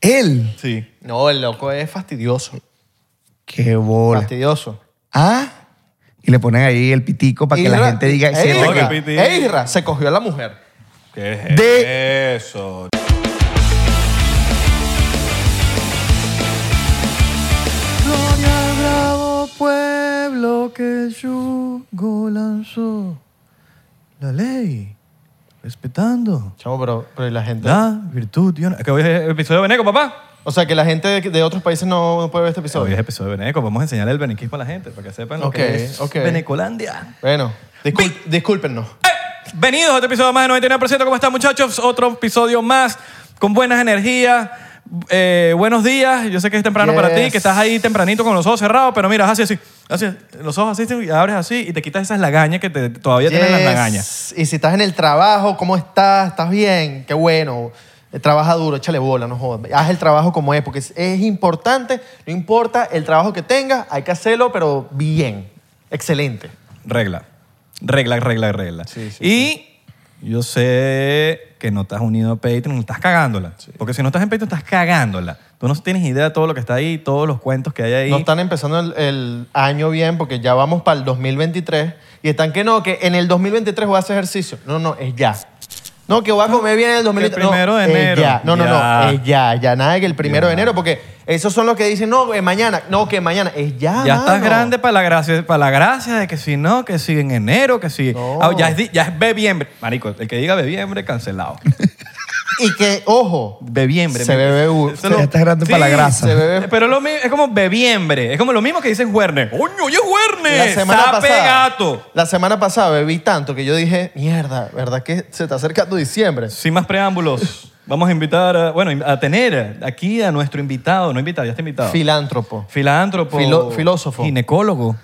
Él. Sí. No, el loco es fastidioso. Qué bola. Fastidioso. Ah. Y le ponen ahí el pitico para que la Isra- gente diga. Ey, se- Isra, que piti. ey, Isra, se cogió a la mujer. ¿Qué es De- eso? Gloria al bravo pueblo que yugo lanzó la ley, respetando Chamo, pero, pero ¿y la gente. virtud. Yo Que hoy es episodio de Beneco, papá. O sea, que la gente de, de otros países no, no puede ver este Hoy episodio. es episodio de Beneco. Vamos a enseñar el benequismo a la gente para que sepan lo Ok, que es ok. Benecolandia. Bueno, discul- discúlpenos. ¡Eh! Venidos a otro episodio más de 99%. ¿Cómo están, muchachos? Otro episodio más con buenas energías. Eh, buenos días. Yo sé que es temprano para ti, Yes. que estás ahí tempranito con los ojos cerrados, pero mira, haz así, así. así los ojos así, y abres así y te quitas esas lagañas que te- todavía tienes las Yes. lagañas. Y si estás en el trabajo, ¿cómo estás? ¿Estás bien? Qué bueno. Eh, Trabaja duro, échale bola, no jodas. Haz el trabajo como es, porque es, es importante. No importa el trabajo que tengas, hay que hacerlo, pero bien. Excelente. Regla. Regla, regla, regla. Sí, sí, y yo sé que no estás unido a Patreon, estás cagándola. Porque si no estás en Patreon, estás cagándola. Tú no tienes idea de todo lo que está ahí, todos los cuentos que hay ahí. No están empezando el, el año bien, porque ya vamos para el 2023. Y están que no, que en el 2023 voy a hacer ejercicio. No, no, es ya. No, que voy a comer bien en el 2023. primero no, de es enero. ya. No, no, Ya. no, es ya, ya. Nada de que el primero Ya. de enero, porque esos son los que dicen, no, que mañana. No, que mañana. Es ya, ya estás mano. grande para la gracia, para la gracia de que si no, que si en enero, que si. No. Ah, ya, es, di- ya es bebiembre. Marico, el que diga bebiembre, cancelado. Y que, ojo, Bebiembre. Se bebe u- Eso se- lo- ya estás grande para la grasa. se bebe- Pero es lo mi- es como bebiembre. Es como lo mismo que dicen Werner. ¡Coño, oye, la Werner! semana ¡Sape pasada. gato! La semana pasada bebí tanto que yo dije, mierda, ¿verdad que se está acercando diciembre? Sin más preámbulos, vamos a invitar, a, bueno, a tener aquí a nuestro invitado, no invitado, ya está invitado. Filántropo. Filántropo. Filo- filósofo. Ginecólogo.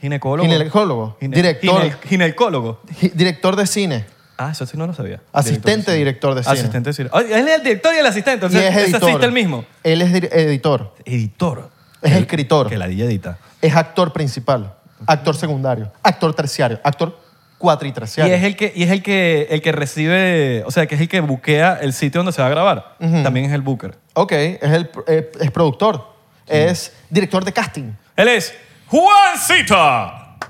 Ginecólogo. Ginecólogo. Gine- Director. gine- ginecólogo. Gi- Director de cine. Ah, eso sí no lo sabía. Asistente director de cine. Asistente de cine. Oye, él es el director y el asistente. O Y sea, es ese editor. asiste el mismo. Él es dir- editor. Editor. Es El- escritor. Que la dilla edita. Es actor principal. Actor secundario. Actor terciario. Actor Y cuatriterciario. es, el que, y es el, que, el que recibe, o sea, que es el que buquea el sitio donde se va a grabar. También es el booker. Ok, es, el, eh, es productor. Es director de casting. Él es Juancito.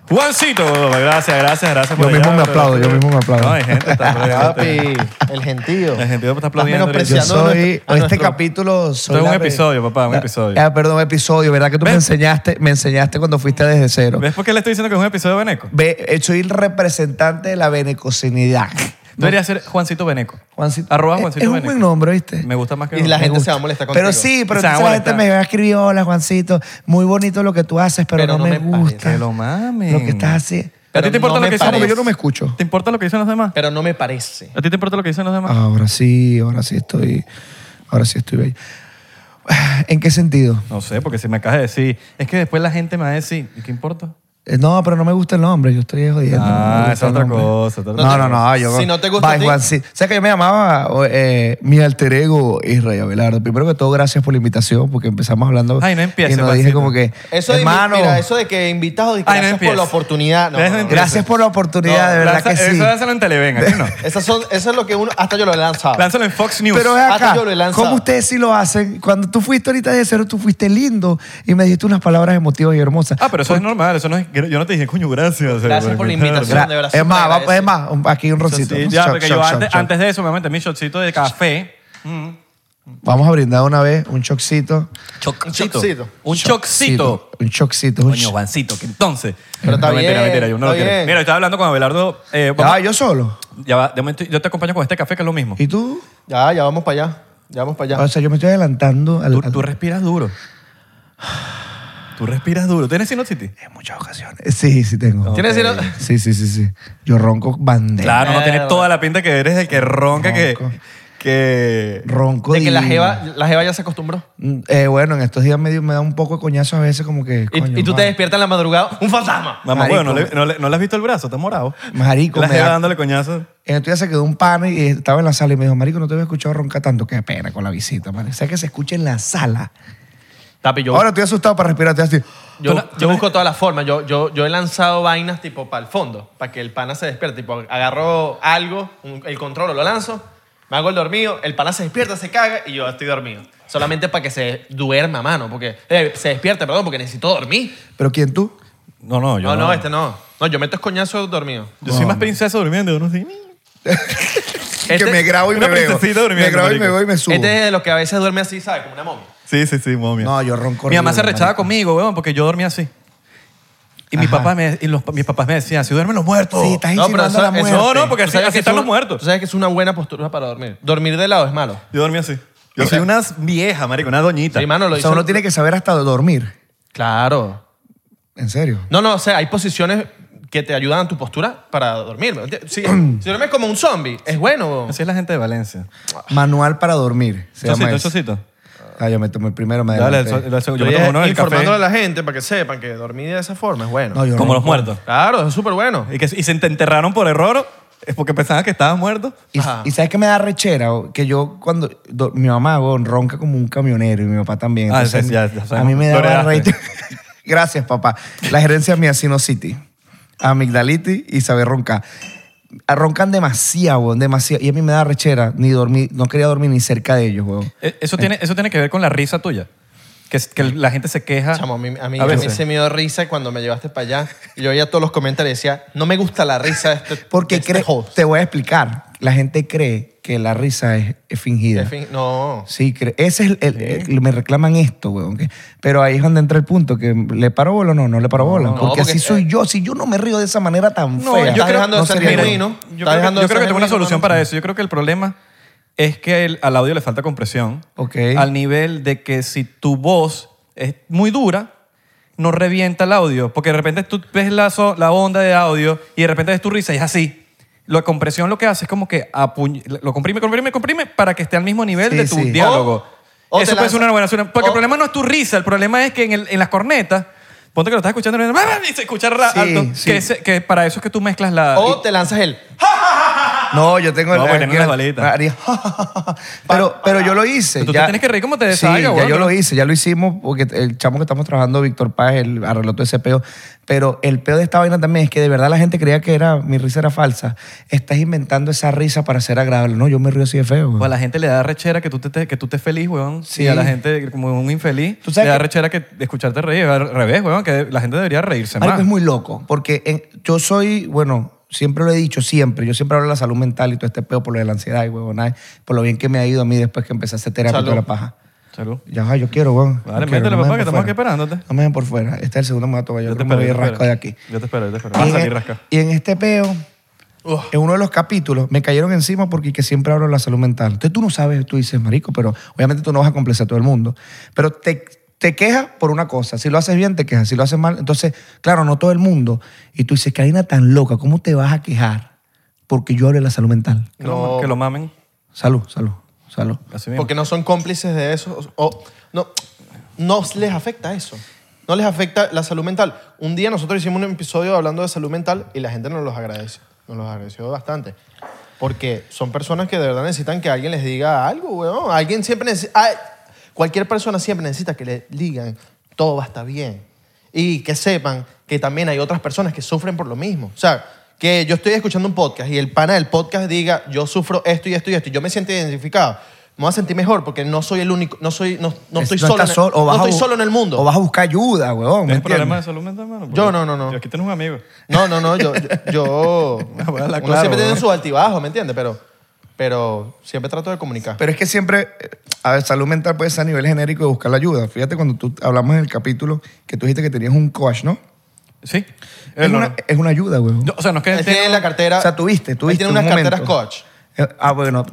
Juancito, gracias, gracias, gracias. por Yo mismo allá, me pero- aplaudo, yo mismo me aplaudo. No, hay gente, está por ahí, gente. Ah, Papi, el gentío. El gentío está Estás aplaudiendo ahorita. Yo menospreciando a soy. nuestro- a este nuestro- capítulo. soy Esto es un la re- episodio, papá, un la- episodio. Ah, perdón, un episodio. ¿Verdad que tú me ¿Ves? enseñaste, me enseñaste cuando fuiste desde cero? ¿Ves por qué le estoy diciendo que es un episodio de Beneco? Ve, eh, soy el representante de la benecocinidad. Debería ser Juancito Beneco. Juancito. Arroba es- Juancito Es un Beneco. buen nombre, ¿viste? Me gusta más que Y la Me gente se gusta. va a molestar Pero contigo. sí, pero Se va a entonces la gente molestar. me va a escribir, hola Juancito, muy bonito lo que tú haces, pero, Pero no, no me, me gusta. parece. Que lo mamen. Lo que estás haciendo. ¿A ti Pero te importa no lo me que dicen? parece. Porque yo no me escucho. ¿Te importa lo que dicen los demás? Pero no me parece. ¿A ti te importa lo que dicen los demás? Ahora sí, ahora sí estoy, ahora sí estoy bello. ¿En qué sentido? No sé, porque si me acabas de decir, es que después la gente me va a decir, ¿y qué importa? Eh, No, pero no me gusta el nombre, yo estoy jodiendo. Ah, no me gusta esa es el otra nombre. cosa, otra No, cosa. no, no, yo. Si no te gusta Bye, a ti. Juancito. O sea que yo me llamaba o, eh, mi alter ego Israel Abelardo. Primero que todo, gracias por la invitación, porque empezamos hablando. Ay, no empieces, Y nos dije Juancito. como que. Eso de, hermano, mira, eso de que invitados y que Ay, no gracias por empieces. la oportunidad. No, Deja no, de no. empezar. gracias por la oportunidad, No, de verdad Lanza- que sí. Eso lánzalo en Televen, aquí no. Esas son, eso es lo que uno. Hasta yo lo he lanzado. Lánzalo en Fox News. Pero es Ah, acá, yo lo he lanzado. ¿cómo ustedes sí lo hacen? Cuando tú fuiste ahorita de cero, tú fuiste lindo y me dijiste unas palabras emotivas y hermosas. Ah, pero eso es normal, eso no es, yo no te dije, coño, gracias. eh, o sea, Gracias por la invitarme. invitación. Gra- pues, de verdad, es sí más, te va- agradece. es más, un- aquí un roncito. Sí, ¿no? ya, Shot, porque shot, yo shot, antes, shot. antes de eso me metí mi shotcito de café. Vamos a brindar una vez un chocito. Un chocito. Un chocito. Un chocito. Un Coño, cho- Juancito, que entonces. Pero está no, mentira, bien, mentira, yo no está lo quiero. bien. Mira, estaba hablando con Abelardo. eh, vamos- Ah, yo solo. Ya va, de momento yo te acompaño con este café que es lo mismo. ¿Y tú? Ya, ya vamos para allá. Ya vamos para allá. O sea, yo me estoy adelantando al. Tú, al- tú respiras duro. Tú respiras duro. ¿Tienes sinusitis? En muchas ocasiones. Sí, sí tengo. ¿Tienes sino- Sí, sí, sí, sí. Yo ronco bandera. Claro, no tiene Mierda. toda la pinta que eres el que ronca, que, Ronco. que... Ronco. De que la divino. jeva, la jeva ya se acostumbró. Mm, eh, bueno, en estos días medio me da un poco de coñazo a veces como que. Y, coño, y tú te madre. despiertas en la madrugada. ¡Un fantasma! Mamá, Marico, bueno, no le, no le- no le has visto el brazo, está morado. Marico, La me da- jeva dándole coñazo. En estos días se quedó un pana y estaba en la sala y me dijo, Marico, no te había escuchado roncar tanto. Qué pena con la visita, man. O sea, que se escucha en la sala. Tapi, yo, Ahora estoy asustado para respirar. Estoy así. yo, tú- yo busco todas las formas. Yo, yo, yo he lanzado vainas tipo para el fondo, para que el pana se despierte. Tipo, agarro algo, un- el control, lo lanzo Me hago el dormido, el pana se despierta, se caga y yo estoy dormido. Solamente para que se duerma, mano, porque eh, se despierta, perdón, porque necesito dormir. ¿Pero quién tú? No, no, yo No, no, este no. No, yo meto coñazo dormido. Yo soy más princesa durmiendo, yo no sé. Este- que me grabo y una me veo. princesita durmiendo, Me grabo y me marico. veo y me subo. Este es de los que a veces duerme así, ¿sabes? Como una momia. Sí, sí, sí, momia. No, yo ronco. mi mamá se horrible, rechaba marico. conmigo, weón, porque yo dormía así. Y, mis Ajá. papás, me, y los, mis papás me decían, si duermen los muertos. Sí, estás insinuando la muerte. No, no, porque tú así, sabes así que están es los un- muertos. Tú sabes que es una buena postura para dormir. Dormir de lado es malo. Yo dormía así. Yo soy una vieja, marico, una doñita. Sí, mano, lo O sea, dicen- uno tiene que saber hasta dormir. Claro. En serio. No, no, o sea, hay posiciones que te ayudan a tu postura para dormir. ¿me entiendes? Si, si duermes como un zombie, es bueno. Así es la gente de Valencia. Manual para dormir. Se llama Chocito, eso. chocito. Ah, yo me tomé el primero, me Dale, el, adelanté. so- el so- yo me Estoy tomo uno en el informándole a café. la gente para que sepan que dormir de esa forma es bueno. No, yo Como los ronco. muertos. Claro, es súper bueno. Y, que, y se te enterraron por error, es porque pensaban que estabas muerto. Y, Ajá. y sabes que me da rechera, o, que yo cuando do- mi mamá weón, ronca como un camionero y mi papá también. Ah, Entonces, sí, ya- ya a sabemos. mí me Lo da heredaste. rechera. Gracias, papá. La gerencia mía Sinocity, amigdalitis y saber roncar. Ah, Roncan demasiado, weón, demasiado. Y a mí me da rechera, ni dormir, no quería dormir ni cerca de ellos, weón. Eh, Eso tiene, eso tiene que ver con la risa tuya. Que, es- que la gente se queja. Chamo, a mí, a mí- A a mí veces. se me dio risa cuando me llevaste para allá. Y yo oía todos los comentarios y decía, no me gusta la risa de este Porque de este cree- host". te voy a explicar, la gente cree que la risa es, es fingida. En fin, no. Sí, cre- ese es el, el- el- me reclaman esto, weón. que- pero ahí es donde entra el punto, que le paro bola o no, no le paro bola. No, porque, porque- así soy yo, si yo no me río de esa manera tan eh, No, fea. yo Estás creo- dejando de no ser sería bueno. genuino. Yo Estás creo que, dejando yo de creo ser que tengo una genuino, solución mano. para eso. Yo creo que el problema es que el- al audio le falta compresión. Ok. Al nivel de que si tu voz es muy dura, no revienta el audio. Porque de repente tú ves la, so- la onda de audio y de repente ves tu risa y es así. La compresión lo que hace es como que apuñ- lo comprime, comprime, comprime para que esté al mismo nivel Sí, de tu sí. diálogo. O- o eso te puede ser lanza- una buena solución. o- Porque el problema no es tu risa, el problema es que en, el- en las cornetas, ponte que lo estás escuchando y se escucha ra- Sí, alto, sí. Que, ese- que para eso es que tú mezclas la... Ah, y- Oh. O te lanzas el... No, yo tengo No, el- porque tiene el- las balitas. haría- pero, pero yo lo hice. Pero tú te ya- tienes que reír como te Sí, desahoga, ya weón, yo ¿no? lo hice, ya lo hicimos porque eh, el chamo que estamos trabajando, Víctor Paz, el arregló todo ese peo. Pero el peo de esta vaina también es que de verdad la gente creía que era mi risa era falsa. Estás inventando esa risa para ser agradable. No, yo me río así de feo. weón. Pues a la gente le da rechera que tú te, te- que tú estés feliz, weón. Sí. Y a la gente, como un infeliz, Tú sabes le da que- rechera que escucharte reír. Al revés, weón, que la gente debería reírse Marico, más. es muy loco, porque en- yo soy, bueno, siempre lo he dicho, siempre. Yo siempre hablo de la salud mental y todo este peo por lo de la ansiedad y huevonada, por lo bien que me ha ido a mí después que empecé a hacer terapia y toda Salud. la paja. Salud. Ya, va, yo quiero, weón. Vale, Yo quiero, métele, no me papá, dejen que por estamos aquí fuera. esperándote. No me dejen por fuera. Este es el segundo mato, yo, yo creo que me voy a yo te rasco de aquí. Yo te espero, yo te espero. Y Vas a en- salir rascado. Y en este peo, en uno de los capítulos, me cayeron encima porque que siempre hablo de la salud mental. Entonces tú no sabes, tú dices, marico, pero obviamente tú no vas a complacer a todo el mundo. Pero te, te quejas por una cosa. Si lo haces bien, te quejas. Si lo haces mal, entonces, claro, no todo el mundo. Y tú dices, Karina, tan loca, ¿cómo te vas a quejar? Porque yo hablo de la salud mental. Que, lo, No. que lo mamen. Salud, salud, salud. Así mismo. Porque no son cómplices de eso. O, o- no, no les afecta eso. No les afecta la salud mental. Un día nosotros hicimos un episodio hablando de salud mental y la gente nos los agradece. Nos los agradeció bastante. Porque son personas que de verdad necesitan que alguien les diga algo, weón. Alguien siempre necesita... Cualquier persona siempre necesita que le digan todo va a estar bien. Y que sepan que también hay otras personas que sufren por lo mismo. O sea, que yo estoy escuchando un podcast y el pana del podcast diga, yo sufro esto y esto y esto, y yo me siento identificado, me voy a sentir mejor porque no soy el único, no, soy, no, no Es- estoy, no solo, en estás el, sol- o no vas a estoy bu- solo en el mundo. O vas a buscar ayuda, weón. ¿me ¿Tienes problemas de entiendes? salud mental, mano? Yo no, no, no. Yo Aquí tienes un amigo. No, no, no, yo, yo, yo Una bala, uno claro, siempre tiene ¿no? sus altibajos, ¿me entiendes? Pero, pero siempre trato de comunicar. Pero es que siempre, eh, a ver, salud mental puede ser a nivel genérico de buscar la ayuda. Fíjate cuando tú hablamos en el capítulo que tú dijiste que tenías un coach, ¿no? Sí. Es Él Eh, no, una, no. es una ayuda, güey. Yo- o sea, no es que él tenga- tiene la cartera... o sea, tuviste, él tuviste. tiene un unas momento. carteras coach. Eh, Ah, bueno.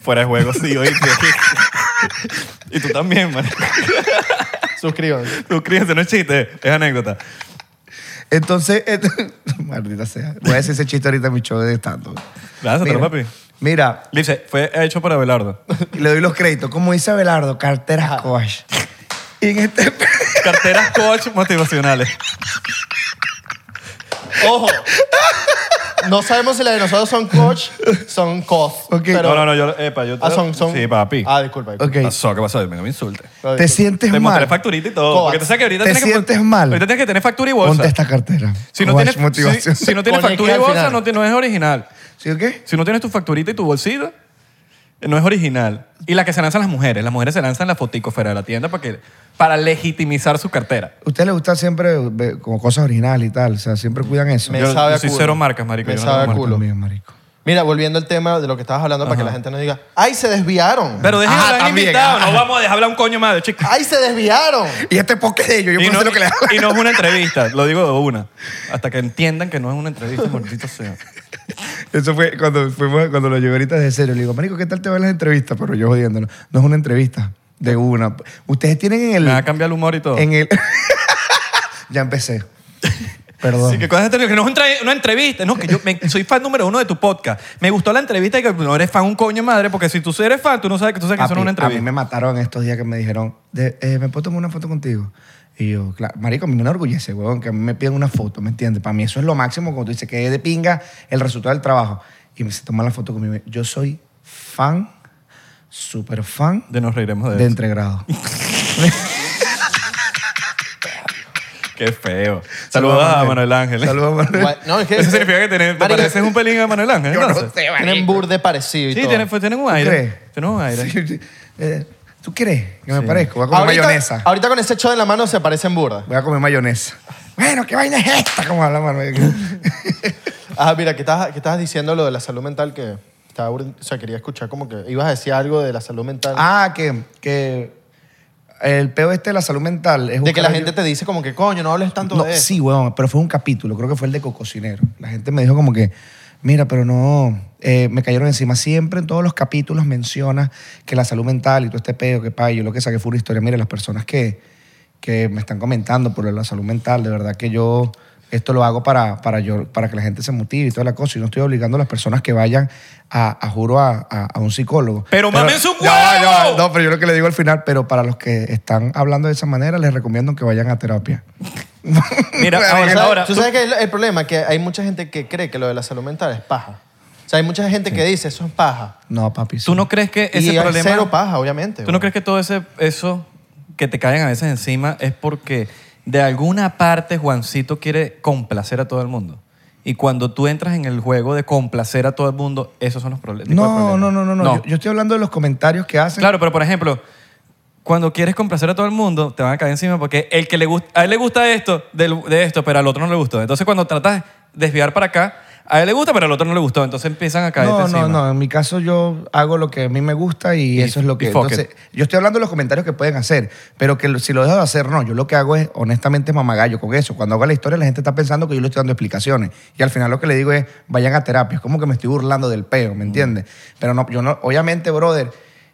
fuera de juego, sí, oíste. y tú también, man. Suscríbanse. Suscríbanse, no es chiste, es anécdota. Entonces, et- maldita sea. Voy a decir ese chiste ahorita en mi show de estando. Lánzatelo, Mira, papi. Mira, Lice, fue hecho por Abelardo. le doy los créditos. Como dice Abelardo, carteras coach. Y en este... Carteras coach motivacionales. Ojo. No sabemos si las de nosotros son coach, son coach. Ok. Pero, no, no, no, yo. Epa, yo te- Ah, son, son... Sí, papi. Ah, disculpa. disculpa. Ok. ¿Qué pasó? ¿Qué pasó? No me insultes. Ah, ¿Te disculpa. sientes Te mostré mal? facturita y todo. Coach. Porque tú sabes que ahorita ¿Te tienes que pon- sientes mal? Ahorita tienes que tener factura y bolsa. Ponte esta cartera. Si no Coach tienes, motivación. si, si no tienes Con el factura que al y bolsa, final. no, te- no es original. ¿Sí o qué? Si no tienes tu facturita y tu bolsillo, eh, no es original. Y la que se lanzan las mujeres. Las mujeres se lanzan la fotico fuera de la tienda para, que, para legitimizar su cartera. A ustedes les gusta siempre eh, ve- como cosas originales y tal. O sea, siempre cuidan eso. Me Yo- sabe yo a soy culo. cero marcas, marico, Me yo no sabe tengo a marcas. culo. También, marico. Mira, volviendo al tema de lo que estabas hablando para que la gente no diga, ¡ay, se desviaron! Pero dejen Ajá, a los también, invitados. ajá. No vamos a dejar hablar un coño más de chicos. ¡Ay, se desviaron! Y este podcast de ellos, yo y, no, no, sé lo que le hago. y no es una entrevista, lo digo de una. Hasta que entiendan que no es una entrevista, maldito sea. Eso fue cuando fuimos, cuando lo llevé ahorita de serio. Le digo, marico, ¿qué tal te van las entrevistas? Pero yo jodiéndolo. No es una entrevista de una. Ustedes tienen en el... Me va a cambiar el humor y todo. en el... ya empecé. Perdón. Sí, que cosas de- que no es una entre- una entrevista, no, que yo me- soy fan número uno de tu podcast. Me gustó la entrevista y que no eres fan un coño de madre, porque si tú eres fan, tú no sabes que tú sabes que eso no Papi, es una A mí entrevista. me mataron estos días que me dijeron, de- eh, ¿me puedo tomar una foto contigo? Y yo, claro, marico, a mí me enorgullece, huevón, que a mí me piden una foto, ¿me entiendes? Para mí eso es lo máximo, cuando tú dices que es de pinga el resultado del trabajo. Y me se toman la foto conmigo. Yo soy fan, súper fan De nos reiremos de, de eso. entregrado. Qué feo. Saludos a Manuel Ángel. Saludos a Manuel. Guay- No, es que- Eso significa que tiene- te Marico, pareces un pelín a Manuel Ángel. Yo no entonces. sé, Tienen marico. burde parecido y Sí, todo. tienen, pues, tienen un aire. crees? Tienen un aire. Sí, sí. Eh, ¿Tú crees que me Sí. parezco? Voy a comer mayonesa. ahorita con ese show de la mano se parecen burda. Voy a comer mayonesa. Bueno, ¿qué vaina es esta? ¿Cómo habla Manuel? Ah, mira, que estabas, que estabas diciendo lo de la salud mental que estaba burda- O sea, quería escuchar como que ibas a decir algo de la salud mental. Ah, que, que el peo este de la salud mental es un de que la carallo- gente te dice como que, coño, no hables tanto No, de eso. sí, weón, pero fue un capítulo, creo que fue el de Cococinero. La gente me dijo como que, mira, pero no, eh, me cayeron encima. Siempre en todos los capítulos mencionas que la salud mental y todo este peo, que pa, yo lo que saqué fue una historia. Mira, las personas que, que me están comentando por la salud mental, de verdad que yo esto lo hago para, para, yo, para que la gente se motive y toda la cosa. Y no estoy obligando a las personas que vayan a, a juro, a, a- a un psicólogo. Pero mamen su Ya va, ya va. huevo. No, pero yo lo que le digo al final, pero para los que están hablando de esa manera, les recomiendo que vayan a terapia. Mira, Bueno, ahora, ¿Sabes- ahora, ¿Tú tú- sabes qué es lo- el problema? Que hay mucha gente que cree que lo de la salud mental es paja. O sea, hay mucha gente que dice, eso es paja. No, papi. sí. ¿tú no crees que y E-, ese es problema... cero paja, obviamente. ¿Tú no crees que todo ese, eso que te caen a veces encima es porque de alguna parte Juancito quiere complacer a todo el mundo? Y cuando tú entras en el juego de complacer a todo el mundo, esos son los proble- tipos de No, problemas. no, no, no, no. Yo, yo estoy hablando de los comentarios que hacen. Claro, pero por ejemplo, cuando quieres complacer a todo el mundo, te van a caer encima porque el que le gusta, a él le gusta esto, del- de, esto, pero al otro no le gustó. Entonces cuando tratas de desviar para acá, a él le gusta, pero al otro no le gustó. Entonces empiezan a caer No, encima. no, no. En mi caso yo hago lo que a mí me gusta y, Y- eso es lo que... y fuck it. Entonces, yo estoy hablando de los comentarios que pueden hacer, pero que lo- si lo dejo de hacer, no. Yo lo que hago es, honestamente, mamagallo con eso. Cuando hago la historia, la gente está pensando que yo le estoy dando explicaciones. Y al final lo que le digo es, vayan a terapia. Es como que me estoy burlando del peo, Mm. ¿me entiendes? Pero no, yo no... Obviamente, brother,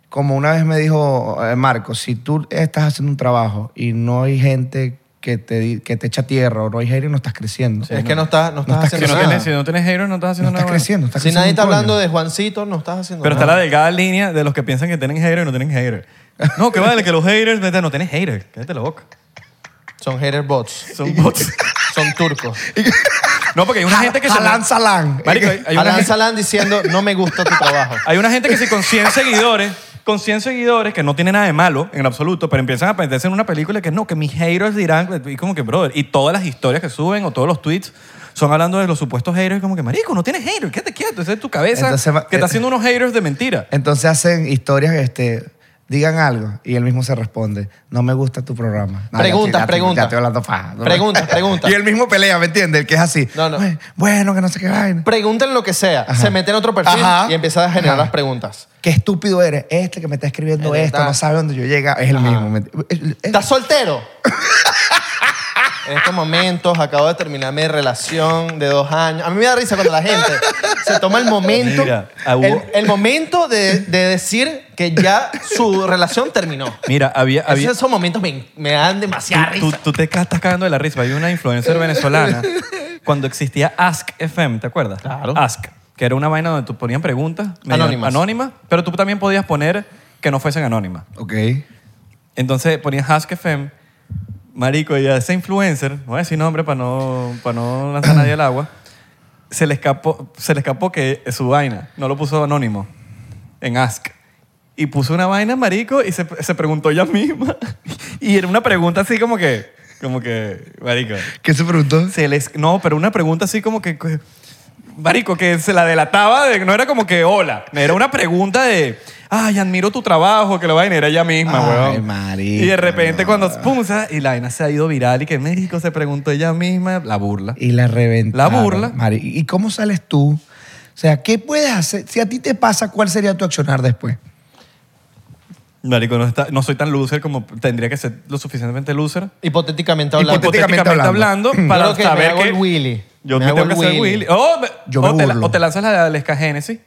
como una vez me dijo eh, Marco, si tú estás haciendo un trabajo y no hay gente que te, di- que te echa tierra o no hay gente, no estás creciendo. Es que no estás, no estás No estás Si haciendo no, nada. tienes, si no tienes haters, no estás No haciendo estás nada. bueno. creciendo, estás si nadie está hablando de de Juancito, no estás haciendo Pero nada. está la delgada línea de los que piensan que tienen haters y no tienen haters. No, que vale, que los haters, vete, no tienes haters, cállate la boca. Son hater bots. Son bots. Son turcos. No, porque hay una gente que se... Alan Salán. Marico, hay, hay una Alan gente, Salán diciendo, no me gusta tu trabajo. hay una gente que si con 100 seguidores, con 100 seguidores, que no tiene nada de malo en absoluto, pero empiezan a aparecerse en una película que no, que mis haters dirán, y como que, brother, y todas las historias que suben o todos los tweets son hablando de los supuestos haters, y como que, marico, no tienes haters, quédate quieto, esa es tu cabeza Entonces va- que está haciendo unos haters de mentira. Entonces hacen historias, este, digan algo y él mismo se responde, no me gusta tu programa. No, ya Pregunta, estoy- ya estoy- pregunta. ya estoy hablando paja. No, Pregunta, no. pregunta. Y él mismo pelea, ¿me entiendes? El que es así. No, no. "Bue- Bueno, que no sé qué vaina. Pregunten lo que sea. Ajá. Se meten en otro perfil Ajá. y empiezan a generar Ajá. las preguntas. Qué estúpido eres. Este que me está escribiendo Es esto, verdad. no sabe dónde yo llega. Es el Ajá. mismo. ¿me entiendes? Es- ¿Estás soltero? En estos momentos acabo de terminar mi relación de dos años. A mí me da risa cuando la gente se toma el momento, Mira, a Hugo- el, el momento de, de decir que ya su relación terminó. Mira, había... Esos- había Esos momentos me, me dan demasiada Tú- tú, risa. tú te ca- estás cagando de la risa. Había una influencer venezolana cuando existía Ask FM, ¿te acuerdas? Claro. Ask, que era una vaina donde tú ponían preguntas medio Anónimas. anónimas, pero tú también podías poner que no fuesen anónimas. Ok. Entonces ponías Ask FM, marico, y a ese influencer, no voy a decir nombre para no, para no lanzar a nadie al agua, se le, escapó, se le escapó que su vaina, no lo puso anónimo en Ask. Y puso una vaina, marico, y se, se preguntó ella misma. Y era una pregunta así como que, como que, marico. ¿Qué se preguntó? Se les, no, pero una pregunta así como que, marico, que se la delataba, de, no era como que hola, era una pregunta de, ay, admiro tu trabajo, que la vaina era ella misma, Ay, weón. marico, y de repente no. cuando, pum, sa- y la vaina se ha ido viral y que México se preguntó ella misma, la burla. Y la reventaron. La burla. Mari. ¿Y cómo sales tú? O sea, ¿qué puedes hacer? Si a ti te pasa, ¿cuál sería tu accionar después? Marico, no, está- no soy tan loser como tendría que ser lo suficientemente loser. Hipotéticamente hablando. Hipotéticamente Hipotéticamente hablando. hablando, para Creo que me saber hago que el Willy. Yo Me me, hago tengo que el hacer Willy. Willy. Oh, me- Yo me o, te la- burlo. o te lanzas la de Aleska Genesis,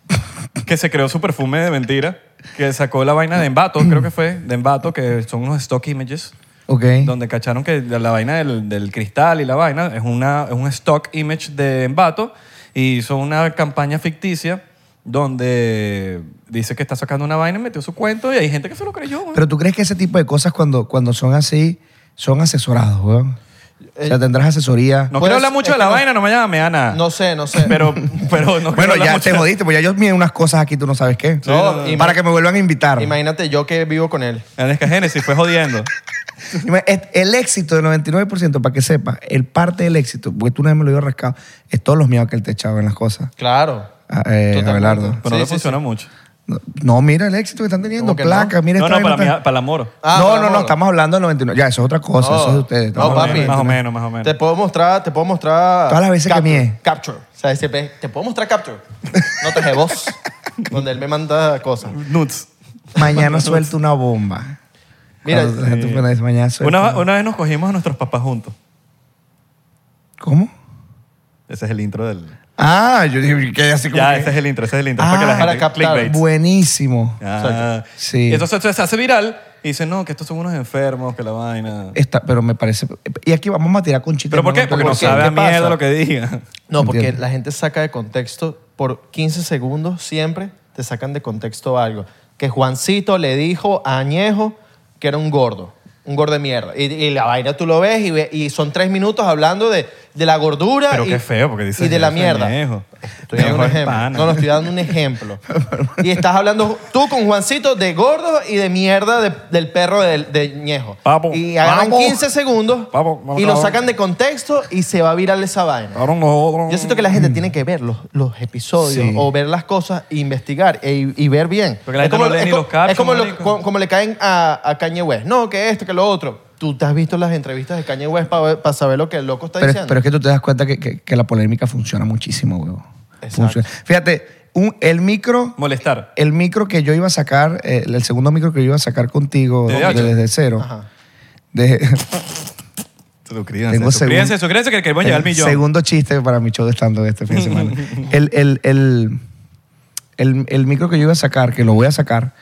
que se creó su perfume de mentira, que sacó la vaina de Embato, creo que fue, de Embato, que son unos stock images, Ok. donde cacharon que la vaina del, del cristal y la vaina es, una, es un stock image de Embato, y hizo una campaña ficticia donde dice que está sacando una vaina y metió su cuento y hay gente que se lo creyó. güey. Pero tú crees que ese tipo de cosas cuando, cuando son así son asesorados, weón. O sea, tendrás Eh, asesoría. no Pues, quiero hablar mucho es de la que no- vaina, no me llama, me da nada. No sé, no sé. Pero, pero no quiero bueno, hablar ya mucho te de- jodiste, porque ya yo miré unas cosas aquí, tú no sabes qué. No, no, no. Para que me vuelvan a invitar. Imagínate yo que vivo con él. Aleska Genesis fue jodiendo. Ima- es- El éxito del 99%, para que sepas, el parte del éxito, porque tú una vez me lo dio rascado, es todos los miedos que él te echaba en las cosas. Claro. Ah, Eh, Totalmente. Abelardo. Pero no Sí, le sí, funciona mucho. No, No, mira el éxito que están teniendo, ¿Cómo que placa, mira no, esta no, vaina para, mi, está- para la moro. Ah, no, para no, no, Moro. estamos hablando del 99. Ya, eso es otra cosa, No. eso es de ustedes. No, Estamos papi. hablando del Más o 99. menos, más o menos. Te puedo mostrar, te puedo mostrar. Todas las veces que capture, mié. Capture. O sea, ese pe- te puedo mostrar capture. Notas de voz. donde él me manda cosas. Nuts. Mañana suelto una bomba. Mira, Cuando la gente eh, pone, dice, mañana suelto Una, una vez nos cogimos a nuestros papás juntos. ¿Cómo? Ese es el intro del... Ah, yo dije que así como. Ya, que- ese es el intro, ese es el intro. Ah, para que la gente... para captar. clickbait. Buenísimo. Ah. Sí. Y entonces se hace viral y dicen, no, que estos son unos enfermos, que la vaina... Eh, Está- pero me parece. Y aquí vamos a tirar con chistes. ¿Pero por qué? No, Porque no ¿por qué? sabe ¿Qué a mierda pasa? lo que diga. No, porque Entiendo. la gente saca de contexto por 15 segundos siempre te sacan de contexto algo. Que Juancito le dijo a Añejo que era un gordo, un gordo de mierda. Y, y la vaina tú lo ves y, ve- y son tres minutos hablando de, de la gordura Pero y, qué feo, porque dice y de la Añejo, mierda. Añejo. Estoy dando un Añejo es ejemplo. pana. No, no, estoy dando un ejemplo. y estás hablando tú con Juancito de gordo y de mierda de- del perro de, de Ñejo. Papo, y agarran papo. 15 segundos Papo, vamos, y lo cabrón. sacan de contexto y se va a viral esa vaina. Yo siento que la gente tiene que ver los, los episodios Sí. o ver las cosas e investigar e- y ver bien. Porque la gente no lee es ni co- los captions, es como, lo- marico. co- como le caen a, a Kanye West. No, que esto, que lo otro. Tú te has visto las entrevistas de Kanye West para saber lo que el loco está Pero, diciendo. pero es que tú te das cuenta que, que- que la polémica funciona muchísimo, huevo. Exacto. Funciona. Fíjate, un- el micro. Molestar. El micro que yo iba a sacar, eh, el segundo micro que yo iba a sacar contigo ¿De desde, DH? cero. Ajá. de- Tengo Suscríbanse, suscríbanse, segun- suscríbanse que queremos llegar al el millón. Segundo chiste para mi show de stand-up de este fin de semana. el, el, el, el- el micro que yo iba a sacar, que lo voy a sacar,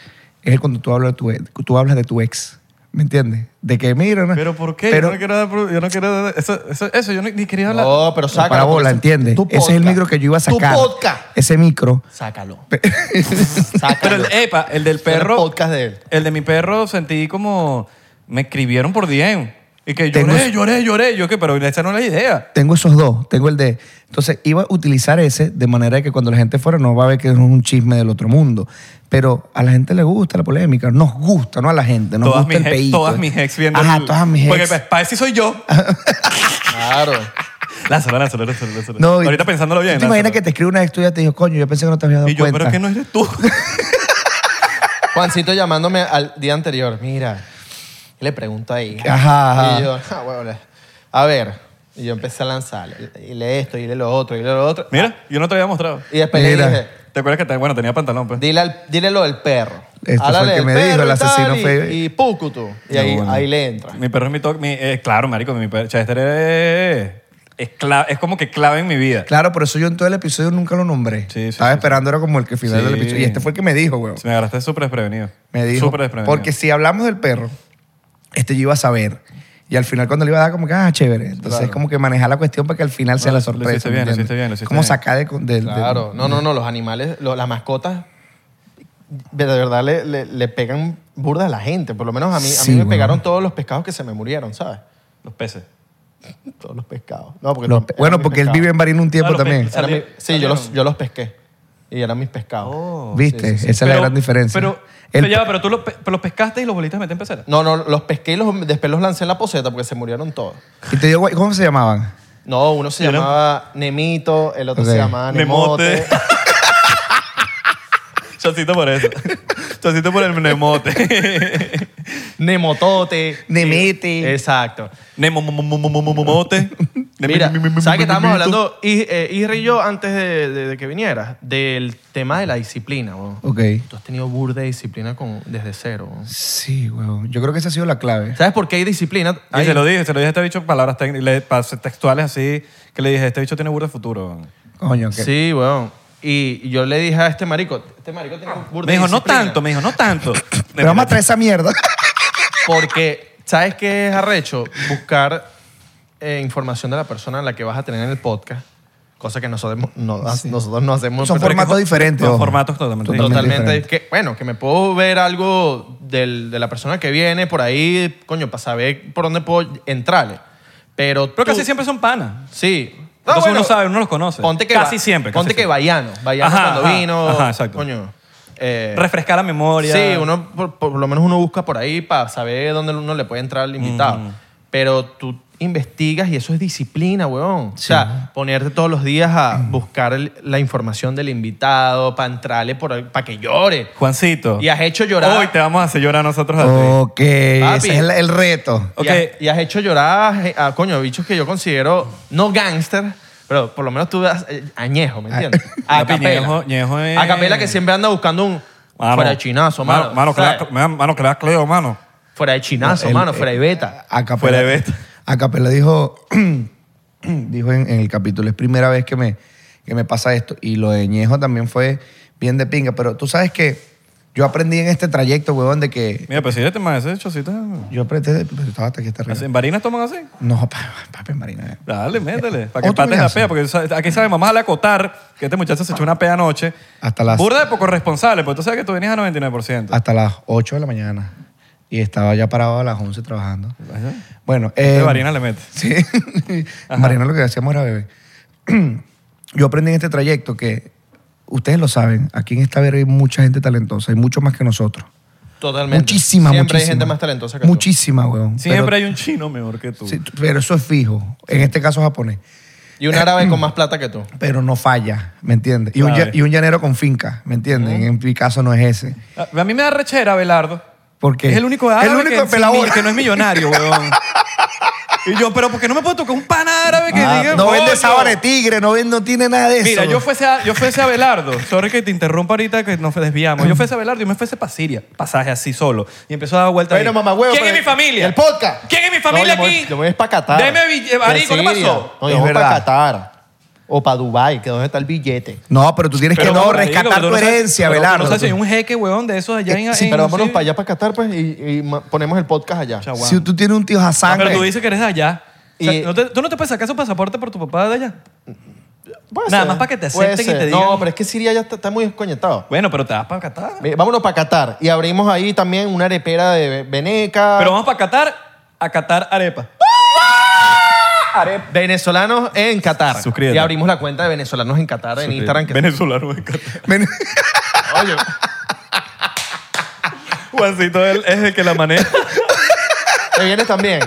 es el cuando tú hablas de tu, ex- tú hablas de tu ex. ¿Me entiendes? De que, mira... no- ¿Pero por qué? Pero, yo no quiero dar... pro- Yo no quiero dar- eso, eso, eso, yo ni, ni quería hablar. No, pero sácalo. para bola, porque ¿entiendes? tu Ese es el podcast. micro que yo iba a sacar. Tu podcast. Ese micro. Sácalo. Sácalo. Pero el, epa, el del Era el perro... podcast de él. El de mi perro sentí como... Me escribieron por DM. Y que Tengo- lloré, lloré, lloré. Yo que, pero esa no es la idea. Tengo esos dos. Tengo el de... Entonces, iba a utilizar ese de manera de que cuando la gente fuera no va a ver que es un chisme del otro mundo. Pero a la gente le gusta la polémica. Nos gusta, ¿no? A la gente. Nos todas, gusta mis el ex, peíto. todas mis ex viendo... Ajá, el- todas mis ex. Porque pa- para eso soy yo. Claro. lázalo, lázalo, lázalo, lázalo. No, y- Ahorita pensándolo bien. ¿Tú te imaginas lázalo. que te escribe una ex tuya y te dijo, coño, yo pensé que no te había dado Y yo, cuenta? pero que no eres tú. Juancito llamándome al día anterior. Mira, ¿qué le pregunto ahí? Ajá, ajá. Y yo, "Ah, huevo, le- a ver. Y yo empecé a lanzar. Y le esto, y le lo otro, y le lo otro. Mira, yo no te había mostrado. Y después Mira. le dije, ¿Te acuerdas que, te- bueno, tenía pantalón, pues? dile, al- dile lo del perro. Esto fue Háblale el que del me dijo perro el y tal, asesino y- fue- Y Pucutu. Y ahí, bueno. ahí le entra. Mi perro es mi toque. mi- eh, claro, marico, mi perro. Chester es, es, cla- es como que clave en mi vida. Claro, por eso yo en todo el episodio nunca lo nombré. Sí, sí, Estaba sí, esperando, era como el que final Sí. del episodio. Y este fue el que me dijo, weón. Si me agarraste súper desprevenido. Me dijo. Súper desprevenido. porque si hablamos del perro, este yo iba a saber. Y al final cuando le iba a dar como que, ah, chévere. Entonces es como que manejar la cuestión para que al final sea No, la lo sorpresa. hiciste bien, lo ¿entiendes? hiciste bien, lo hiciste Como bien. sacar de... de- de- Claro, no, no, no, los animales, lo- las mascotas, de de verdad le, le- le pegan burda a la gente. Por lo menos a mí, a Sí, mí me weón. pegaron todos los pescados que se me murieron, ¿sabes? Los peces. Todos los pescados. No, porque los- eran bueno, mis porque él pescados. vive en Barina un tiempo Claro, también. pe- Eran mi- Salieron- sí, yo los, salieron. Oh. yo los pesqué y eran mis pescados. ¿Viste? Sí, sí, sí. Esa es la gran diferencia. Pero, El- pero ya, va, pero tú los, pe- pero los pescaste y los bolitas meten pecera. No, no, los pesqué y los, después los lancé en la poceta porque se murieron todos. Y te digo, ¿cómo se llamaban? No, uno se Yo no- llamaba Nemito, el otro Ok. se llamaba Nemote. Nemote. Chocito por eso. Chocito por el nemote. Nemotote. Nemete. Exacto. Nemomote. Mira, ¿sabes que estábamos hablando, Is- eh, Isra y yo, antes de, de- de que vinieras, del tema de la disciplina? weón. Ok. Tú has tenido burda de disciplina con, desde cero. weón. Sí, huevón. Yo creo que esa ha sido la clave. ¿Sabes por qué hay disciplina? Y Hay- se lo dije, se lo dije a este bicho palabras técnicas, le- pas- textuales así, que le dije, este bicho tiene burro de futuro. Coño, que. Sí, weón. Y yo le dije a este marico, este marico tiene burda Me de dijo, no disciplina". tanto, me dijo, no tanto. Pero vamos a traer esa mierda. Porque, ¿sabes qué es arrecho? Buscar eh, información de la persona a la que vas a tener en el podcast. Cosa que nosotros no, nosotros no hacemos. Son pero- formatos diferentes. son ojo. formatos totalmente Totalmente. diferentes. Que, bueno, que me puedo ver algo del- de la persona que viene por ahí, coño, para saber por dónde puedo entrarle. Pero, Pero tú- casi siempre son panas. Sí. Entonces uno sabe, uno los conoce. Ponte que Casi va- siempre, casi Ponte que siempre. Bayano. Bayano Ajá, cuando ajá, vino. ajá, exacto. Coño. eh, Refrescar la memoria. Sí, uno, por, por lo menos uno busca por ahí para saber dónde uno le puede entrar al invitado. Mm. Pero tú investigas y eso es disciplina, weón. O sea, ponerte todos los días a buscar el- la información del invitado, para entrarle, para que llore. Juancito. Y has hecho llorar. Hoy te vamos a hacer llorar nosotros a ti. Ok, Papi. ese es el, el reto. Ok. Y, has, y has hecho llorar a, a, coño, bichos que yo considero no gangster, pero por lo menos tú das eh, añejo, ¿me entiendes? Ah, A capela. Ñejo- Ñejo es- A capela que siempre anda buscando un Mano, fuera de chinazo, mano. Mano, mano, que le ¿sabes? das- mano, que le das Cleo, mano. Fuera de chinazo, El- Ah, mano, fuera de beta. Acapela, Fuera de beta. Acapela dijo, dijo en, en el capítulo, es primera vez que me, que me pasa esto. Y lo de Ñejo también fue bien de pinga. Pero tú sabes que yo aprendí en este trayecto, huevón, de que... Mira, pero si este más ese chocito. Yo aprendí... Pero estaba hasta aquí, hasta arriba. ¿En Barinas toman así? No, pa- papi, Marina. Dale, métele. Para que Eh, Otro pates la gaso. pea. Porque sa- aquí sabemos, más a acotar que este muchacho se echó una pea anoche. Hasta las- Burda de poco responsable, porque tú sabes que tú venías a 99%. Hasta las 8 de la mañana. Y estaba ya parado a las 11 trabajando. Ajá. Bueno, Este eh, Barinas le mete. Sí. Marina lo que hacíamos era beber. Yo aprendí en este trayecto que ustedes lo saben, aquí en esta verga hay mucha gente talentosa, hay mucho más que nosotros. Totalmente. Muchísima, Siempre hay muchísima. gente más talentosa que tú. Muchísima, weón. Siempre pero, hay un chino mejor que tú. sí, pero eso es fijo. En este caso japonés. Y un árabe con más plata que tú. Pero no falla, ¿me entiendes? Y, un, Claro. lla- y un llanero con finca, ¿me entiendes? En mi caso no es ese. A a mí me da rechera, Belardo. Porque Es el único árabe el único que, de pelabora. que no es millonario, weón. y yo, pero ¿por qué no me puedo tocar un pan árabe que Ah, diga no coño? vende sábana de tigre, no, vende, no tiene nada de eso. Mira, yo fuese, a, yo fuese a Belardo. Sorry que te interrumpa ahorita que nos desviamos. Yo fuese a Belardo y me fuese para Siria. Pasaje así solo. Y empezó a dar vueltas. Bueno, ahí. mamá, huevo, ¿Quién es pero- mi familia? el podcast. ¿Quién es mi familia No, yo me voy- aquí? Yo me voy para Qatar. Deme bille- De marico, ¿qué Siria. pasó? No, Es yo voy para verdad. Qatar. O para Dubai, que donde está el billete. No, pero tú tienes Pero, que no marico, rescatar pero tú tu no sabes- herencia, pero tú No Belardo. sabes si hay un jeque, weón, de esos allá en. Sí, en- Eh, Pero vámonos sí. para allá, para Qatar, pues, y, y ma- ponemos el podcast allá. Chao, Si tú tienes un tío Ah, Hassan, pero tú güey, dices que eres de allá. O sea, Y- ¿no te- ¿Tú no te puedes sacar su pasaporte por tu papá de allá? Puede Nada ser, más para que te puede acepten y ser. te No, digan- pero es que Siria ya está, está muy desconectado. Bueno, pero te vas para Qatar. Mira, Vámonos para Qatar. Y abrimos ahí también una arepera de Veneca. Pero vamos para Qatar a Qatar arepa. Venezolanos en Qatar. Suscríbete. Y abrimos la cuenta de venezolanos en Qatar en Instagram. que- Venezolano en Qatar. ven- Oye, Juancito él es el que la maneja. te vienes también.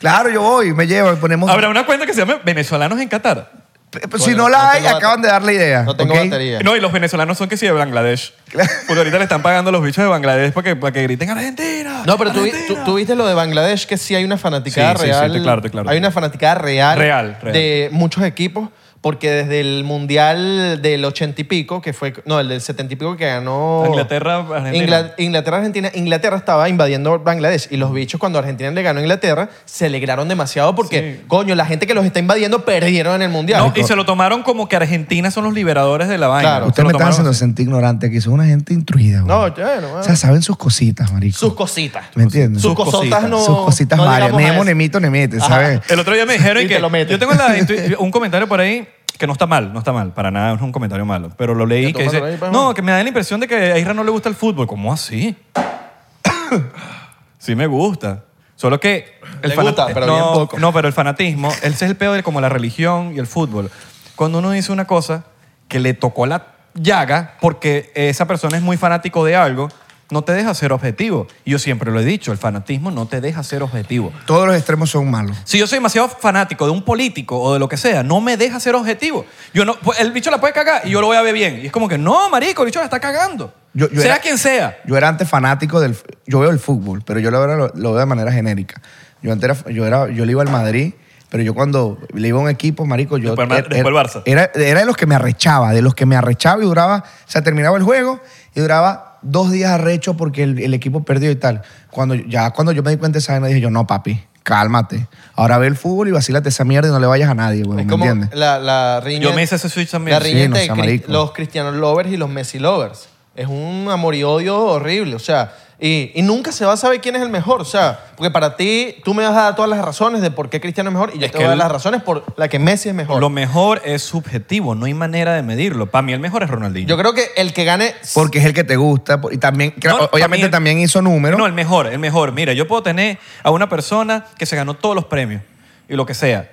claro, yo voy, me llevo y ponemos. Habrá una cuenta que se llame Venezolanos en Qatar. P- p- si no la no hay, tengo acaban de dar la idea. No tengo ¿ok? batería. No, y los venezolanos son que sí de Bangladesh. Porque ahorita le están pagando a los bichos de Bangladesh para que, para que griten Argentina. No, pero tú, vi- Argentina". tú- tú viste lo de Bangladesh, que sí hay una fanaticada Sí, sí, sí, real. te claro, te claro. Hay una fanaticada real, Real, real. de muchos equipos, porque desde el Mundial del ochenta y pico, que fue. No, el del setenta y pico que ganó. Inglaterra, Argentina. Ingla- Inglaterra, Argentina. Inglaterra estaba invadiendo Bangladesh y los bichos, cuando Argentina le ganó a Inglaterra, se alegraron demasiado porque, coño, la gente que los está invadiendo perdieron en el Mundial. No, y se lo tomaron como que Argentina son los liberadores de la vaina. Claro. Se Ustedes lo me están tomaron haciendo así. sentir ignorante aquí. Son una gente intruida, güey. No, bueno, bueno. O sea, saben sus cositas, marico. Sus cositas. ¿Me entiendes? Sus Sus cosotas cositas. no. Sus cositas no varias. llegamos a Nemo, eso. nemito, nemete, Ajá. ¿sabes? El otro día me dijeron Y que te lo meten. yo tengo la intu- un comentario por ahí que no está mal, no está mal, para nada, es un comentario malo, pero lo leí Ya, que tómatelo dice, ahí, pues, no, man". que me da la impresión de que a Isra no le gusta el fútbol, ¿cómo así? sí me gusta. Solo que Le fanat- gusta, pero no, bien poco. no, pero el fanatismo, ese es el peor de como la religión y el fútbol. Cuando uno dice una cosa que le tocó la llaga porque esa persona es muy fanático de algo, no te deja ser objetivo. Y yo siempre lo he dicho, el fanatismo no te deja ser objetivo. Todos los extremos son malos. Si yo soy demasiado fanático de un político o de lo que sea, no me deja ser objetivo. Yo no, pues, el bicho la puede cagar y yo lo voy a ver bien. Y es como que, no, marico, el bicho la está cagando. Yo- yo sea era- quien sea. Yo era antes fanático del... Yo veo el fútbol, pero yo lo, era- lo- lo veo de manera genérica. Yo antes era- yo, era, yo le iba al Madrid, pero yo cuando le iba a un equipo, marico, yo... Después al Ma- era- después al Barça. Era, era de los que me arrechaba, de los que me arrechaba y duraba... O sea, terminaba el juego y duraba dos días arrecho porque el, el equipo perdió y tal. Cuando, ya cuando yo me di cuenta de esa vaina, dije yo, no, papi, cálmate. Ahora ve el fútbol y vacílate esa mierda y no le vayas a nadie, güey, Es ¿me como entiendes? la, la riña- Yo me hice ese switch también. La Sí, riña no entre sea cri- marico. los cristianos lovers y los Messi lovers. Es un amor y odio horrible, o sea, y, y nunca se va a saber quién es el mejor, o sea, porque para ti, tú me vas a dar todas las razones de por qué Cristiano es mejor y yo Es te voy que a dar el- las razones por la que Messi es mejor. Lo mejor es subjetivo, no hay manera de medirlo. Para mí el mejor es Ronaldinho. Yo creo que el que gane... Porque es el que te gusta por- y también... No, o- obviamente también hizo números. No, el mejor, el mejor. Mira, yo puedo tener a una persona que se ganó todos los premios y lo que sea.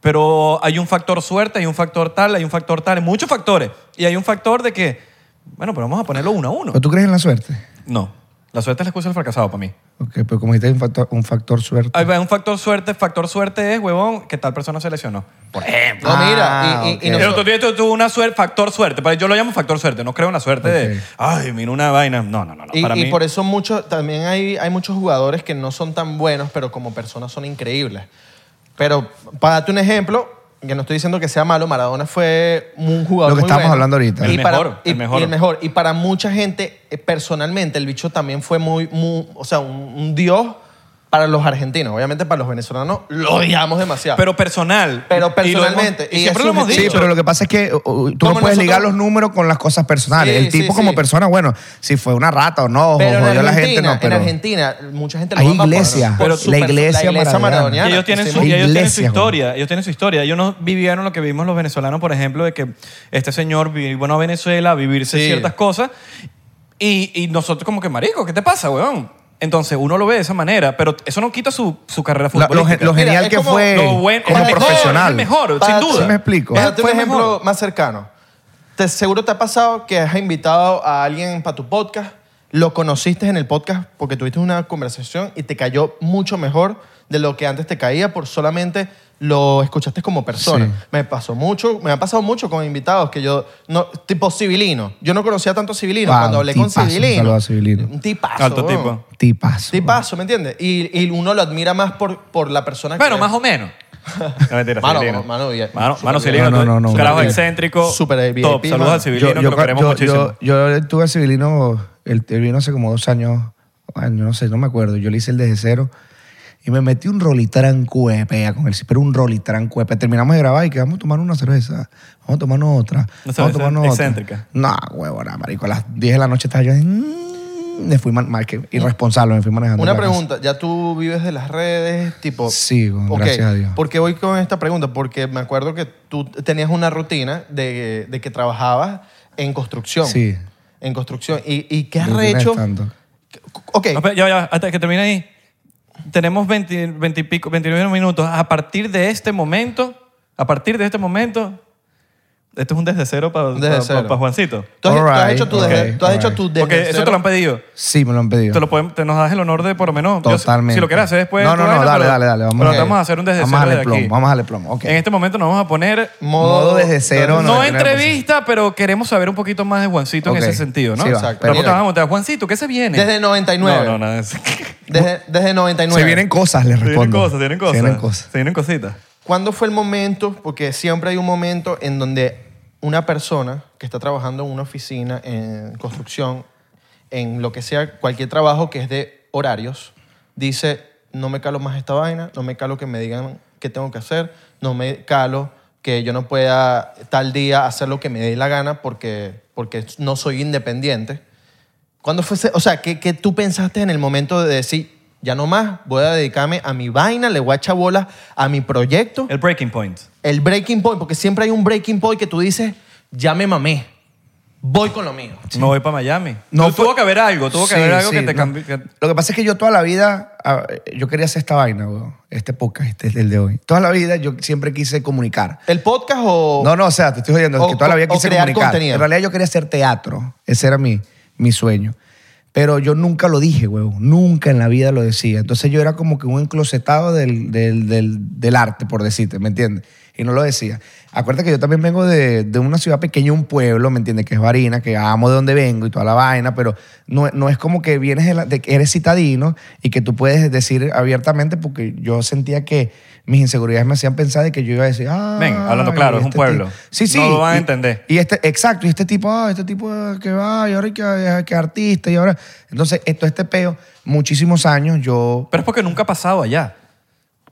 Pero hay un factor suerte, hay un factor tal, hay un factor tal, hay muchos factores. Y hay un factor de que, bueno, pero vamos a ponerlo uno a uno. ¿Pero tú crees en la suerte? No, la suerte es la excusa del fracasado para mí. Ok, pero como dijiste, hay un factor, un factor suerte. Hay un factor suerte, factor suerte es, huevón, que tal persona se lesionó. Por ejemplo. No, Ah, mira, y, y- y ok. Pero nosotros- tú tienes tú- tú una suerte, factor suerte. Pero Yo lo llamo factor suerte. No creo en la suerte de, Ok. ay, mira una vaina. No, no, no. no. Y, para y mí, por eso muchos también hay, hay muchos jugadores que no son tan buenos, pero como personas son increíbles. Pero para darte un ejemplo, que no estoy diciendo que sea malo, Maradona fue un jugador Lo que muy estamos bueno. hablando ahorita. El Y para- mejor, y- el mejor. y el mejor. Y para mucha gente, eh, personalmente, el bicho también fue muy, muy- o sea, un, un dios para los argentinos. Obviamente para los venezolanos lo odiamos demasiado. Pero personal. Pero Y lo hemos- personalmente, Y, y siempre es lo hemos subjetivo. dicho. Sí, pero lo que pasa es que o, o, tú no Como puedes ligar los nosotros- números con las cosas personales. Sí, el tipo sí, como sí. persona, bueno, si fue una rata o no, o Pero en jodió a Argentina, la gente, no, pero... en Argentina, mucha gente lo Hay ama por- iglesia, por la su perso- iglesia la iglesia maradoniana. Y maradoniana. ellos tienen, Sí, su, y ellos tienen su Iglesias, historia, ellos tienen su historia. Ellos no vivieron lo que vivimos los venezolanos, por ejemplo, de que este señor vino a Venezuela a vivirse Sí. ciertas cosas. Y, y nosotros como que, marico, ¿qué te pasa, weón? Entonces uno lo ve de esa manera, pero eso no quita su, su carrera La- lo, futbolística. lo Mira, genial es que como- fue lo buen- como es el mejor, profesional. es el mejor. sin duda. ¿Sí me explico? Para darte un Fue ejemplo mejor. más cercano. Te, seguro te ha pasado que has invitado a alguien para tu podcast, lo conociste en el podcast porque tuviste una conversación y te cayó mucho mejor de lo que antes te caía por solamente lo escuchaste como persona. Sí. Me pasó mucho, me ha pasado mucho con invitados que yo, no, tipo Civilino. Yo no conocía tanto a Civilino. Ah, Cuando hablé un con tipazo, un saludo Civilino. a Civilino. Un tipazo. Alto weón. tipo. Tipazo. Tipazo, ¿me entiendes? Y, y uno lo admira más por, por la persona Bueno, que más o menos. No, mentira, Mano, Civilino. mano, bien. Mano, Súper mano bien. Civilino, No, no, tú- no, no. carajo Súper excéntrico. Súper VIP, top. Saludos mano. al Civilino, que lo queremos muchísimo. yo, yo tuve a Civilino, él, él vino hace como dos años, año, no sé, no me acuerdo. Yo le hice el desde cero y me metí un rolitran cuepea con él, sí, pero un rolitran cuepea. Terminamos de grabar y que vamos a tomar una cerveza, vamos a tomar otra, Una vamos a cerveza tomar otra. excéntrica. No, huevona, marico, a las 10 de la noche estaba yo, mm, me fui man- mal, que irresponsable, me fui manejando. Una la casa. pregunta, ¿ya tú vives de las redes? Tipo, Sí, bueno, Ok, gracias a Dios. ¿Por qué voy con esta pregunta? Porque me acuerdo que tú tenías una rutina de, de que trabajabas en construcción. Sí. En construcción. ¿Y, y qué has Rutina de hecho? stand-up. Ok, No, espera, ya, ya, hasta que termine ahí. Tenemos 20, 20 y pico, 29 minutos. A partir de este momento, a partir de este momento, esto es un desde cero para Desde cero. Juancito. tú has, tú has Alright, hecho tu desde, ok, tú has hecho alright. tu desde Porque eso cero. te lo han pedido. Sí, me lo han pedido. Te, lo podemos- te nos das el honor de, por lo menos, yo sé- Totalmente. si lo quieres hacer después. No, tu no, no, vaina, dale, pero- dale, dale. Vamos, pero a- vamos a hacer un desde Vamos a cero de darle aquí. plomo, vamos a darle plomo. Ok. En este momento nos vamos a poner, Modo desde cero, no 99%. entrevista, pero queremos saber un poquito más de Juancito Ok. en ese sentido, ¿no? Sí, va. Exacto. Pero Tampoco te mira- vas a montar, Juancito, ¿qué se viene? Desde 99. No, no, no. es- Desde, desde 99. Se vienen cosas, les respondo. Tienen cosas, tienen cosas. Se vienen cosas. Se vienen cositas. ¿Cuándo fue el momento? Porque siempre hay un momento en donde una persona que está trabajando en una oficina, en construcción, en lo que sea, cualquier trabajo que es de horarios, dice, no me calo más esta vaina, no me calo que me digan qué tengo que hacer, no me calo que yo no pueda tal día hacer lo que me dé la gana porque, porque no soy independiente. ¿Cuándo fue ese- o sea, ¿qué, qué tú pensaste en el momento de decir, ya no más, voy a dedicarme a mi vaina, le voy a echar bolas a mi proyecto? El breaking point. El breaking point, porque siempre hay un breaking point que tú dices, ya me mamé, voy con lo mío. Me voy para Miami. No No, fue- tuvo que haber algo, tuvo que Sí, haber algo sí, que te no. cambió. que- Lo que pasa es que yo toda la vida, ah, yo quería hacer esta vaina, weón. Este podcast, este es el de hoy. Toda la vida yo siempre quise comunicar. ¿El podcast o...? No, no, o sea, te estoy jodiendo, es O que toda la vida co- o quise crear comunicar. contenido. En realidad yo quería hacer teatro, ese era mi, mi sueño. Pero yo nunca lo dije, huevón. Nunca en la vida lo decía. Entonces yo era como que un enclosetado del, del, del, del arte, por decirte, ¿me entiendes? Y no lo decía. Acuérdate que yo también vengo de, de una ciudad pequeña, un pueblo, ¿me entiendes? Que es Varina, que amo de donde vengo y toda la vaina, pero no, no es como que vienes de, la- de que eres citadino y que tú puedes decir abiertamente, porque yo sentía que mis inseguridades me hacían pensar de que yo iba a decir, ah. Ven, hablando claro, es un pueblo. tipo- Sí, sí. No lo van a y- entender. y este, exacto, y este tipo, ah, este tipo ah, que va, y ahora que, que artista, y ahora. Entonces, esto, este peo, muchísimos años yo. Pero es porque nunca ha pasado allá.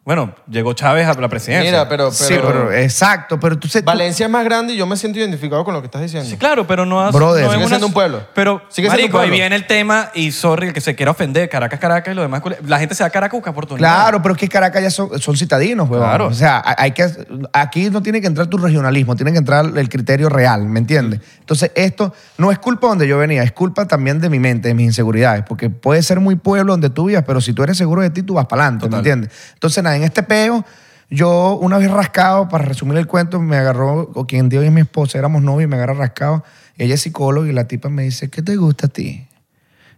Bueno, llegó Chávez a la presidencia. Mira, pero, pero, sí, pero exacto, pero tú se. tú- Valencia es más grande y yo me siento identificado con lo que estás diciendo. Sí, claro, pero no hace. Brother. no es Sigue siendo un pueblo. Pero, Sigue siendo un marico, ahí pueblo. viene el tema y sorry, el que se quiera ofender, Caracas, Caracas y lo demás. cule- La gente se da a Caracas a buscar oportunidades. Claro, pero es que Caracas ya son, son citadinos, huevón. Claro. O sea, hay que, aquí no tiene que entrar tu regionalismo, tiene que entrar el criterio real, ¿me entiendes? Mm. Entonces, esto no es culpa donde yo venía, es culpa también de mi mente, de mis inseguridades, porque puede ser muy pueblo donde tú vivas, pero si tú eres seguro de ti, tú vas para adelante, ¿me Total. entiendes? Entonces, nada, en este peo, yo una vez rascado, para resumir el cuento, me agarró, o quien dio es mi esposa, éramos novios, y me agarra rascado. Ella es psicóloga y la tipa me dice, ¿qué te gusta a ti?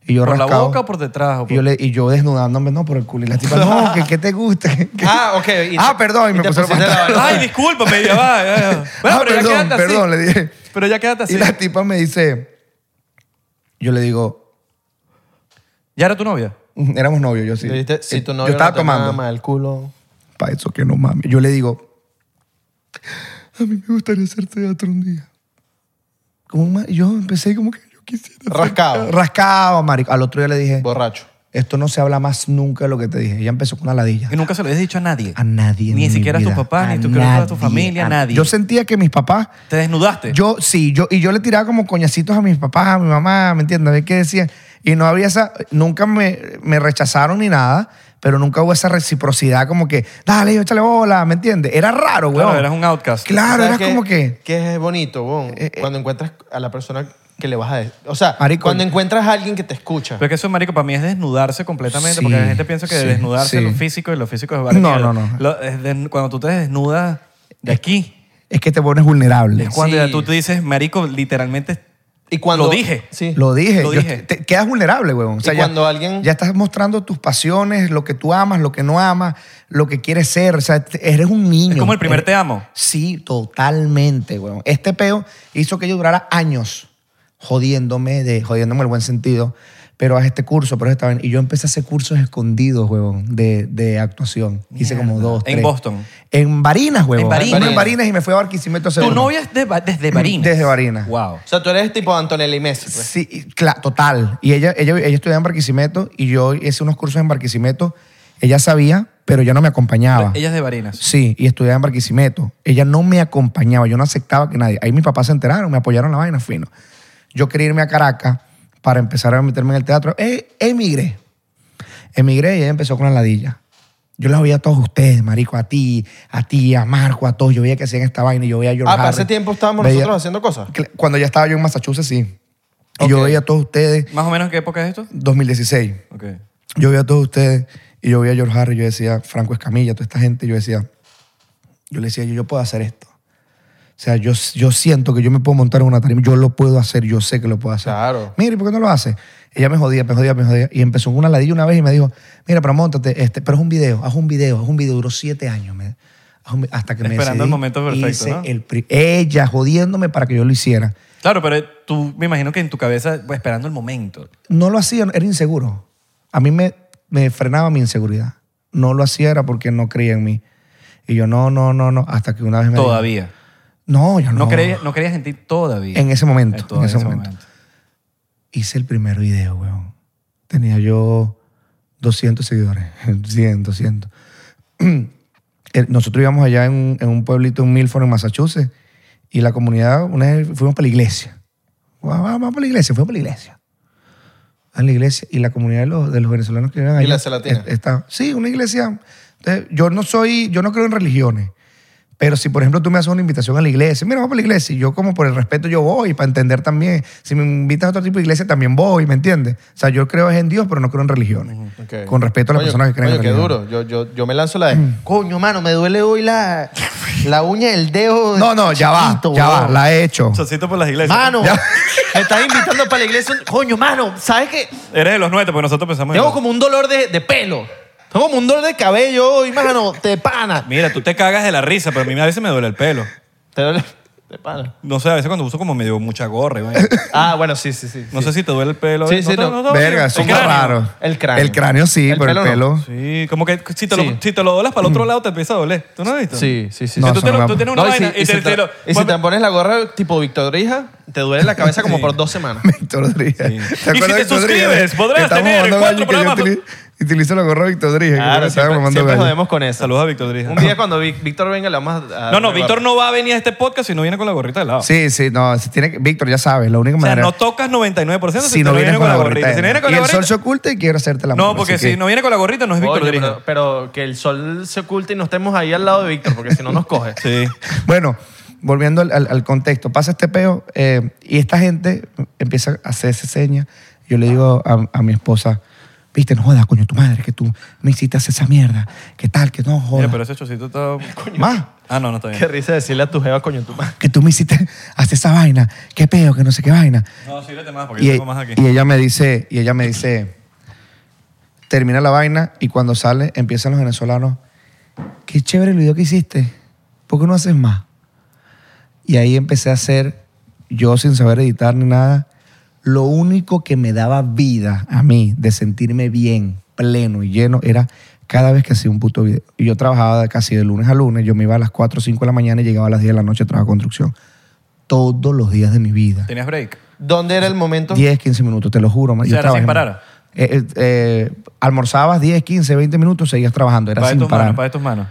Y yo ¿Por la rascado- boca o por detrás? o por- y yo, pues. le- y yo desnudándome, no, por el culo. Y la tipa, no, que qué te gusta. que- que- Ah, ok. y te- Ah, perdón, y me te pusieron pusiste la pantalón. vaina. Ay, discúlpame, ya va. ya, ya. Bueno, Ah, pero ya perdón, quédate así. perdón, le dije. Pero ya quédate así. Y la tipa me dice, yo le digo, ¿Ya era tu novia? mm, éramos novios, yo sí. Le dijiste, si tu Eh, novio yo estaba no te tomando. mama el culo. Para eso que no mames. Yo le digo, a mí me gustaría hacer teatro un día. Como ma- yo empecé como que yo quisiera. hacer- Rascado. Rascado, marico. Al otro día le dije, Borracho. esto no se habla más nunca de lo que te dije. Ella empezó con una ladilla. Y nunca se lo habías dicho a nadie. A nadie. en Ni mi siquiera a tu vida. papá, ni A tu creo que a tu nadie, familia, a- nadie. Yo sentía que mis papás. ¿Te desnudaste? Yo, sí, yo, y yo le tiraba como coñacitos a mis papás, a mi mamá, ¿me entiendes? A ver qué decían. Y no había esa. Nunca me, me rechazaron ni nada, pero nunca hubo esa reciprocidad como que, dale, yo échale bola, ¿me entiendes? Era raro, güey. Claro, eras un outcast. Claro, ¿Sabes era qué- como que. qué es bonito, bon, Eh, eh. cuando encuentras a la persona que le vas a decir. O sea, Marico, cuando encuentras a alguien que te escucha. Pero es que eso, marico, para mí es desnudarse completamente, Sí, porque la gente piensa que sí, desnudarse sí. es lo físico y lo físico es variar. No, no, no. Lo- es de- cuando tú te desnudas de aquí, Es que te pones vulnerable. es cuando Sí. ya tú te dices, marico, literalmente, y cuando, lo dije. Sí. Lo dije. Lo yo- dije. te, quedas vulnerable, huevón. O sea, Y ya- cuando alguien- Ya estás mostrando tus pasiones, lo que tú amas, lo que no amas, lo que quieres ser. O sea, te- eres un niño. es como el primer Eres- te amo. Sí, totalmente, huevón. Este peo hizo que yo durara años jodiéndome, de, jodiéndome en el buen sentido, pero haz este curso, pero haz esta vaina. Y yo empecé a hacer cursos escondidos, huevón, de, de actuación. Hice como dos, En tres. Boston. En Barinas, huevón. En Barinas. Uno en Barinas y me fui a Barquisimeto a hacer Tu uno. novia es de Ba- desde Barinas. Mm, Desde Barinas. Wow. O sea, tú eres tipo Antonelli Messi. pues. Sí, y cla- total. Y ella, ella, ella estudiaba en Barquisimeto y yo hice unos cursos en Barquisimeto. Ella sabía, pero ya no me acompañaba. Ella es de Barinas. Sí, y estudiaba en Barquisimeto. Ella no me acompañaba, yo no aceptaba que nadie. Ahí mis papás se enteraron, me apoyaron la vaina, fino. Yo quería irme a Caracas para empezar a meterme en el teatro. Eh, emigré. Emigré y ella empezó con la ladilla. Yo las veía a todos ustedes, marico, a ti, a ti, a Marco, a todos. Yo veía que hacían esta vaina y yo veía a George Ah, para Harris. ese tiempo estábamos Veía- nosotros haciendo cosas. Cl- Cuando ya estaba yo en Massachusetts, sí. Y yo Ok. veía a todos ustedes, ¿Más o menos en qué época es esto? 2016 Ok. yo veía a todos ustedes y yo veía a George Harris, yo decía, Franco Escamilla, toda esta gente, yo decía, yo le decía, yo, yo puedo hacer esto. O sea, yo, yo siento que yo me puedo montar en una tarima, yo lo puedo hacer, yo sé que lo puedo hacer. Claro. Mire, ¿por qué no lo hace? Ella me jodía, me jodía, me jodía. Y empezó con una ladilla una vez y me dijo, mira, pero montate, este, pero es un video, haz un video, haz un video. Duró siete años, me- haz un vi- hasta que me Esperando decidí, el momento perfecto, hice ¿no? el pri- ella jodiéndome para que yo lo hiciera. Claro, pero tú me imagino que en tu cabeza, pues, esperando el momento. no lo hacía, era inseguro. A mí me, me frenaba mi inseguridad. No lo hacía era porque no creía en mí. Y yo, no, no, no, no, hasta que una vez me... dijo, Todavía. no, yo no. No, creías, no creías en ti todavía. En ese momento, Eh, en todavía ese momento. Hice el primer video, weón. Tenía yo 200 seguidores. 100, 200. Eh, Nosotros íbamos allá en, un- en un pueblito, en Milford, en Massachusetts, y la comunidad, una vez fuimos para la iglesia. Vamos, vamos para la iglesia, fuimos para la iglesia. A la iglesia, y la comunidad de los, de los venezolanos que vivían allá. Iglesia latina. es- está- sí, una iglesia. Entonces, yo no soy, yo no creo en religiones, Pero si, por ejemplo, tú me haces una invitación a la iglesia, mira, vamos a la iglesia, y yo como por el respeto yo voy, para entender también. Si me invitas a otro tipo de iglesia, también voy, ¿me entiendes? O sea, yo creo es en Dios, pero no creo en religiones. Ok. Con respeto a las Coño, personas que creen coño, en Mm. qué religiones. duro. Yo, yo, yo me lanzo la de. Coño, mano, me duele hoy la, la uña del dedo. No, no, ya va, chiquito, ya va, weón. la he hecho. Chocito por las iglesias. Mano, Ya. me estás invitando para la iglesia. Coño, mano, ¿sabes qué? Eres de los nueve, porque nosotros pensamos... en Tengo los- como un dolor de, de pelo. Tengo como un dolor de cabello hoy, mano, te pana. Mira, tú te cagas de la risa, pero a mí a veces me duele el pelo. Te duele. Te pana. No sé, a veces cuando uso como medio mucha gorra. y vaina. Ah, bueno, sí, sí, sí. No sí. sé si te duele el pelo. Sí, sí, no. duele? Verga, eso El está cráneo. raro. El cráneo. El cráneo sí, El pero el pelo pelo. no. Sí, como que si te, Sí. Lo, si te lo doblas para el otro lado te empieza a doler. ¿Tú no has visto? Sí, sí, sí. Mm. No, Si eso tú, te lo- no lo tú hago. tienes una No, y si, vaina y y, si te, te, te lo... y si te pones la gorra tipo Victorija, te duele la cabeza como Sí. por dos semanas. Víctor Rodríguez. si te acuerdas de Víctor suscribes, Rodríguez? podrás Que estamos tener jugando cuatro gallo y que yo programas. utili- Utilizo la gorra de Víctor Rodríguez. que Claro, me estaba siempre, mamando siempre gallo. jodemos con eso. Saludos a Víctor Drija. Un día cuando Vic- Víctor venga le vamos a... a- No, no, Víctor no va a venir a este podcast si no viene con la gorrita de lado. Sí, sí, no, se tiene que- Víctor, ya sabes, la única O sea, manera. no tocas 99% si, si te no vienes con la gorrita. Si no viene con y la el sol gorrita... se oculta y quiero hacerte la No, mano, porque así que- si no viene con la gorrita no es Víctor Oye, Drija. pero, pero que el sol se oculte y no estemos ahí al lado de Víctor, porque si no nos coge. Sí. Bueno, volviendo al, al- al contexto, pasa este peo eh, y esta gente empieza a hacerse señas. Yo le digo a, a mi esposa, viste, no jodas, coño, tu madre, que tú me hiciste hacer esa mierda, que tal, que no jodas. Mira, pero ese chocito está... Más, Ah, no, no está Qué bien. risa decirle a tu jeva, coño, tu madre. que tú me hiciste hacer esa vaina, qué peo, que no sé qué vaina. No, sírvete más porque Y, yo tengo más aquí. y ella me dice, y ella me dice, termina la vaina y cuando sale empiezan los venezolanos, qué chévere el video que hiciste, ¿por qué no haces más? Y ahí empecé a hacer, yo sin saber editar ni nada, lo único que me daba vida a mí de sentirme bien, pleno y lleno era cada vez que hacía un puto video. Y yo trabajaba casi de lunes a lunes, yo me iba a las 4 o 5 de la mañana y llegaba a las 10 de la noche a trabajar construcción. Todos los días de mi vida. ¿Tenías break? ¿Dónde era el momento? 10, 15 minutos, te lo juro. man. O Yo sea, era trabajé, sin man. parar. Eh, eh, eh, almorzabas 10, 15, 20 minutos, seguías trabajando. Era Para de sin tus manos, parar. para de tus manos.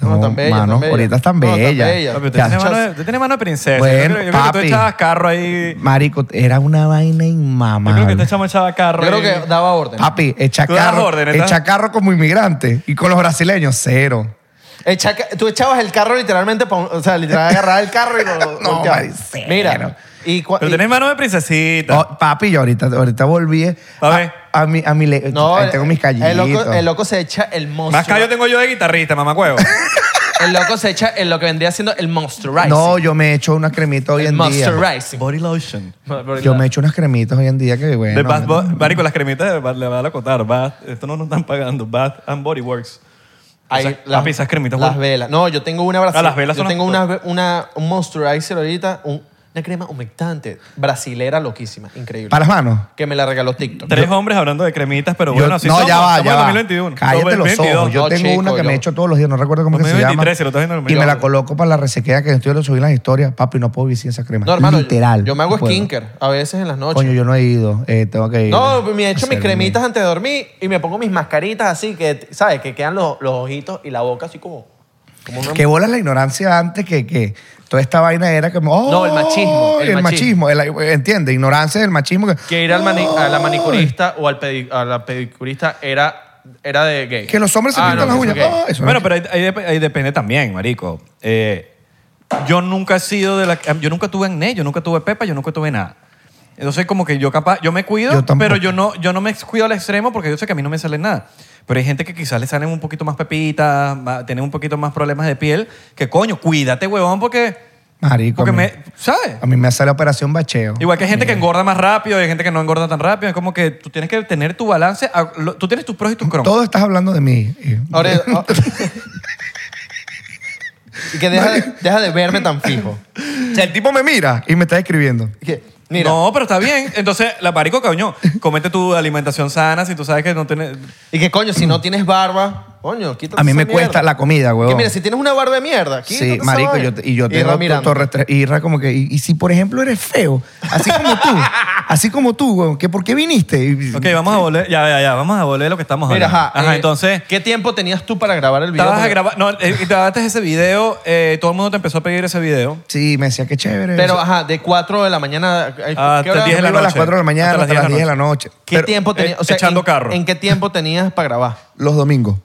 No, tan bella, tan mano, bella. Ahorita están No, tan bellas. bella. No, pero tú Ya. tienes mano de- tú tienes mano de princesa. Bueno, yo creo, yo creo que tú papi. echabas carro ahí. Marico, era una vaina Yo creo que inmamable. este chamo echaba carro Yo creo ahí. que daba orden. Ah. Papi, echa Tú das carro, órdenes, ¿tá? echa carro como inmigrante. Y con los brasileños, cero. Echa- tú echabas el carro literalmente, pa' un- o sea, literal agarraba el carro y lo No, volteaba. maricero. Mira, y, cua- Pero y- tenés mano de princesita. Oh, papi, yo ahorita, ahorita volví a, A ver. a mi... A mi le- no, ahí tengo mis callitos. el loco, el loco se echa el monstruo. Más callo tengo yo de guitarrista, mamacuevo. El loco se echa en lo que vendría siendo el monsterizing. no, yo me he hecho unas cremitas hoy el en día. monsterizing. Body lotion. Yo me he hecho unas cremitas hoy en día que, bueno... De Bath, me- Bo- Marico, las cremitas de Bath, le van a acotar. Bath, esto no nos están pagando. Bath and Body Works. Ahí, Esas- papi, esas cremitas. Las güey. velas. No, yo tengo una brasileña. Ah, las velas Yo son tengo las- una, ve- una, un moisturizer ahorita, un- una crema humectante brasilera loquísima, increíble. Para las manos. Que me la regaló TikTok. Tres hombres hablando de cremitas, pero bueno, Yo- así no, somos. ya va, Estamos ya en va. 2021. Cállate los 2022. ojos. Yo No, tengo chico, una que yo- me he hecho todos los días, no recuerdo cómo que se 2023, llama. si lo estás viendo en el y me la mercado. coloco para la resequedad que estoy en los subida en historia. Papi, no puedo vivir sin esa crema. No, hermano, Literal. yo me hago no puedo. skinker a veces en las noches. Coño, yo no he ido. Eh, tengo que ir. No, pues, me he hecho mis Hacerme- cremitas antes de dormir y me pongo mis mascaritas así que, ¿sabes? Que quedan los, los ojitos y la boca así como... como una- Que bolas la ignorancia antes que, que toda esta vaina era como. ¡oh! No, el machismo, el El, machismo. machismo. el- entiende, ignorancia del machismo. Que, Que ir al mani- a la ¡ay! manicurista o al pedi- a la pedicurista era, era de gay. Que los hombres se Ah, pintan no, las eso uñas. es gay. ¡ay! Eso no Bueno, es- pero ahí, ahí dep- ahí depende también, marico. Eh, yo nunca he sido de la... Yo nunca tuve acné, yo nunca tuve pepa, yo nunca tuve nada. Entonces, como que yo capaz... Yo me cuido, Yo tampoco. pero yo no, yo no me cuido al extremo porque yo sé que a mí no me sale nada. Pero hay gente que quizás le salen un poquito más pepitas, ma- tienen un poquito más problemas de piel, que coño, cuídate, huevón, porque... Marico. Porque a mí- me... ¿Sabes? A mí me hace la operación bacheo. Igual que hay gente que engorda más rápido, hay gente que no engorda tan rápido. Es como que tú tienes que tener tu balance. a- lo- Tú tienes tus pros y tus contras. Todo estás hablando de mí. eh. Ahora, ah, y que deja, de- deja de verme tan fijo. O sea, el tipo me mira y me está escribiendo. Y que, mira, No, pero está bien. Entonces, la marico, coño, comete tu alimentación sana si tú sabes que no tienes... y que coño, si no tienes barba, coño, quítate A mí esa me mierda. cuesta la comida, Que huevón. mira, si tienes una barba de mierda, quítate Sí, esa marico, vaina. yo te- y yo tengo Ra to- mirando. torre- y Ra como que, y, y si por ejemplo eres feo, así como tú, así como tú, huevón, que por qué viniste? Y- Ok, vamos a volver. Ya, ya, ya. Vamos a volver a lo que estamos Mira, hablando. ajá. eh, entonces... ¿Qué tiempo tenías tú para grabar el video? Estabas a Porque- grabar... No, eh, grabaste ese video. eh, todo el mundo te empezó a pedir ese video. Sí, me decía que chévere. Pero, ajá, de 4 de la mañana. eh, Ah, Hasta ¿qué hora? 10 de la Iba a las noche. 4 de la mañana hasta, las 10 de la noche. ¿Qué Pero tiempo tenías? eh, echando en, carro. ¿En qué tiempo tenías para grabar? Los domingos.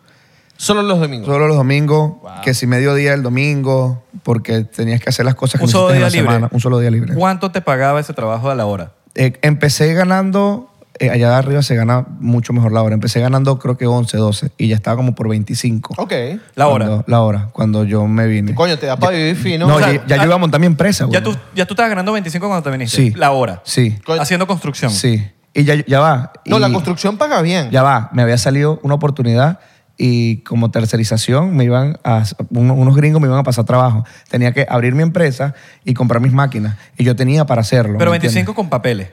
Solo los domingos. Solo los domingos, que si mediodía el domingo, porque tenías que hacer las cosas que Un no solo hiciste en día la libre. semana. Un solo día libre. ¿Cuánto te pagaba ese trabajo de la hora? Eh, empecé ganando, eh, allá de arriba se gana mucho mejor la hora. Empecé ganando creo que 11, 12 y ya estaba como por 25. Ok. La hora. Cuando- la hora, cuando yo me vine. Coño, te da para vivir fino. no, O sea, ya, ya ah, yo iba a montar mi empresa, Ya güey. tú, ya tú estabas ganando 25 cuando te viniste. Sí. La hora. Sí, Coño. Haciendo construcción. sí. Y ya, ya va. no, la y- construcción paga bien. Ya va, me había salido una oportunidad y como tercerización me iban a, uno- unos gringos me iban a pasar trabajo. Tenía que abrir mi empresa y comprar mis máquinas. Y yo tenía para hacerlo. Pero ¿me entiendes? 25 con papeles.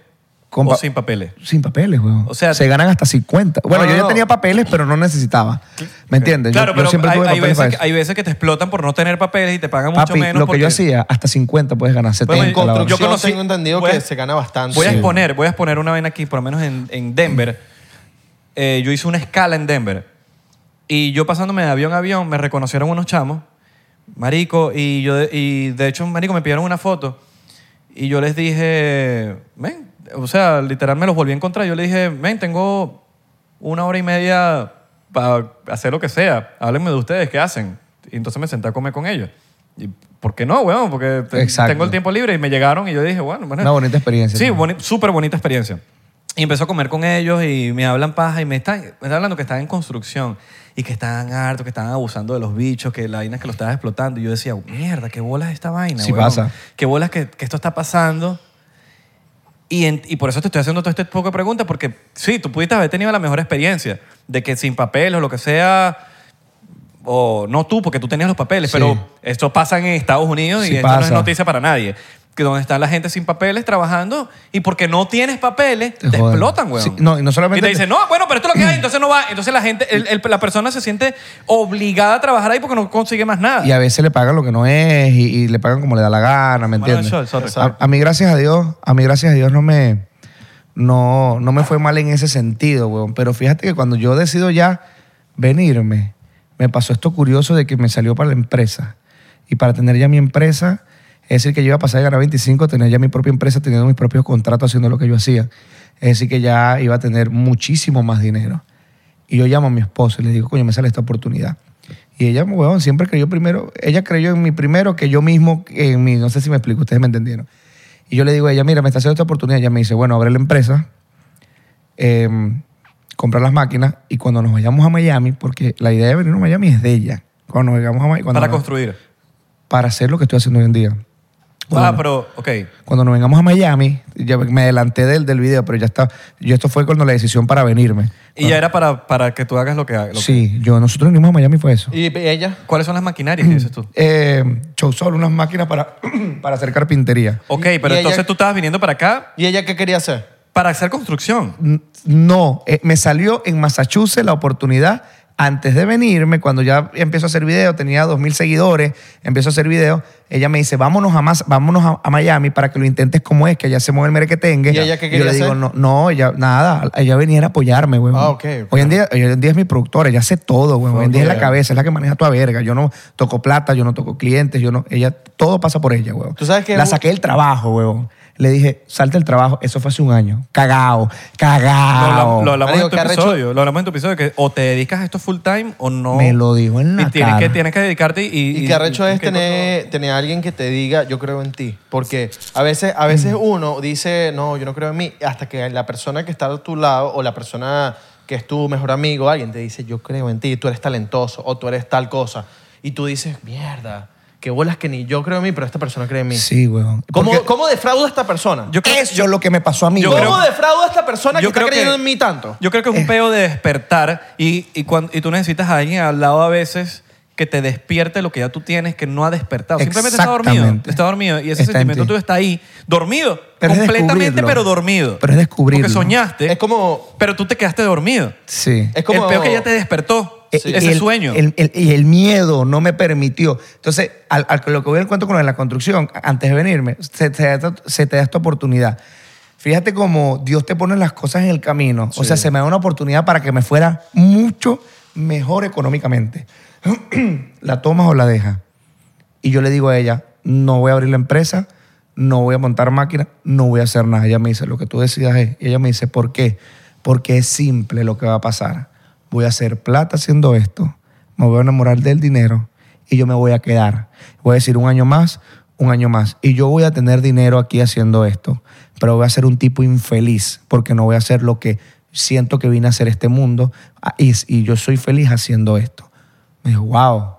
Con o pa- sin papeles. Sin papeles, weón. O sea, se ganan hasta 50. Bueno, no, yo ya no. tenía papeles, pero no necesitaba. ¿Me entiendes? Yo- claro, yo, pero siempre hay, tuve hay papeles veces para que, eso. hay veces que te explotan por no tener papeles y te pagan mucho Papi, menos. lo que porque- yo hacía, hasta 50 puedes ganar, 70 en la hora. construcción yo conocí- tengo entendido voy a- que se gana bastante. Voy a Sí. exponer, voy a exponer una vaina aquí, por lo menos en, en Denver. Eh, yo hice una escala en Denver. Y yo pasándome de avión a avión, me reconocieron unos chamos, marico, y yo de, y de hecho, marico, me pidieron una foto. Y yo les dije, ven, o sea, literal me los volví a encontrar. Yo les dije, ven, tengo una hora y media para hacer lo que sea. Háblenme de ustedes, ¿qué hacen? Y entonces me senté a comer con ellos. ¿Y ¿Por qué no, weón? Porque te- Exacto. tengo el tiempo libre y me llegaron y yo dije, bueno, bueno. Una bonita experiencia. Sí, boni- súper bonita experiencia. Y empezó a comer con ellos y me hablan paja y me están, me están hablando que están en construcción y que estaban hartos, que estaban abusando de los bichos, que la vaina que los estaba explotando. Y yo decía, mierda, qué bolas esta vaina. Sí weón. pasa. Qué bolas que, que esto está pasando. Y, en- y por eso te estoy haciendo todo este poco de preguntas, porque sí, tú pudiste haber tenido la mejor experiencia de que sin papel o lo que sea, o no tú, porque tú tenías los papeles, Sí. pero esto pasa en Estados Unidos y Sí esto no es pasa. noticia para nadie. Que donde está la gente sin papeles trabajando y porque no tienes papeles, te, Te joden. explotan, weón. Sí, no, y no solamente Y te te- dicen, no, bueno, pero esto es lo que hay, entonces no va. Entonces la gente, el- el- la persona se siente obligada a trabajar ahí porque no consigue más nada. Y a veces le pagan lo que no es y, y le pagan como le da la gana, ¿me Bueno, entiendes? eso es otro. a, a mí, gracias a Dios, a mí, gracias a Dios, no me, no, no me fue mal en ese sentido, weón. Pero fíjate que cuando yo decido ya venirme, me pasó esto curioso de que me salió para la empresa. Y para tener ya mi empresa, es decir, que yo iba a pasar de ganar 25 a tener ya mi propia empresa, teniendo mis propios contratos, haciendo lo que yo hacía. Es decir, que ya iba a tener muchísimo más dinero. Y yo llamo a mi esposo y le digo, coño, me sale esta oportunidad. Y ella, weón, siempre creyó primero, ella creyó en mí primero que yo mismo, en mí, no sé si me explico, ustedes me entendieron. Y yo le digo a ella, mira, me está haciendo esta oportunidad. Ella me dice, bueno, abre la empresa, eh, comprar las máquinas y cuando nos vayamos a Miami, porque la idea de venir a Miami es de ella. Cuando nos vayamos a Miami, cuando para nos- construir. para hacer lo que estoy haciendo hoy en día. Ah, Bueno pero, ok. cuando nos vengamos a Miami, ya me adelanté del, del video, pero ya está. Yo esto fue cuando la decisión para venirme. Y ya era para, para que tú hagas lo que hagas. lo que- Sí, yo, nosotros venimos a Miami fue eso. Y ella. ¿Cuáles son las maquinarias que dices tú? Eh, Chowsol, unas máquinas para, para hacer carpintería. Ok, Y- pero y entonces ella- tú estabas viniendo para acá ¿Y ella qué quería hacer? para hacer construcción. N- No, eh, me salió en Massachusetts la oportunidad antes de venirme, cuando ya empiezo a hacer video, tenía 2.000 seguidores, empiezo a hacer video, ella me dice, vámonos a, Mas- vámonos a, a Miami para que lo intentes como es, que allá se mueve el mere que tenga. ¿Y ella qué yo le quería digo, hacer? no, no, ella, nada, ella venía era a apoyarme, güey. Ah, ok, ok. Hoy en día, hoy en día es mi productora, ella hace todo, güey. Hoy en día es la Ok. cabeza, es la que maneja toda verga. Yo no toco plata, yo no toco clientes, yo no, ella, todo pasa por ella, güey. Tú sabes que- La saqué del trabajo, huevón. Le dije, salte del trabajo. Eso fue hace un año. Cagao, cagao. Ah, Lo, hablamos- lo hablamos Marico, en tu ¿qué arrecho? episodio. Lo hablamos en tu episodio que o te dedicas a esto full time o no. Me lo dijo en la y tienes cara. que, tienes que dedicarte y. Y qué arrecho y- es qué cosa- tener, tener a alguien que te diga, yo creo en ti. Porque a veces, a veces uno dice, no, yo no creo en mí, hasta que la persona que está a tu lado o la persona que es tu mejor amigo, alguien te dice, yo creo en ti, tú eres talentoso o tú eres tal cosa. Y tú dices, mierda, qué bolas que ni yo creo en mí, pero esta persona cree en mí. Sí, huevón. ¿Cómo, Porque cómo defrauda a esta persona? Yo creo, Eso es lo que me pasó a mí. Yo ¿Cómo huevón. creo- defrauda a esta persona que yo está creo que- creyendo en mí tanto? yo creo que es Eh. un peo de despertar y, y, cuan- y tú necesitas a alguien al lado a veces que te despierte lo que ya tú tienes que no ha despertado. Simplemente está dormido. Exactamente. Está dormido. Y ese Está en sentimiento ti. tuyo está ahí, dormido. Pero es completamente, descubrirlo. pero dormido. Pero es descubrirlo. Porque soñaste, Es como... pero tú te quedaste dormido. Sí. Es como- El peo que ya te despertó. Eh, Ese el- sueño. el- el- y el miedo no me permitió. Entonces, al, al- lo que voy al cuento con lo de la construcción, a- antes de venirme, se te, da esta- se te da esta oportunidad. Fíjate cómo Dios te pone las cosas en el camino. O sea, se me da una oportunidad para que me fuera mucho mejor económicamente. ¿La tomas o la dejas? Y yo le digo a ella, no voy a abrir la empresa, no voy a montar máquinas, no voy a hacer nada. Ella me dice, lo que tú decidas es. Y ella me dice, ¿por qué? Porque es simple lo que va a pasar. Voy a hacer plata haciendo esto. me voy a enamorar del dinero y yo me voy a quedar. Voy a decir un año más, un año más. Y yo voy a tener dinero aquí haciendo esto, pero voy a ser un tipo infeliz porque no voy a hacer lo que siento que vine a hacer este mundo ah, y, y yo soy feliz haciendo esto. Me dijo, wow,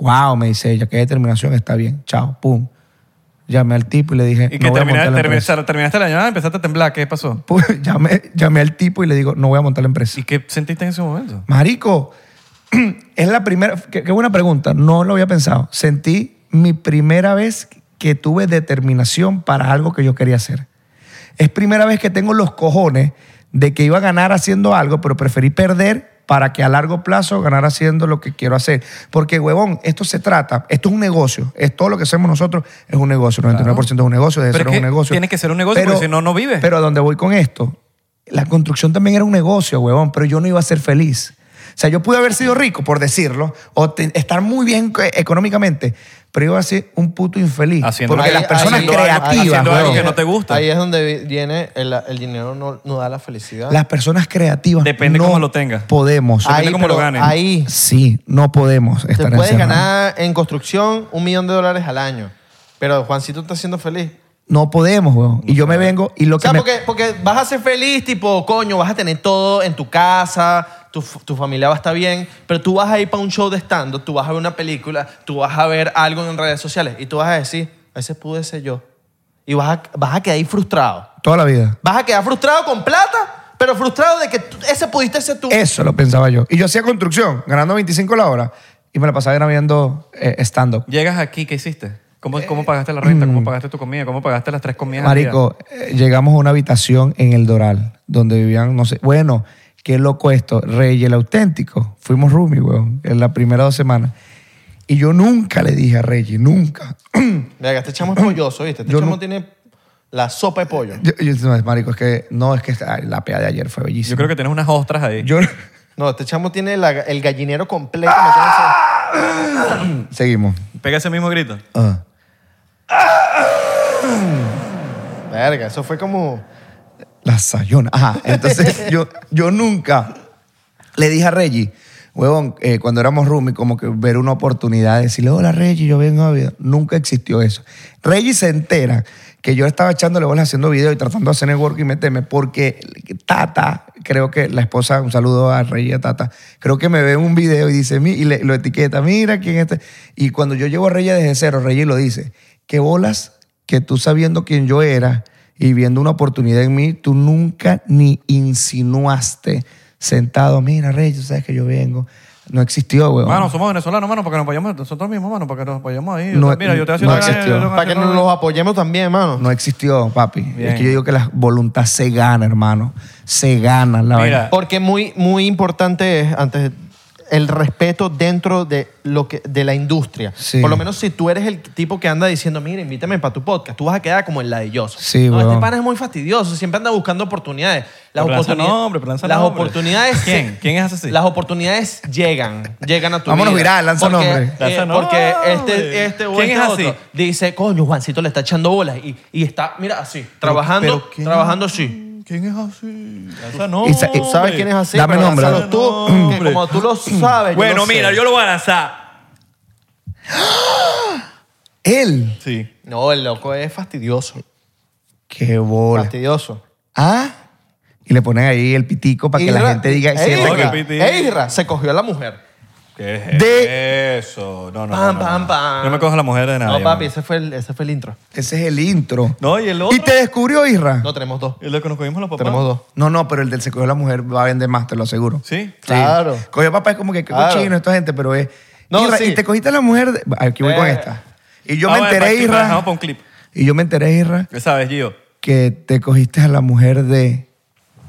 wow, me dice ella, qué determinación, está bien, chao, pum. Llamé al tipo y le dije, Y que no voy a termina- montar la termina- empresa. terminaste la llamada, empezaste a temblar. ¿Qué pasó? Pues, llamé, llamé al tipo y le digo, no voy a montar la empresa. ¿Y qué sentiste en ese momento? Marico, es la primera. Qué, qué buena pregunta. No lo había pensado. Sentí mi primera vez que tuve determinación para algo que yo quería hacer. Es primera vez que tengo los cojones de que iba a ganar haciendo algo, pero preferí perder para que a largo plazo ganar haciendo lo que quiero hacer. Porque, huevón, esto se trata, esto es un negocio, es todo lo que hacemos nosotros es un negocio, 99% es un negocio, debe Pero ser es un que negocio. tiene que ser un negocio, porque si no, no vives. Pero a donde voy con esto, la construcción también era un negocio, huevón, pero yo no iba a ser feliz. O sea, yo pude haber sido rico, por decirlo, o te- estar muy bien eh, económicamente, pero iba a ser un puto infeliz. Haciendo porque lo que- las personas haciendo algo- creativas, haciendo algo huevón, que no te gusta. Ahí es donde vi- viene el, el dinero no, no da la felicidad. las personas creativas Depende no cómo lo tengas. podemos. depende cómo lo pero ganes. Ahí Sí, no podemos te estar puedes encerrados. ganar en construcción un millón de dólares al año. Pero Juancito está siendo feliz. No podemos, huevón. Y yo me vengo y lo O sea, que me- porque, porque vas a ser feliz, tipo, coño, vas a tener todo en tu casa, tu, f- tu familia va a estar bien, pero tú vas a ir para un show de stand tú vas a ver una película, tú vas a ver algo en redes sociales y tú vas a decir, ese pude ser yo. Y vas a, vas a quedar ahí frustrado. toda la vida. Vas a quedar frustrado con plata, pero frustrado de que tú- ese pudiste ser tú. Eso lo pensaba yo. Y yo hacía construcción, ganando 25 la hora, y me la pasaba era viendo eh, stand-up. Llegas aquí, ¿qué hiciste? ¿Cómo, cómo pagaste la renta? ¿Cómo pagaste tu comida? ¿Cómo pagaste las tres comidas? al día? Mm. Marico, eh, llegamos a una habitación en el Doral, donde vivían, no sé, bueno, qué loco esto, Rey el auténtico. Fuimos roomie, weón, en las primeras dos semanas. Y yo nunca le dije a Reggie, nunca. Mira, este chamo es polloso, ¿viste? Este Yo chamo no- tiene la sopa de pollo. Yo, yo- no, es, marico, es que no, es que ay, la pea de ayer fue bellísima. Yo creo que tienes unas ostras ahí. Yo- No, este chamo tiene la- el gallinero completo. metido en ese- Seguimos. Pega ese mismo grito. Ah. Verga, eso fue como... La sayona. Ajá. Entonces yo, yo nunca le dije a Reggie, huevón, eh, cuando éramos roomie, como que ver una oportunidad, decirle, hola Reggie, yo vengo a video. Nunca existió eso. Reggie se entera que yo estaba echándole bolas haciendo video y tratando de hacer network y meterme porque Tata, creo que la esposa, un saludo a Reggie y a Tata, creo que me ve en un video y dice, "Mi-", y le- lo etiqueta, mira quién es este. Y cuando yo llego a Reggie desde cero, Reggie lo dice, qué bolas que tú sabiendo quién yo era y viendo una oportunidad en mí, tú nunca ni insinuaste sentado, mira, Rey, tú sabes que yo vengo. No existió, weón. Mano, somos venezolanos, mano, para que nos vayamos nosotros mismos, mano, para que nos vayamos ahí. Yo No, te- mira, yo te voy a hacer no una gana, existió. yo te voy a Para que hacer nos una- los apoyemos también, hermano. no existió, papi. Bien. Es que yo digo que la voluntad se gana, hermano. Se gana, la Mira, verdad. Porque muy, muy importante es, antes, el respeto dentro de, lo que, de la industria. Sí. Por lo menos si tú eres el tipo que anda diciendo, mira, invítame para tu podcast, tú vas a quedar como el ladilloso. Sí, no, weón. este pana es muy fastidioso, siempre anda buscando oportunidades. Las, Pero lanza oportunidades, nombre, pero lanza las nombre. oportunidades... ¿Quién? ¿Quién es así? Las oportunidades llegan, llegan a tu Vámonos vida. viral, lanza Porque- nombre. eh, Lanza Porque nombre. este, este o ¿Quién este es otro así? dice, coño, Juancito le está echando bolas y, y está, mira, así, trabajando, pero ¿quién- trabajando así. ¿Quién es así? Lanza nombre. Y sa- y ¿Sabes quién es así? Dame Pero nombre. lánzalos tú, Nombre. que como tú lo sabes. yo Bueno, lo sé. mira, yo lo voy a lanzar. Él. Sí. No, el loco es fastidioso. Qué bola. Fastidioso. Ah. Y le ponen ahí el pitico para que la Isra- ¿eh? gente diga. Ey, sienta Isra, que- que- Ey, Isra, se cogió a la mujer. ¿Qué es De- eso? No, no, no, Pam, no, no. pam, pam. No me cojo a la mujer de nadie. No, papi, mano. ese fue el, ese fue el intro. Ese es el intro. No, y el otro. ¿Y te descubrió, Isra? No, tenemos dos. El de que nos cogimos los papás. Tenemos dos. No, no, pero el del secuestro de la mujer va a vender más, te lo aseguro. Sí. Claro. Cogió papá es como que qué Claro. cochino esta gente, pero es. No, Irra, sí. Y te cogiste a la mujer. de- Ah, Aquí voy con Eh. esta. Y yo Ah, me bueno, para enteré, el clip, Irra. Vamos para un clip. Y yo me enteré, Irra, Ya sabes, Gio. que te cogiste a la mujer de.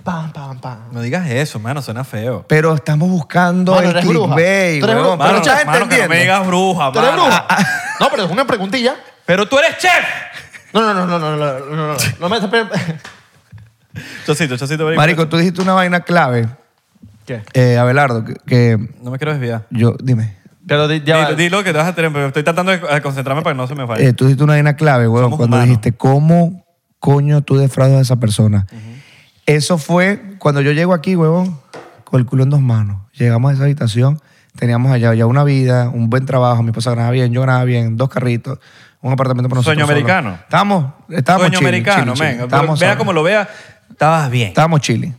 Pam, pam, pam. No digas eso, mano, suena feo. Pero estamos buscando Mano, el eres bruja. clickbait, Tú eres bruja. weón. Pero Mano, mano, estás que no me entendiendo. digas bruja, ¿Tú eres mano. bruja? No, pero es una preguntilla. Pero tú eres chef. No, no, no, no, no, no, no, no, no. No me estés... Chocito, chocito, marico. Marico, tú dijiste una vaina clave, ¿Qué? eh, Abelardo, que, que No me quiero desviar. yo, dime. Pero di- ya va. Dilo, dilo que te vas a tener, pero estoy tratando de de concentrarme para que no se me falle. Eh, tú dijiste una vaina clave, weón, Somos cuando humanos. dijiste, ¿cómo coño tú defraudas a esa persona? Eso fue cuando yo llego aquí, huevón, con el culo en dos manos. Llegamos a esa habitación, Teníamos allá ya una vida, un buen trabajo, mi esposa ganaba bien, yo ganaba bien, dos carritos, un apartamento para nosotros. Sueño solos. americano. Estábamos, estábamos Sueño chilling, americano, chilling, chilling. men. Estábamos Vea solos. como lo vea, estabas bien. Estábamos chilling.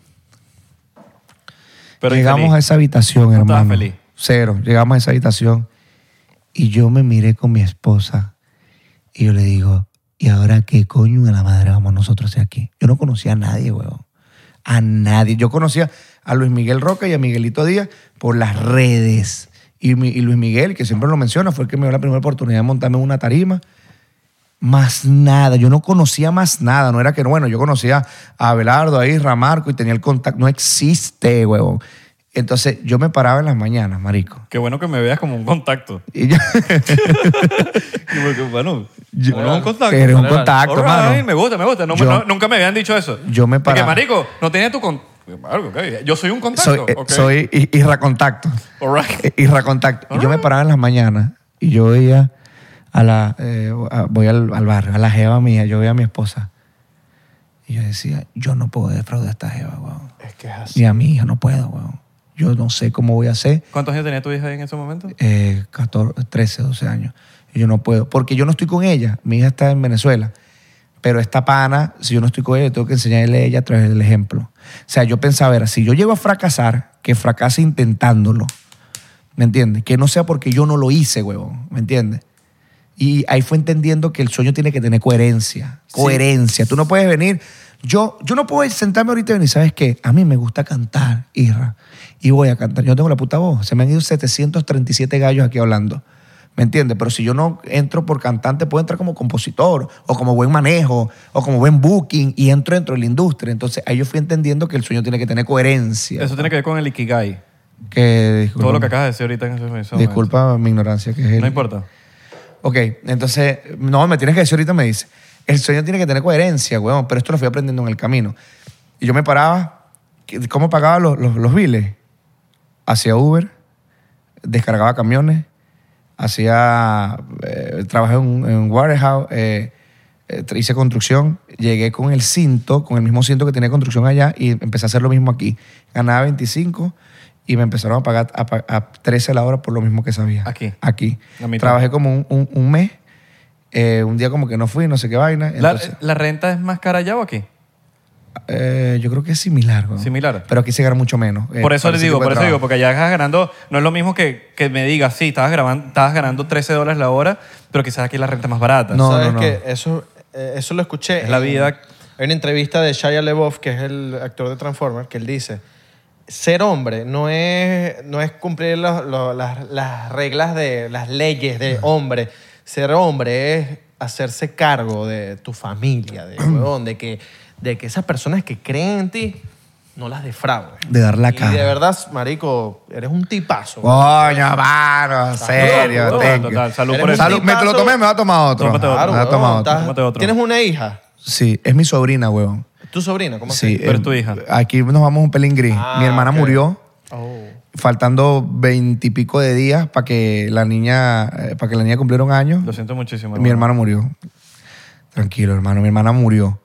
pero Llegamos infeliz. a esa habitación, estabas hermano. feliz. Cero. Llegamos a esa habitación y yo me miré con mi esposa y yo le digo, ¿y ahora qué coño de la madre vamos nosotros hacer aquí? Yo no conocía a nadie, huevón. A nadie. Yo conocía a Luis Miguel Roca y a Miguelito Díaz por las redes. Y, mi- y Luis Miguel, que siempre lo menciona, fue el que me dio la primera oportunidad de montarme en una tarima. Más nada, yo no conocía más nada, no era que, bueno, yo conocía a Abelardo, a Isra, a Marco y tenía el contacto, no existe, huevón. Entonces yo me paraba en las mañanas, marico. Qué bueno que me veas como un contacto. Y yo- Y porque, bueno, Yo- uno es un contacto. Eres un All right. contacto, All mano. right, Me gusta, me gusta. No me- Yo- no- nunca me habían dicho eso. yo me De Que paraba. marico, no tienes tu contacto. Yo soy un soy, contacto. eh, ok. soy i- Isra Contacto. All right. Eh, Isra Contacto. Y yo Ah. me paraba en las mañanas y yo veía a la, eh, a- voy al, al barrio, a la jeva mía, yo veía a mi esposa. Y yo decía, yo no puedo defraudar a esta jeva, huevón. Es que es así. Ni a mi hija, no puedo, huevón. Yo no sé cómo voy a hacer. ¿Cuántos años tenía tu hija ahí en ese momento? eh, 14, 13, 12 años. Y yo no puedo, porque yo no estoy con ella. Mi hija está en Venezuela. Pero esta pana, si yo no estoy con ella, yo tengo que enseñarle a ella a través del ejemplo. O sea, yo pensaba, era, si yo llego a fracasar, que fracase intentándolo. ¿Me entiendes? Que no sea porque yo no lo hice, huevón. ¿Me entiendes? Y ahí fue entendiendo que el sueño tiene que tener coherencia. Coherencia. Tú no puedes venir. Yo, yo no puedo sentarme ahorita y venir, ¿sabes qué? A mí me gusta cantar, Irra. Y voy a cantar. Yo no tengo la puta voz. Se me han ido 737 gallos aquí hablando. ¿Me entiendes? Pero si yo no entro por cantante, puedo entrar como compositor, o como buen manejo, o como buen booking, y entro dentro de la industria. Entonces ahí yo fui entendiendo que el sueño tiene que tener coherencia. Eso tiene que ver con el Ikigai. Que, disculpa, Todo lo que acabas de decir ahorita en ese momento. Disculpa mi ignorancia, que es el- No importa. Ok, entonces, no, me tienes que decir ahorita, me dice. El sueño tiene que tener coherencia, weón, pero esto lo fui aprendiendo en el camino. Y yo me paraba, que- ¿cómo pagaba los, los, los biles? Hacía Uber, descargaba camiones, hacía. eh, trabajé en un en un warehouse, eh, eh, hice construcción, llegué con el cinto, con el mismo cinto que tenía construcción allá y empecé a hacer lo mismo aquí. Ganaba 25 y me empezaron a pagar a, pa- a 13 la hora por lo mismo que sabía. Aquí. Aquí. La mitad. Trabajé como un, un- un mes. eh, un día como que no fui, no sé qué vaina. ¿La, Entonces, la renta es más cara allá o aquí? eh, yo creo que es similar. güey. Similar. Pero aquí se gana mucho menos. eh, por eso para le ese digo, tipo de por eso digo, trabajo. porque allá estás ganando, no es lo mismo que, que me digas, sí, estabas, grabando, estabas ganando 13 dólares la hora, pero quizás aquí la renta es más barata. No, ¿Sabes no, no. que eso, eh, eso lo escuché. Es la en- vida. En una entrevista de Shia LaBeouf, que es el actor de Transformers, que él dice: ser hombre no es, no es cumplir lo- lo- las, las reglas de las leyes de hombre. Ser hombre es hacerse cargo de tu familia, de, huevón, de que, de que esas personas que creen en ti no las defraudes. De dar la y cara. de verdad, marico, eres un tipazo. Coño, mano, en serio. Total, thank you. total, salud por Eres eso. Salud, me te lo tomé, me va a tomar otro. Tómate otro. Claro, Me va a huevón, tomar Ah, otro. estás- Tómate otro. Tienes una hija. Sí, es mi sobrina, huevón. ¿Tu sobrina? ¿Cómo Sí, em, así? Pero es tu hija. Aquí nos vamos un pelín gris. Ah, mi hermana ok. murió Oh. faltando veintipico de días para que la niña eh, para que la niña cumpliera un año. Lo siento muchísimo. Mi hermano murió. Tranquilo, hermano. Mi hermana murió.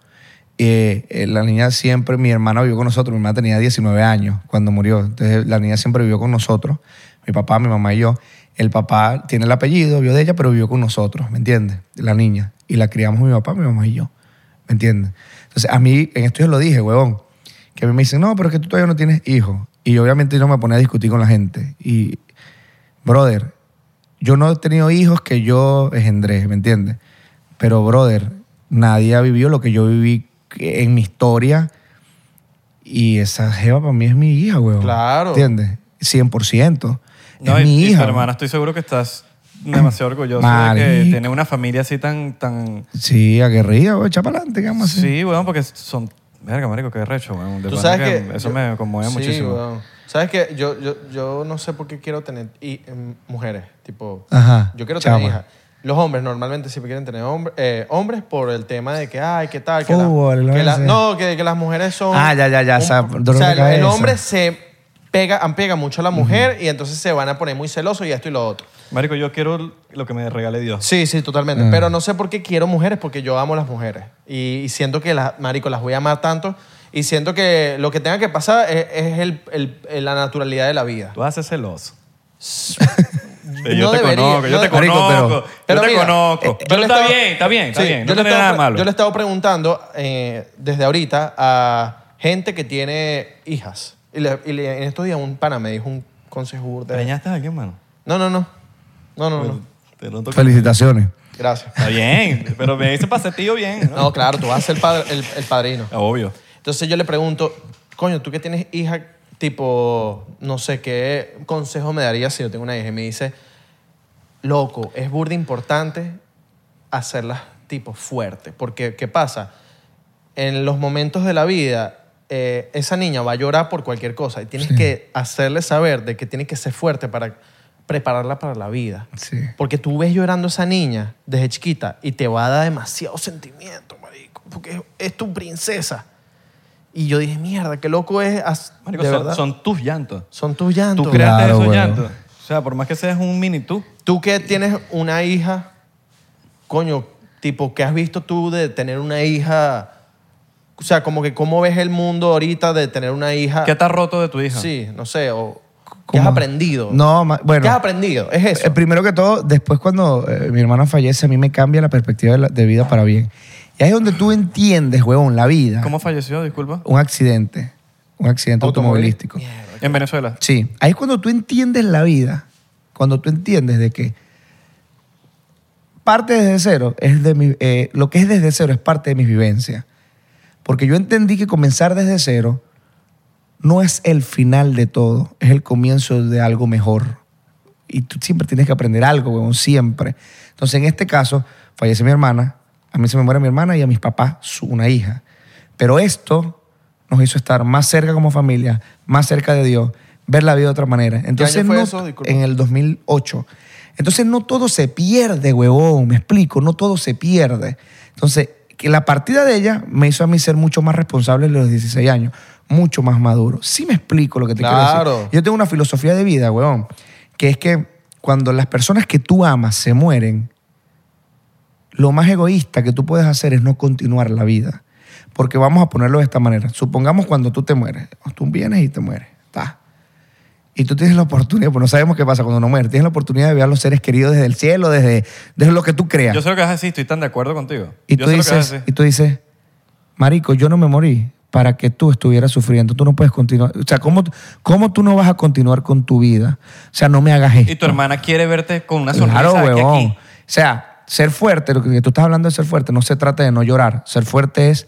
Eh, eh, la niña siempre, mi hermana vivió con nosotros. Mi hermana tenía 19 años cuando murió. Entonces, la niña siempre vivió con nosotros. Mi papá, mi mamá y yo. El papá tiene el apellido, vio de ella, pero vivió con nosotros, ¿me entiendes? La niña. Y la criamos mi papá, mi mamá y yo. ¿Me entiendes? Entonces, a mí, en esto yo lo dije, huevón, que a mí me dicen, no, pero es que tú todavía no tienes hijos. Y obviamente yo no me ponía a discutir con la gente. Y, brother, yo no he tenido hijos que yo engendré, ¿me entiendes? Pero, brother, nadie ha vivido lo que yo viví en mi historia. Y esa jeva para mí es mi hija, weón. Claro. ¿Entiendes? 100%. No, es y- mi y tu hija. hermana, estoy seguro que estás demasiado orgulloso de que Marico. tiene una familia así tan... tan Sí, aguerrida, weón. Echa para adelante, ¿qué vamos a hacer? sí, weón, porque son... Verga, marico, qué recho, weón. De Tú verdad sabes que, Eso yo- me conmueve Sí, muchísimo. weón. Sabes que yo, yo, yo no sé por qué quiero tener hi- em, mujeres. Tipo, Ajá, yo quiero chama. tener hijas. Los hombres normalmente siempre quieren tener hombre- eh, hombres por el tema de que, ay, qué tal, que, la- Fútbol, Uh, lo que que la- sea. no, que, que las mujeres son... Ah, ya, ya, ya, o sea, dolor o sea, de el- el cabeza. hombre se pega, pega mucho a la mujer y entonces se van a poner muy celosos y esto y lo otro. Marico, yo quiero lo que me regale Dios. Sí, sí, totalmente. Mm. Pero no sé por qué quiero mujeres, porque yo amo las mujeres. Y, y siento que, las, marico, las voy a amar tanto. Y siento que lo que tenga que pasar es, es el- el- el- la naturalidad de la vida. Tú haces celoso. Eh, yo te conozco, yo te no- Marico, conozco. pero- pero yo te mira, conozco. eh, yo Pero le está estaba- bien, está bien, está Sí, bien. yo le No tiene estaba nada pre- malo. Yo le he estado preguntando eh, desde ahorita a gente que tiene hijas. Y, le- y le- en estos días un pana me dijo un consejo de... ¿Preñaste a alguien, mano? No, no, no. No, no, no. Te noto que- Felicitaciones. Gracias. Está bien, pero me dice pasetillo bien, ¿no? No, claro, tú vas a ser el, padre- el- el padrino. Obvio. Entonces yo le pregunto, coño, tú que tienes hija, tipo, no sé qué consejo me darías si yo tengo una hija. Y me dice, loco, es burda importante hacerlas tipo fuerte. Porque, ¿qué pasa? En los momentos de la vida, eh, esa niña va a llorar por cualquier cosa y tienes que hacerle saber de que tiene que ser fuerte para prepararla para la vida. Sí. Porque tú ves llorando a esa niña desde chiquita y te va a dar demasiado sentimiento, marico. Porque es, es tu princesa. Y yo dije, mierda, qué loco es. as- Marico, de son, verdad. son tus llantos. Son tus llantos. Tú Tú, creaste Claro, esos huevón. llantos. O sea, por más que seas un mini tú. que tienes una hija, coño, tipo, ¿qué has visto tú de tener una hija? O sea, como que cómo ves el mundo ahorita de tener una Ah. hija. ¿Qué te has roto de tu hija? Sí, no sé, o ¿qué ¿Cómo? has aprendido? No, ma- bueno. ¿Qué has aprendido? Es eso. Eh, primero que todo, después cuando eh, mi hermana fallece, a mí me cambia la perspectiva de, la- de vida para bien. Y ahí es donde tú entiendes, huevón, la vida. ¿Cómo falleció? Disculpa. Un accidente. Un accidente automovilístico. Mierda. En Venezuela. Sí. Ahí es cuando tú entiendes la vida. Cuando tú entiendes de que parte desde cero es de mi, eh, lo que es desde cero es parte de mis vivencias. Porque yo entendí que comenzar desde cero no es el final de todo, es el comienzo de algo mejor. Y tú siempre tienes que aprender algo, weón, siempre. Entonces, en este caso, fallece mi hermana, a mí se me muere mi hermana y a mis papás su- una hija. Pero esto nos hizo estar más cerca como familia, más cerca de Dios, ver la vida de otra manera. Entonces, año fue no- eso? Disculpa. en el 2008. Entonces, no todo se pierde, huevón, me explico, no todo se pierde. Entonces, que la partida de ella me hizo a mí ser mucho más responsable de los 16 años, mucho más maduro. Sí me explico lo que te Claro. quiero decir. Yo tengo una filosofía de vida, weón, que es que cuando las personas que tú amas se mueren, lo más egoísta que tú puedes hacer es no continuar la vida. Porque vamos a ponerlo de esta manera. Supongamos cuando tú te mueres. Tú vienes y te mueres. Ta. Y tú tienes la oportunidad, pues no sabemos qué pasa cuando uno muere. Tienes la oportunidad de ver a los seres queridos desde el cielo, desde, desde lo que tú creas. Yo sé lo que vas a decir, estoy tan de acuerdo contigo. Y Yo tú, sé lo que vas a dices, decir. y tú dices, Marico, yo no me morí para que tú estuvieras sufriendo. Tú no puedes continuar. O sea, ¿cómo, cómo tú no vas a continuar con tu vida? O sea, no me hagas esto. Y tu hermana quiere verte con una sonrisa Claro, de aquí a huevón. aquí. O sea, ser fuerte, lo que tú estás hablando de ser fuerte, no se trata de no llorar. Ser fuerte es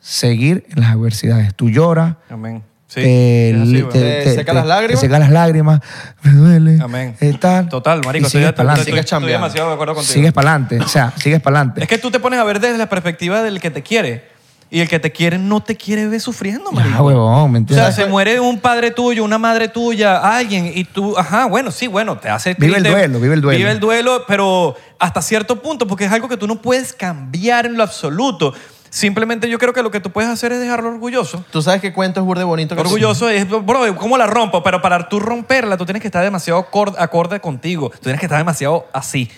seguir en las adversidades. Tú lloras. Amén. Sí. Te, es así, li- huevón. te- seca las lágrimas. seca las lágrimas. Me duele. Amén. eh, tal, Total, y marico, estoy, sigues de- para estoy- adelante. Sigues estoy chambeando. demasiado de acuerdo contigo. Sigues para adelante. O sea, sigues para adelante. Es que tú te pones a ver desde la perspectiva del que te quiere. Y el que te quiere no te quiere ver sufriendo, Ah, marico. huevón, ¿me o sea, entiendes? se muere un padre tuyo, una madre tuya, alguien, y tú, ajá, bueno, sí, bueno, te hace Vive el duelo, vive el duelo. Vive el duelo, pero hasta cierto punto, porque es algo que tú no puedes cambiar en lo absoluto. Simplemente yo creo que lo que tú puedes hacer es dejarlo orgulloso. Tú sabes qué cuento es burde bonito. que- Orgulloso es, bro, ¿cómo la rompo? Pero para tú romperla, tú tienes que estar demasiado acor- acorde contigo. Tú tienes que estar demasiado así.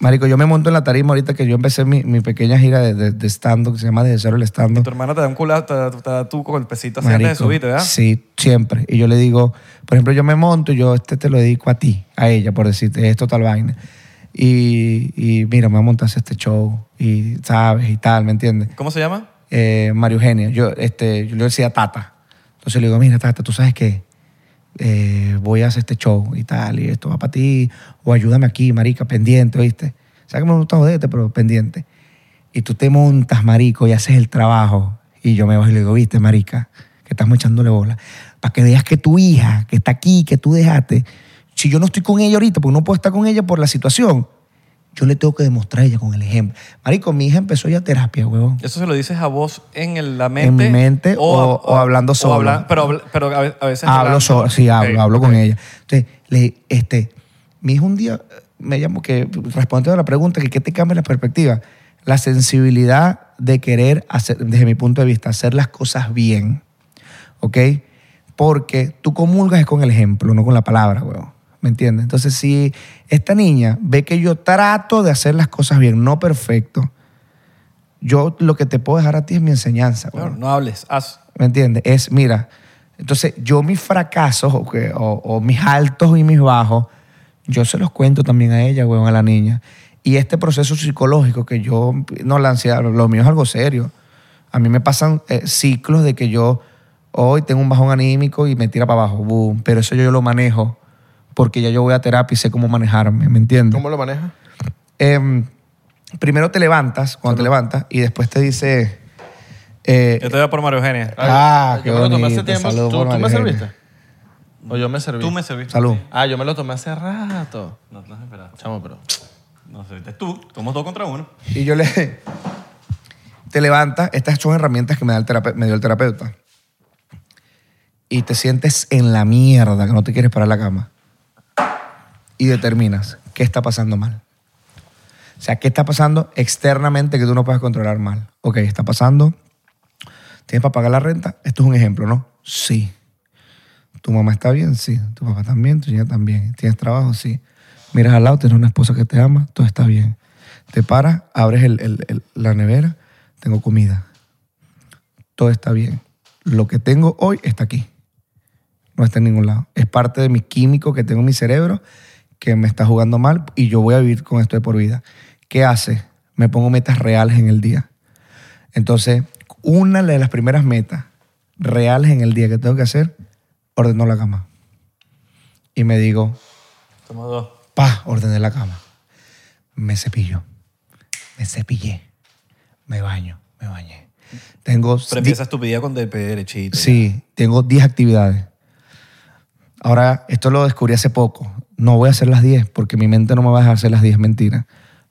Marico, yo me monto en la tarima ahorita que yo empecé mi, mi pequeña gira de, de, de stand-up que se llama Desde Cero el Stand-up. Tu hermana te da un culazo, te da, te da tú con el pesito así antes de Marico, subirte, ¿verdad? Sí, siempre. Y yo le digo, por ejemplo, yo me monto y yo este te lo dedico a ti, a ella, por decirte, es total vaina. Y, y mira, me voy a montar a hacer este show y sabes y tal, ¿me entiendes? ¿Cómo se llama? Eh, María Eugenia, yo, este, yo le decía Tata. Entonces le digo, mira, Tata, tú sabes que voy a hacer este show y tal, y esto va para ti, o ayúdame aquí, marica, pendiente, ¿oíste? Sabes que me gusta joderte, pero pendiente. Y tú te montas, marico, y haces el trabajo. Y yo me bajo y le digo, viste, marica, que estás echándole bola. Para que veas que tu hija, que está aquí, que tú dejaste, si yo no estoy con ella ahorita, porque no puedo estar con ella por la situación, yo le tengo que demostrar a ella con el ejemplo. Marico, mi hija empezó ya terapia, huevón. Eso se lo dices a vos en el- la mente. mi mente o- o hablando solo. habla- pero, habla- pero a ve- a veces. Hablo hablando. solo, sí, hablo, Ok. hablo con ella. Entonces, le, este, mi hija un día eh, me llamó que, respondiendo a la pregunta, que qué te cambia la perspectiva, la sensibilidad de querer hacer, desde mi punto de vista, hacer las cosas bien, ¿ok? Porque tú comulgas es con el ejemplo, no con la palabra, weón. ¿Me entiendes? Entonces, si esta niña ve que yo trato de hacer las cosas bien, no perfecto, yo lo que te puedo dejar a ti es mi enseñanza, weón. Claro, no hables, haz. ¿Me entiendes? Es, mira, entonces yo mis fracasos o, que- o- o mis altos y mis bajos yo se los cuento también a ella, weón, a la niña. Y este proceso psicológico que yo, no, la ansiedad, lo- lo mío es algo serio. A mí me pasan eh, ciclos de que yo hoy tengo un bajón anímico y me tira para abajo, boom. Pero eso yo, yo lo manejo porque ya yo voy a terapia y sé cómo manejarme, ¿me entiendes? ¿Cómo lo manejas? Em, primero te levantas, cuando te levantas, y después te dice... eh, Yo te voy por María Eugenia. Ah, yo qué me lo tomé hace bonito. tiempo. Salud ¿Tú, por tú me María serviste? ¿O yo me serví? Tú me serviste. salud. Ah, yo me lo tomé hace rato. No, no esperaste. Chamo, pero... No serviste tú. Somos dos contra uno. Y yo le... Te levantas, estas son herramientas que me, da el terape- me dio el terapeuta. Y te sientes en la mierda, que no te quieres parar de la cama. Y determinas qué está pasando mal. O sea, ¿qué está pasando externamente que tú no puedes controlar mal? Ok, está pasando. ¿Tienes para pagar la renta? Esto es un ejemplo, ¿no? Sí. ¿Tu mamá está bien? Sí. ¿Tu papá también? ¿Tu niña también? ¿Tienes trabajo? Sí. Miras al lado, tienes una esposa que te ama, todo está bien. Te paras, abres el- el- el- la nevera, tengo comida. Todo está bien. Lo que tengo hoy está aquí. No está en ningún lado. Es parte de mi químico que tengo en mi cerebro que me está jugando mal y yo voy a vivir con esto de por vida. ¿Qué hace? Me pongo metas reales en el día. Entonces, una de las primeras metas reales en el día que tengo que hacer, ordeno la cama. Y me digo, Somos dos. pa, ordené la cama. Me cepillo. Me cepillé. Me baño. Me bañé. Tengo... Pero empieza estupidez con DP derechito. Sí, tengo 10 actividades. Ahora, esto lo descubrí hace poco. No voy a hacer las 10 porque mi mente no me va a dejar hacer las 10 mentiras.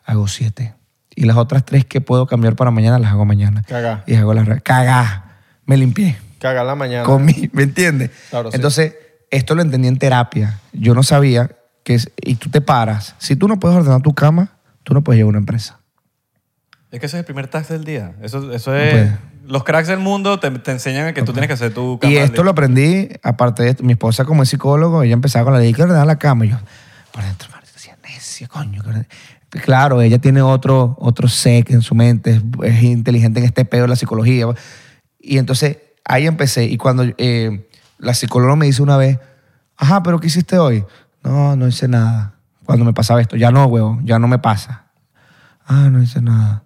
Hago 7. Y las otras 3 que puedo cambiar para mañana las hago mañana. Cagá. Y hago las. re- Cagá. Me limpié. Cagar la mañana. Comí. ¿Me entiendes? Claro, sí. Entonces, esto lo entendí en terapia. Yo no sabía que. es- Y tú te paras. Si tú no puedes ordenar tu cama, tú no puedes llevar una empresa. Es que ese es el primer task del día. Eso, eso No es. puede. los cracks del mundo te, te enseñan que tú tienes que hacer tu cama Y esto al lo aprendí, aparte de esto, mi esposa como es psicólogo, ella empezaba con la ley que ordenaba la cama. Y yo, por dentro, madre, decía, necio, coño. que orden-". Pues Claro, ella tiene otro, otro sec en su mente, es, es inteligente en este pedo de la psicología. Y entonces ahí empecé. Y cuando eh, la psicóloga me dice una vez, ajá, pero ¿qué hiciste hoy? No, no hice nada. Cuando me pasaba esto, ya no, huevón, ya no me pasa. Ah, no hice nada.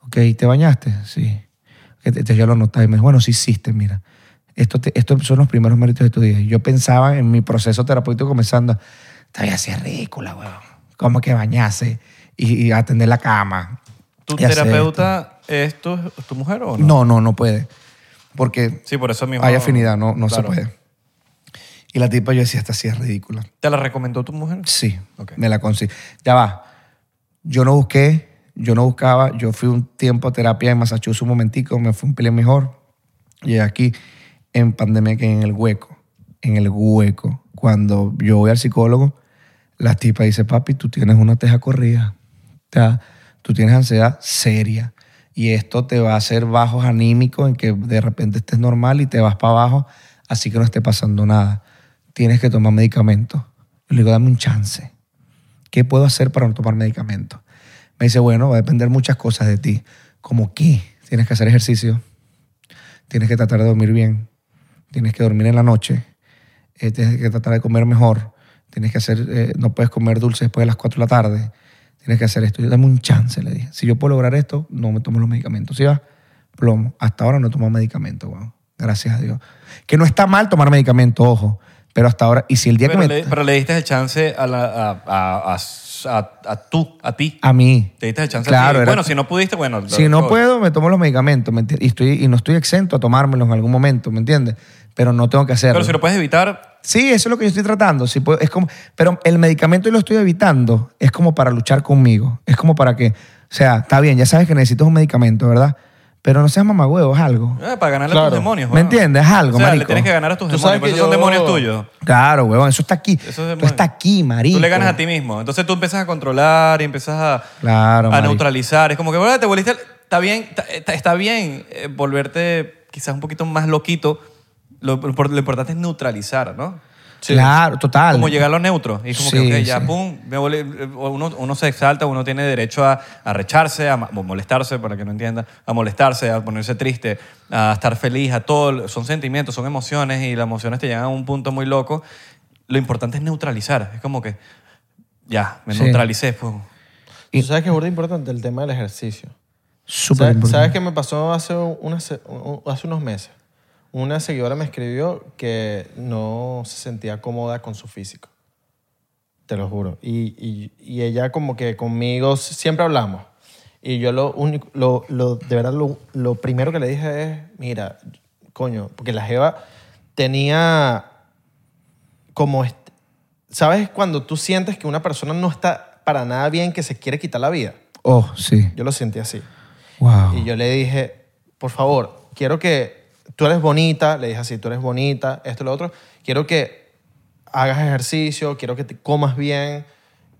Ok, ¿te bañaste? Sí. Ok, Entonces yo lo notaba y me dijo, bueno, sí hiciste, mira. Esto te- Estos son los primeros méritos de tu día. Y Yo pensaba en mi proceso terapéutico comenzando, todavía así ridícula, weón. ¿Cómo que bañarse y, y atender la cama? ¿Tu y hacer terapeuta es tu, tu mujer o no? No, no, no puede. Porque Sí, por eso mismo. hay afinidad, no, no Claro. se puede. Y la tipa yo decía, esta sí es ridícula. ¿Te la recomendó tu mujer? Sí, Ok. me la conseguí. Ya va. Yo no busqué, yo no buscaba. Yo fui un tiempo a terapia en Massachusetts un momentico, me fue un pelín mejor. Llegué aquí en pandemia que en el hueco, en el hueco. Cuando yo voy al psicólogo, la tipa dice, papi, tú tienes una teja corrida. O sea, tú tienes ansiedad seria. Y esto te va a hacer bajos anímicos en que de repente estés normal y te vas para abajo, así que no esté pasando nada. Tienes que tomar medicamentos. Yo le digo, dame un chance. ¿Qué puedo hacer para no tomar medicamentos? Me dice, bueno, va a depender muchas cosas de ti. Como qué? Tienes que hacer ejercicio. Tienes que tratar de dormir bien. Tienes que dormir en la noche. eh, tienes que tratar de comer mejor. Tienes que hacer, eh, no puedes comer dulce después de las 4 de la tarde. Tienes que hacer esto. Yo dame un chance, le dije. Si yo puedo lograr esto, no me tomo los medicamentos. Si va, plomo. Hasta ahora no he tomado medicamentos, weón. Gracias a Dios. Que no está mal tomar medicamentos, ojo. Pero hasta ahora, y si el día Pero, que me... le, pero le diste el chance a, la, a, a, a- a- a tú, a ti. a mí. Te diste el chance a ti. Claro, era- Bueno, si no pudiste, bueno. Si no lo- puedo, me tomo los medicamentos, ¿me entiendes? Y, estoy, y no estoy exento a tomármelos en algún momento, ¿me entiendes? Pero no tengo que hacerlo. Pero si lo puedes evitar, Sí, eso es lo que yo estoy tratando. Sí, puedo- es como, pero el medicamento yo lo estoy evitando. Es como para luchar conmigo. Es como para que, o sea, está bien, ya sabes que necesitas un medicamento, ¿verdad? Pero no seas mamagüevo, es algo. eh, para ganarle a Claro. tus demonios. ¿Me weón. entiendes? Es algo, O sea, le marico. tienes que ganar a tus Tú demonios. sabes Porque que esos son yo- demonios tuyos. Claro, huevón, eso está aquí. Eso es Eso demonio. está aquí, marico. Tú le ganas a ti mismo. Entonces tú empiezas a controlar y empiezas a, Claro, a marico. neutralizar. Es como que, bueno, te volviste. Está bien, está- está, está bien eh, volverte quizás un poquito más loquito. Lo, lo import- lo importante es neutralizar, ¿no? Claro, total. Como llegar a lo neutro. Y es como Sí, que, ok, ya, sí. pum, me volé- uno, uno se exalta, uno tiene derecho a arrecharse, a ma- molestarse, para que no entienda, a molestarse, a ponerse triste, a estar feliz, a todo. Son sentimientos, son emociones y las emociones te llegan a un punto muy loco. Lo importante es neutralizar. Es como que Ya, me Sí. neutralicé. Pues. Y- Tú sabes que es burda importante el tema del ejercicio. Súper ¿Sabes, importante. sabes qué me pasó hace, unas se- un- hace unos meses? Una seguidora me escribió que no se sentía cómoda con su físico. Te lo juro. Y, y- y ella como que conmigo siempre hablamos. Y yo lo único, lo, lo- de verdad, lo, lo primero que le dije es, mira, coño, porque la Jeva tenía como... est- ¿Sabes cuando tú sientes que una persona no está para nada bien, que se quiere quitar la vida? Oh, sí. Yo lo sentí así. Wow. Y yo le dije, por favor, quiero que tú eres bonita, le dije así, tú eres bonita, esto, lo otro, quiero que hagas ejercicio, quiero que te comas bien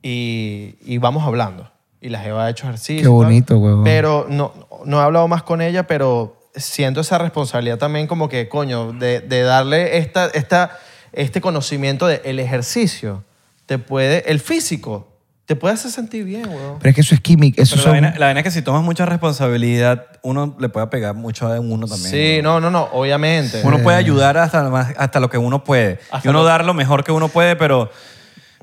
y, y vamos hablando. Y la Jeva ha hecho ejercicio. Qué bonito, tal. huevón. Pero no, no he hablado más con ella, pero siento esa responsabilidad también como que, coño, de, de darle esta, esta, este conocimiento del ejercicio. Te puede, el físico, te puede hacer sentir bien, weón. Pero es que eso es química. Eso Pero la son... vaina, la vaina es que si tomas mucha responsabilidad, uno le puede pegar mucho a uno también. Sí, no, no, no, obviamente. Uno puede ayudar hasta, lo más- hasta lo que uno puede. Eh. Hasta y uno lo- dar lo mejor que uno puede, pero,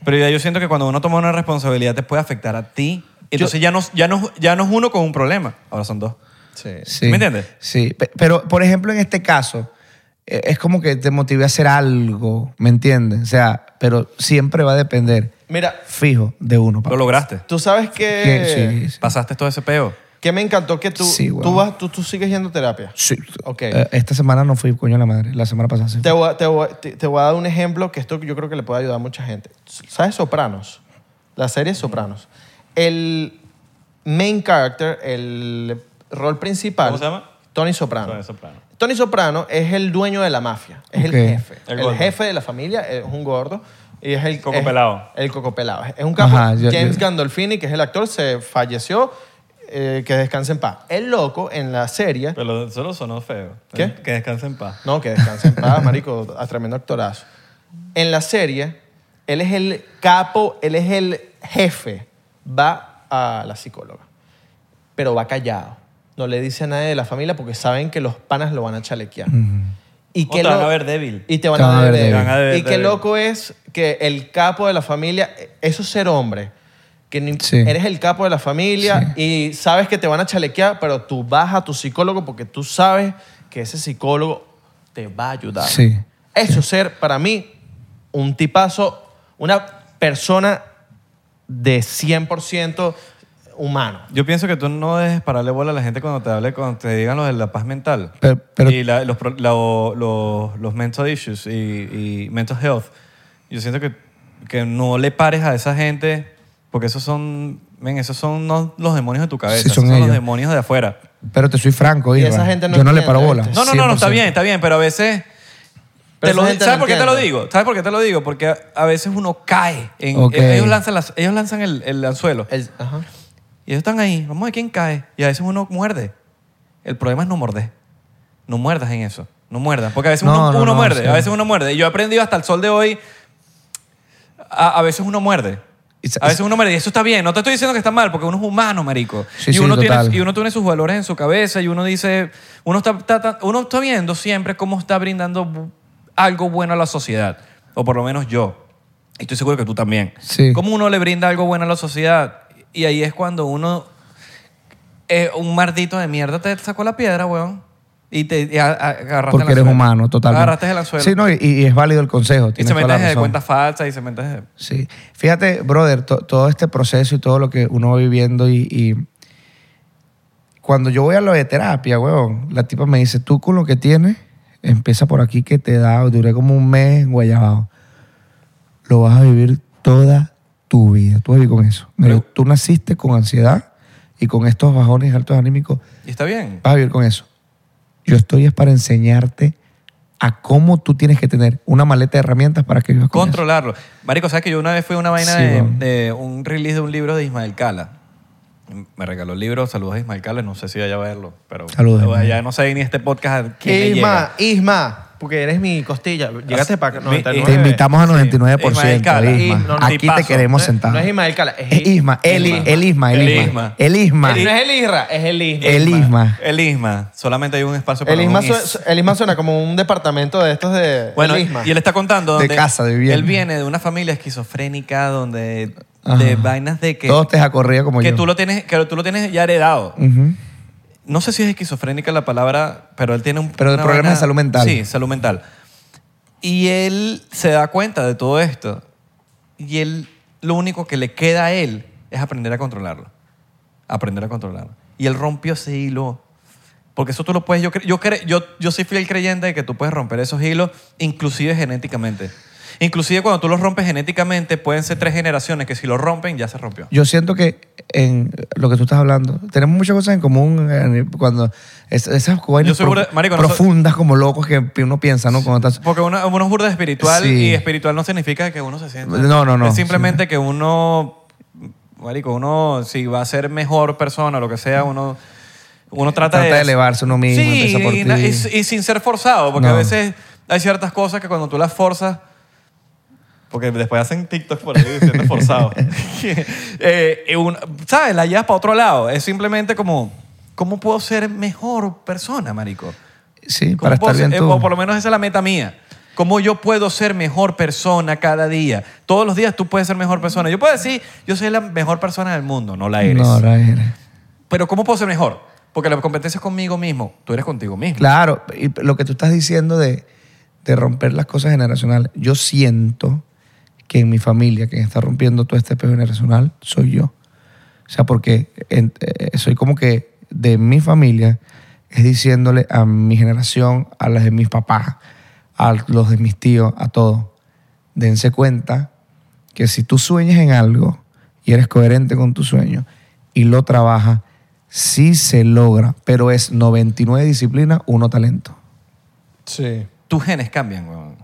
pero ya yo siento que cuando uno toma una responsabilidad te puede afectar a ti. Entonces ya, no, ya, no, ya no es uno con un problema. Ahora son dos. Sí. Sí. ¿Me entiendes? Sí, pe- pero por ejemplo en este caso eh, es como que te motivé a hacer algo, ¿me entiendes? O sea, pero siempre va a depender Mira, fijo de uno. papá. Lo lograste. tú sabes Que- que, sí, Pasaste todo ese peo. que me encantó que tú, Sí, tú, weón. vas, tú, tú sigues yendo a terapia. sí. Ok. Eh, esta semana no fui, coño, a la madre. La semana pasada sí. Te voy, a, te, voy a- te- te voy a dar un ejemplo que esto yo creo que le puede ayudar a mucha gente. ¿Sabes Sopranos? La serie Sopranos. El main character, el rol principal. ¿Cómo se llama? Tony Soprano. Tony Soprano. Tony Soprano es el dueño de la mafia. Es Ok. el jefe. El El, gordo. jefe de la familia es un gordo. Y es el Coco es- pelado. El coco pelado. Es un capo. Ajá, yo- James yo- Gandolfini, que es el actor, se falleció. eh, que descanse en paz. El loco en la serie Pero solo sonó feo. ¿Qué? Que descanse en paz. no, que descanse en paz, marico, a tremendo actorazo. En la serie, él es el capo, él es el jefe. Va a la psicóloga, pero va callado. No le dice a nadie de la familia porque saben que los panas lo van a chalequear. Mm. Y O te van a ver débil. Y te van, a, ver débil. Te van a ver y qué débil. loco es que el capo de la familia, eso es ser hombre. Que ni- Sí. eres el capo de la familia y sabes que te van a chalequear, pero tú vas a tu psicólogo porque tú sabes que ese psicólogo te va a ayudar. Sí. Eso es ser, para mí, un tipazo, una persona de 100% humano. Yo pienso que tú no dejes pararle bola a la gente cuando te hable, cuando te digan lo de la paz mental. Pero- pero- y la- los, pro- la- o- los, los mental issues y, y mental health. Yo siento que, que no le pares a esa gente porque esos son, men, esos son no los demonios de tu cabeza. Sí, esos son son los ellos. demonios de afuera. Pero te soy franco, Y Isra. esa gente no Yo no le entiende, paro bola. ¿viste? No, no, no, no, está 100%. bien, está bien, pero a veces... Pero te lo- esa ¿Sabes gente no por qué te lo entiende. digo? ¿Sabes por qué te lo digo? Porque a, a veces uno cae. En, Ok. Ellos lanzan, las- ellos lanzan el, el anzuelo. El- ajá. Y ellos están ahí, vamos a ver quién cae. Y a veces uno muerde. El problema es no morder. No muerdas en eso. No muerdas. Porque a veces No, uno, no, uno no, muerde. sí. A veces uno muerde. Y yo he aprendido hasta el sol de hoy. A, a veces uno muerde. Y sa- A veces uno muerde. Y eso está bien. No te estoy diciendo que está mal, porque uno es humano, marico. Sí, y, sí, uno tiene, total. y uno tiene sus valores en su cabeza. Y uno dice. Uno está, está- está- uno está viendo siempre cómo está brindando bu- algo bueno a la sociedad. O por lo menos yo. Y estoy seguro que tú también. Sí. ¿Cómo uno le brinda algo bueno a la sociedad? Y ahí es cuando uno eh, un mardito de mierda te sacó la piedra, weón. Y te y a- a- agarraste el Porque eres anzuelo. humano, totalmente. Agarraste el anzuelo. Sí, no, y, y es válido el consejo. y tienes se toda la metes de razón. cuentas falsas y se metes de... Sí. Fíjate, brother, to- todo este proceso y todo lo que uno va viviendo y, y cuando yo voy a lo de terapia, weón, la tipa me dice, tú con lo que tienes, empieza por aquí que te da, duré como un mes guayabado. Lo vas a vivir toda tu vida. Tú vas a vivir con eso. Me Pero- dijo, tú naciste con ansiedad y con estos bajones altos anímicos, Y está bien. vas a vivir con eso. Yo estoy es para enseñarte a cómo tú tienes que tener una maleta de herramientas para que vivas con eso. Controlarlo. Marico, ¿sabes que yo una vez fui a una vaina Sí, de, weón. de un release de un libro de Ismael Cala? Me regaló el libro, saludos a Ismael Cala, no sé si vaya a verlo, pero Saludos, Bueno, Ismael. ya no sé ni este podcast a quién le Isma, llega. Isma, porque eres mi costilla. Llegaste para acá, Mi- 99. Te invitamos a 99%, Ismael Cala, Isma. Isma, un Aquí te tipazo. queremos No, sentado. No es Ismael Cala, es Es Isma, el, Isma. el Isma, el El Isma. Isma. El Isma. No es el Isra, es el Isma. El Isma. El Isma, solamente hay un espacio para El un Isma, is. su- el Isma suena como un departamento de estos de Bueno, el Isma. y él está contando De donde casa, de vivienda. Él viene de una familia esquizofrénica donde de Ajá. vainas de que, Todos te acorría como que yo. tú lo tienes, que tú lo tienes ya heredado. Ujú. No sé si es esquizofrénica la palabra, pero él tiene un Pero de una problemas de salud mental. Sí, salud mental. Y él se da cuenta de todo esto. Y él, lo único que le queda a él es aprender a controlarlo. Aprender a controlarlo. Y él rompió ese hilo. Porque eso tú lo puedes. Yo, cre- yo, cre- yo, yo soy fiel creyente de que tú puedes romper esos hilos, inclusive genéticamente. Inclusive cuando tú los rompes genéticamente, pueden ser tres generaciones que si lo rompen, ya se rompió. Yo siento que en lo que tú estás hablando, tenemos muchas cosas en común eh, cuando es- esas Yo cosas soy burda- marico, no soy- profundas como locos que uno piensa, ¿no? Cuando estás- Porque uno, uno es burda espiritual Sí. y espiritual no significa que uno se sienta. No, no, no. Es simplemente que uno, marico, uno si va a ser mejor persona, lo que sea, uno, uno trata, Trata de elevarse uno mismo, Sí, empieza por y, na- ti. y s- y sin ser forzado, porque No. a veces hay ciertas cosas que cuando tú las forzas, porque después hacen TikTok por ahí diciendo forzado. Eh, y uno- ¿Sabes? La llevas para otro lado. Es simplemente como, ¿cómo puedo ser mejor persona, marico? Sí, ¿Cómo para estar puedo ser- bien eh, tú. o por lo menos esa es la meta mía. ¿Cómo yo puedo ser mejor persona cada día? Todos los días tú puedes ser mejor persona. Yo puedo decir, yo soy la mejor persona del mundo, no la eres. No, ahora eres. Pero ¿cómo puedo ser mejor? Porque la competencia es conmigo mismo, tú eres contigo mismo. Claro, y lo que tú estás diciendo de, de romper las cosas generacionales, yo siento que en mi familia quien está rompiendo todo este peo generacional soy yo. O sea, porque en- eh, soy como que de mi familia es diciéndole a mi generación, a las de mis papás, a los de mis tíos, a todos, dense cuenta que si tú sueñas en algo y eres coherente con tu sueño y lo trabajas, sí se logra, pero es 99 disciplina, uno talento. Sí. Tus genes cambian, weón.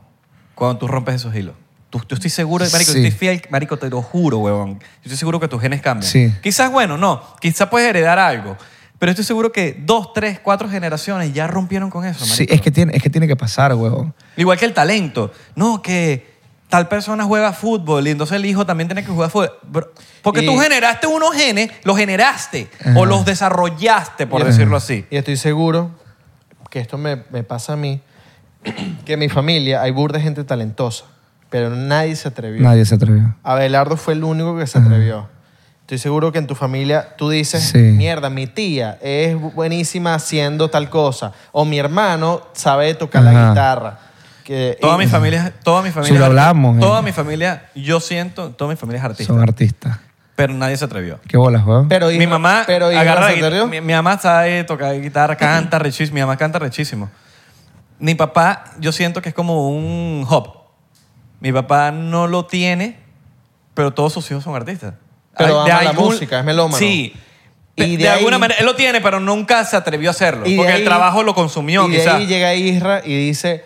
Cuando tú rompes esos hilos. Tú- yo estoy seguro, marico, Sí. yo estoy fiel, marico, te lo juro, weón. Yo estoy seguro que tus genes cambian. Sí. Quizás, bueno, no. Quizás puedes heredar algo. Pero estoy seguro que dos, tres, cuatro generaciones ya rompieron con eso, Ah, marico. Sí, es que tiene, es que tiene que pasar, huevón. Igual que el talento. No, que tal persona juega fútbol y entonces el hijo también tiene que jugar fútbol. Bro, Porque Y- tú generaste unos genes, los generaste Ajá. o los desarrollaste, por Ajá. decirlo así. Y estoy seguro que esto me, me pasa a mí, que en mi familia hay burda de gente talentosa, pero nadie se atrevió. Nadie se atrevió. Abelardo fue el único que se atrevió. Estoy seguro que en tu familia tú dices, Sí. mierda, mi tía es bu- buenísima haciendo tal cosa, o mi hermano sabe tocar Ajá. la guitarra. Que, Toda y- mi familia, toda mi familia. lo es arti- hablamos, eh. Toda mi familia, yo siento, toda mi familia es artista. Son artistas. Pero nadie se atrevió. Qué bolas, huevón. Pero mi Isra- mamá pero Isra agarra la se guita- atrevió. mi, mi mamá sabe tocar guitarra, canta rechísimo. Mi mamá canta rechísimo. Mi papá, yo siento que es como un hop. Mi papá no lo tiene, pero todos sus hijos son artistas. Pero de ama la música, es melómano. Sí. Y Pe- de de ahí- alguna manera, él lo tiene, pero nunca se atrevió a hacerlo. Y de Porque ahí- el trabajo lo consumió, Y de quizás. ahí llega Isra y dice,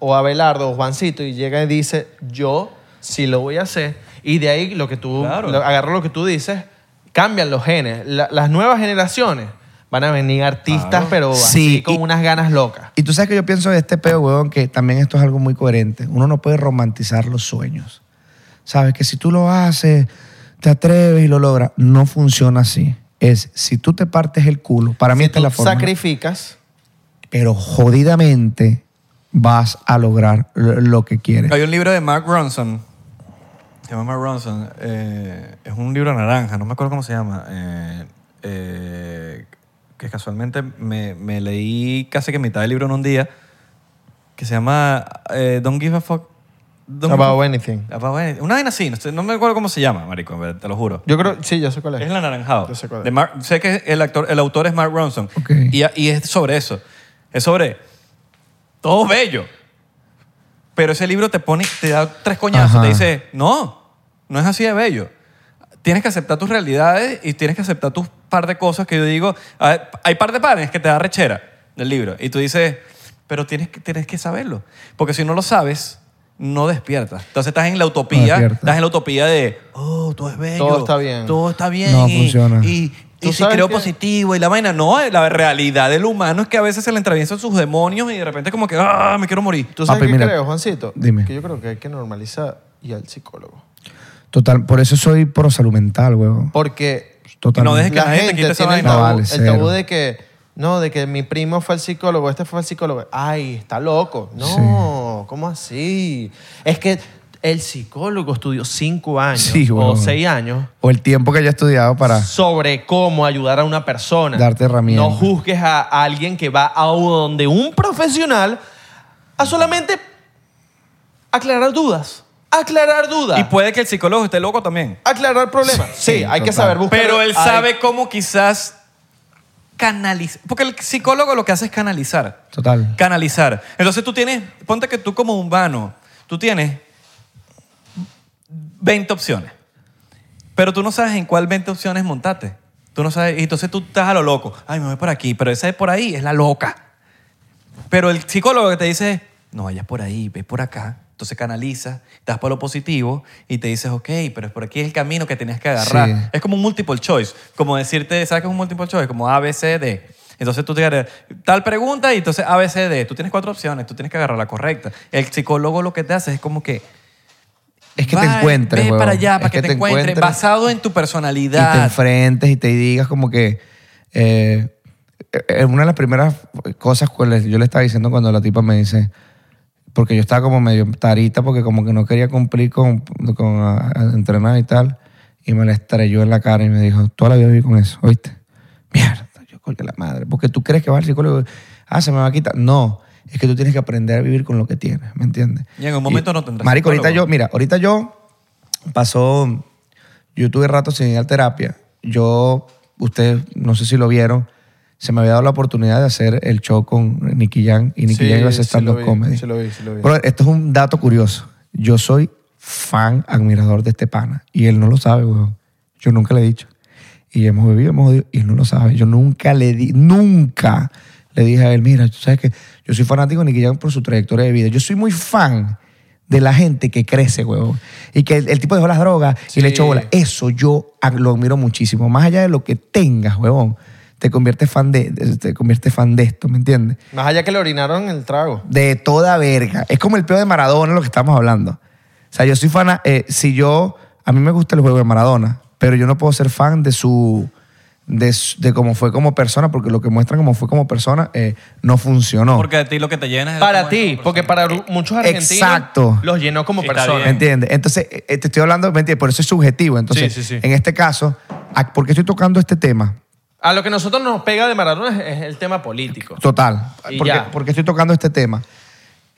o Abelardo o Juancito, y llega y dice, yo sí lo voy a hacer. Y de ahí lo que tú, Claro. lo- agarro lo que tú dices, cambian los genes. La- las nuevas generaciones van a venir artistas, Claro. pero Sí, así con y- unas ganas locas. Y tú sabes que yo pienso de este peo, huevón, que también esto es algo muy coherente. Uno no puede romantizar los sueños. Sabes que si tú lo haces, te atreves y lo logras, no funciona así. Es si tú te partes el culo, para mí Si esta es la tú forma. sacrificas, Pero jodidamente vas a lograr lo lo que quieres. Hay un libro de Mark Ronson. Se llama Mark Ronson. eh, es un libro naranja, no me acuerdo cómo se llama. eh, eh, que casualmente me, me leí casi que mitad del libro en un día. Que se llama eh, Don't Give a Fuck. Don't give a about fuck anything. about anything. Una vaina así, no, sé- no me acuerdo cómo se llama, marico, te lo juro. Yo creo, sí, yo sé cuál es. Es el anaranjado. Yo sé cuál es. De Mark- sé que el, actor, el autor es Mark Ronson. Ok. Y, y es sobre eso. Es sobre todo bello. Pero ese libro te pone, te da tres coñazos. Ajá. Te dice, no, no es así de bello. Tienes que aceptar tus realidades y tienes que aceptar tus par de cosas que yo digo. a ver, Hay par de panes que te da rechera del libro. Y tú dices, pero tienes que, tienes que saberlo. Porque si no lo sabes, no despiertas. Entonces estás en la utopía. despiertas. estás en la utopía de, oh, todo es bello. Todo está bien. Todo está bien. No y, funciona. Y, ¿Tú y se sabes creó que- positivo y la vaina. No, la realidad del humano es que a veces se le atraviesan sus demonios y de repente como que, ah, me quiero morir. ¿Tú sabes Papi, qué mira, creo, Juancito? dime. Que yo creo que hay que normalizar y al psicólogo. Total, por eso soy pro salud mental, huevón. Porque Total. no dejes- Pues Es que la gente quita esa tiene el vaina. tabú, No, vale, el tabú cero. de que no, de que mi primo fue al psicólogo, este fue al psicólogo. Ay, está loco. No, ¿cómo así? Es que El psicólogo estudió cinco años Sí, o huevón. seis años O el tiempo que haya estudiado para... sobre cómo ayudar a una persona. Darte herramientas. No juzgues a, a alguien que va a donde un profesional a solamente aclarar dudas. Aclarar dudas. Y puede que el psicólogo esté loco también. aclarar problemas. Sí, hay que total. saber buscar. Pero él hay- sabe cómo quizás canalizar. Porque el psicólogo lo que hace es canalizar. Total. Canalizar. Entonces tú tienes, ponte que tú como humano, tú tienes 20 opciones. Pero tú no sabes en cuál 20 opciones montarte. Tú no sabes. Y entonces tú estás a lo loco. Ay, me voy por aquí. Pero esa de por ahí es la loca. Pero el psicólogo que te dice, no vayas por ahí, ve por acá. Entonces canalizas, te das para lo positivo y te dices, ok, pero por aquí es el camino que tenías que agarrar. Sí. Es como un multiple choice. Como decirte, ¿sabes qué es un multiple choice? Como A, B, C, D. Entonces tú te agarras tal pregunta y entonces A, B, C, D. Tú tienes cuatro opciones, tú tienes que agarrar la correcta. El psicólogo lo que te hace es como que... Es que "Va, te encuentres, Ve huevón. para allá, Es para que, te, encuentres, basado en tu y te personalidad. enfrentes y te digas como que eh, eh, una de las primeras cosas que le- yo le estaba diciendo cuando la tipa me dice porque yo estaba como medio tarita porque como que no quería cumplir con, con ah, entrenar y tal y me la estrelló en la cara y me dijo toda la vida viví con eso ¿oíste? mierda yo colgué la madre porque tú crees que vas al psicólogo y, ah se me va a quitar no es que tú tienes que aprender a vivir con lo que tienes ¿me entiendes? Y en un momento no tendrás marico ahorita psicólogo. yo mira ahorita yo pasó, yo tuve rato sin ir a terapia. Yo, ustedes, no sé si lo vieron, se me había dado la oportunidad de hacer el show con Nicky Jam y Nicky Sí, Jam iba a sí hacer lo stand-up vi, comedy. sí lo vi, sí lo vi. Bro, esto es un dato curioso. Yo soy fan, admirador de este pana y él no lo sabe, weón. Yo nunca le he dicho. Y hemos vivido, hemos jodido, y él no lo sabe. Yo nunca le di, nunca le dije a él, mira, tú sabes que yo soy fanático de Nicky Jam por su trayectoria de vida. Yo soy muy fan de la gente que crece, huevón. Y que el, el tipo dejó las drogas y le Sí. echó bola. Eso yo ad- lo admiro muchísimo. Más allá de lo que tengas, huevón, te conviertes fan de, de- te conviertes fan de esto, ¿me entiendes? Más allá que le orinaron el trago. De toda verga. Es como el peo de Maradona lo que estamos hablando. O sea, yo soy fan. si yo. A mí me gusta el juego de Maradona, pero yo no puedo ser fan de su. De, su- de cómo fue como persona, porque lo que muestran como fue como persona eh, no funcionó. Porque a ti lo que te llena es... Para Ah, cómo es ti, como porque para ru- muchos argentinos Exacto. los llenó como Está personas. ¿Me entiendes? Entonces, eh, te estoy hablando, ¿me entiendes? Por eso es subjetivo. Entonces, Sí, sí, sí. en este caso, ¿a- ¿por qué estoy tocando este tema? A lo que nosotros nos pega de Maradona es, es el tema político. Total. Y Porque, ya. porque estoy tocando este tema.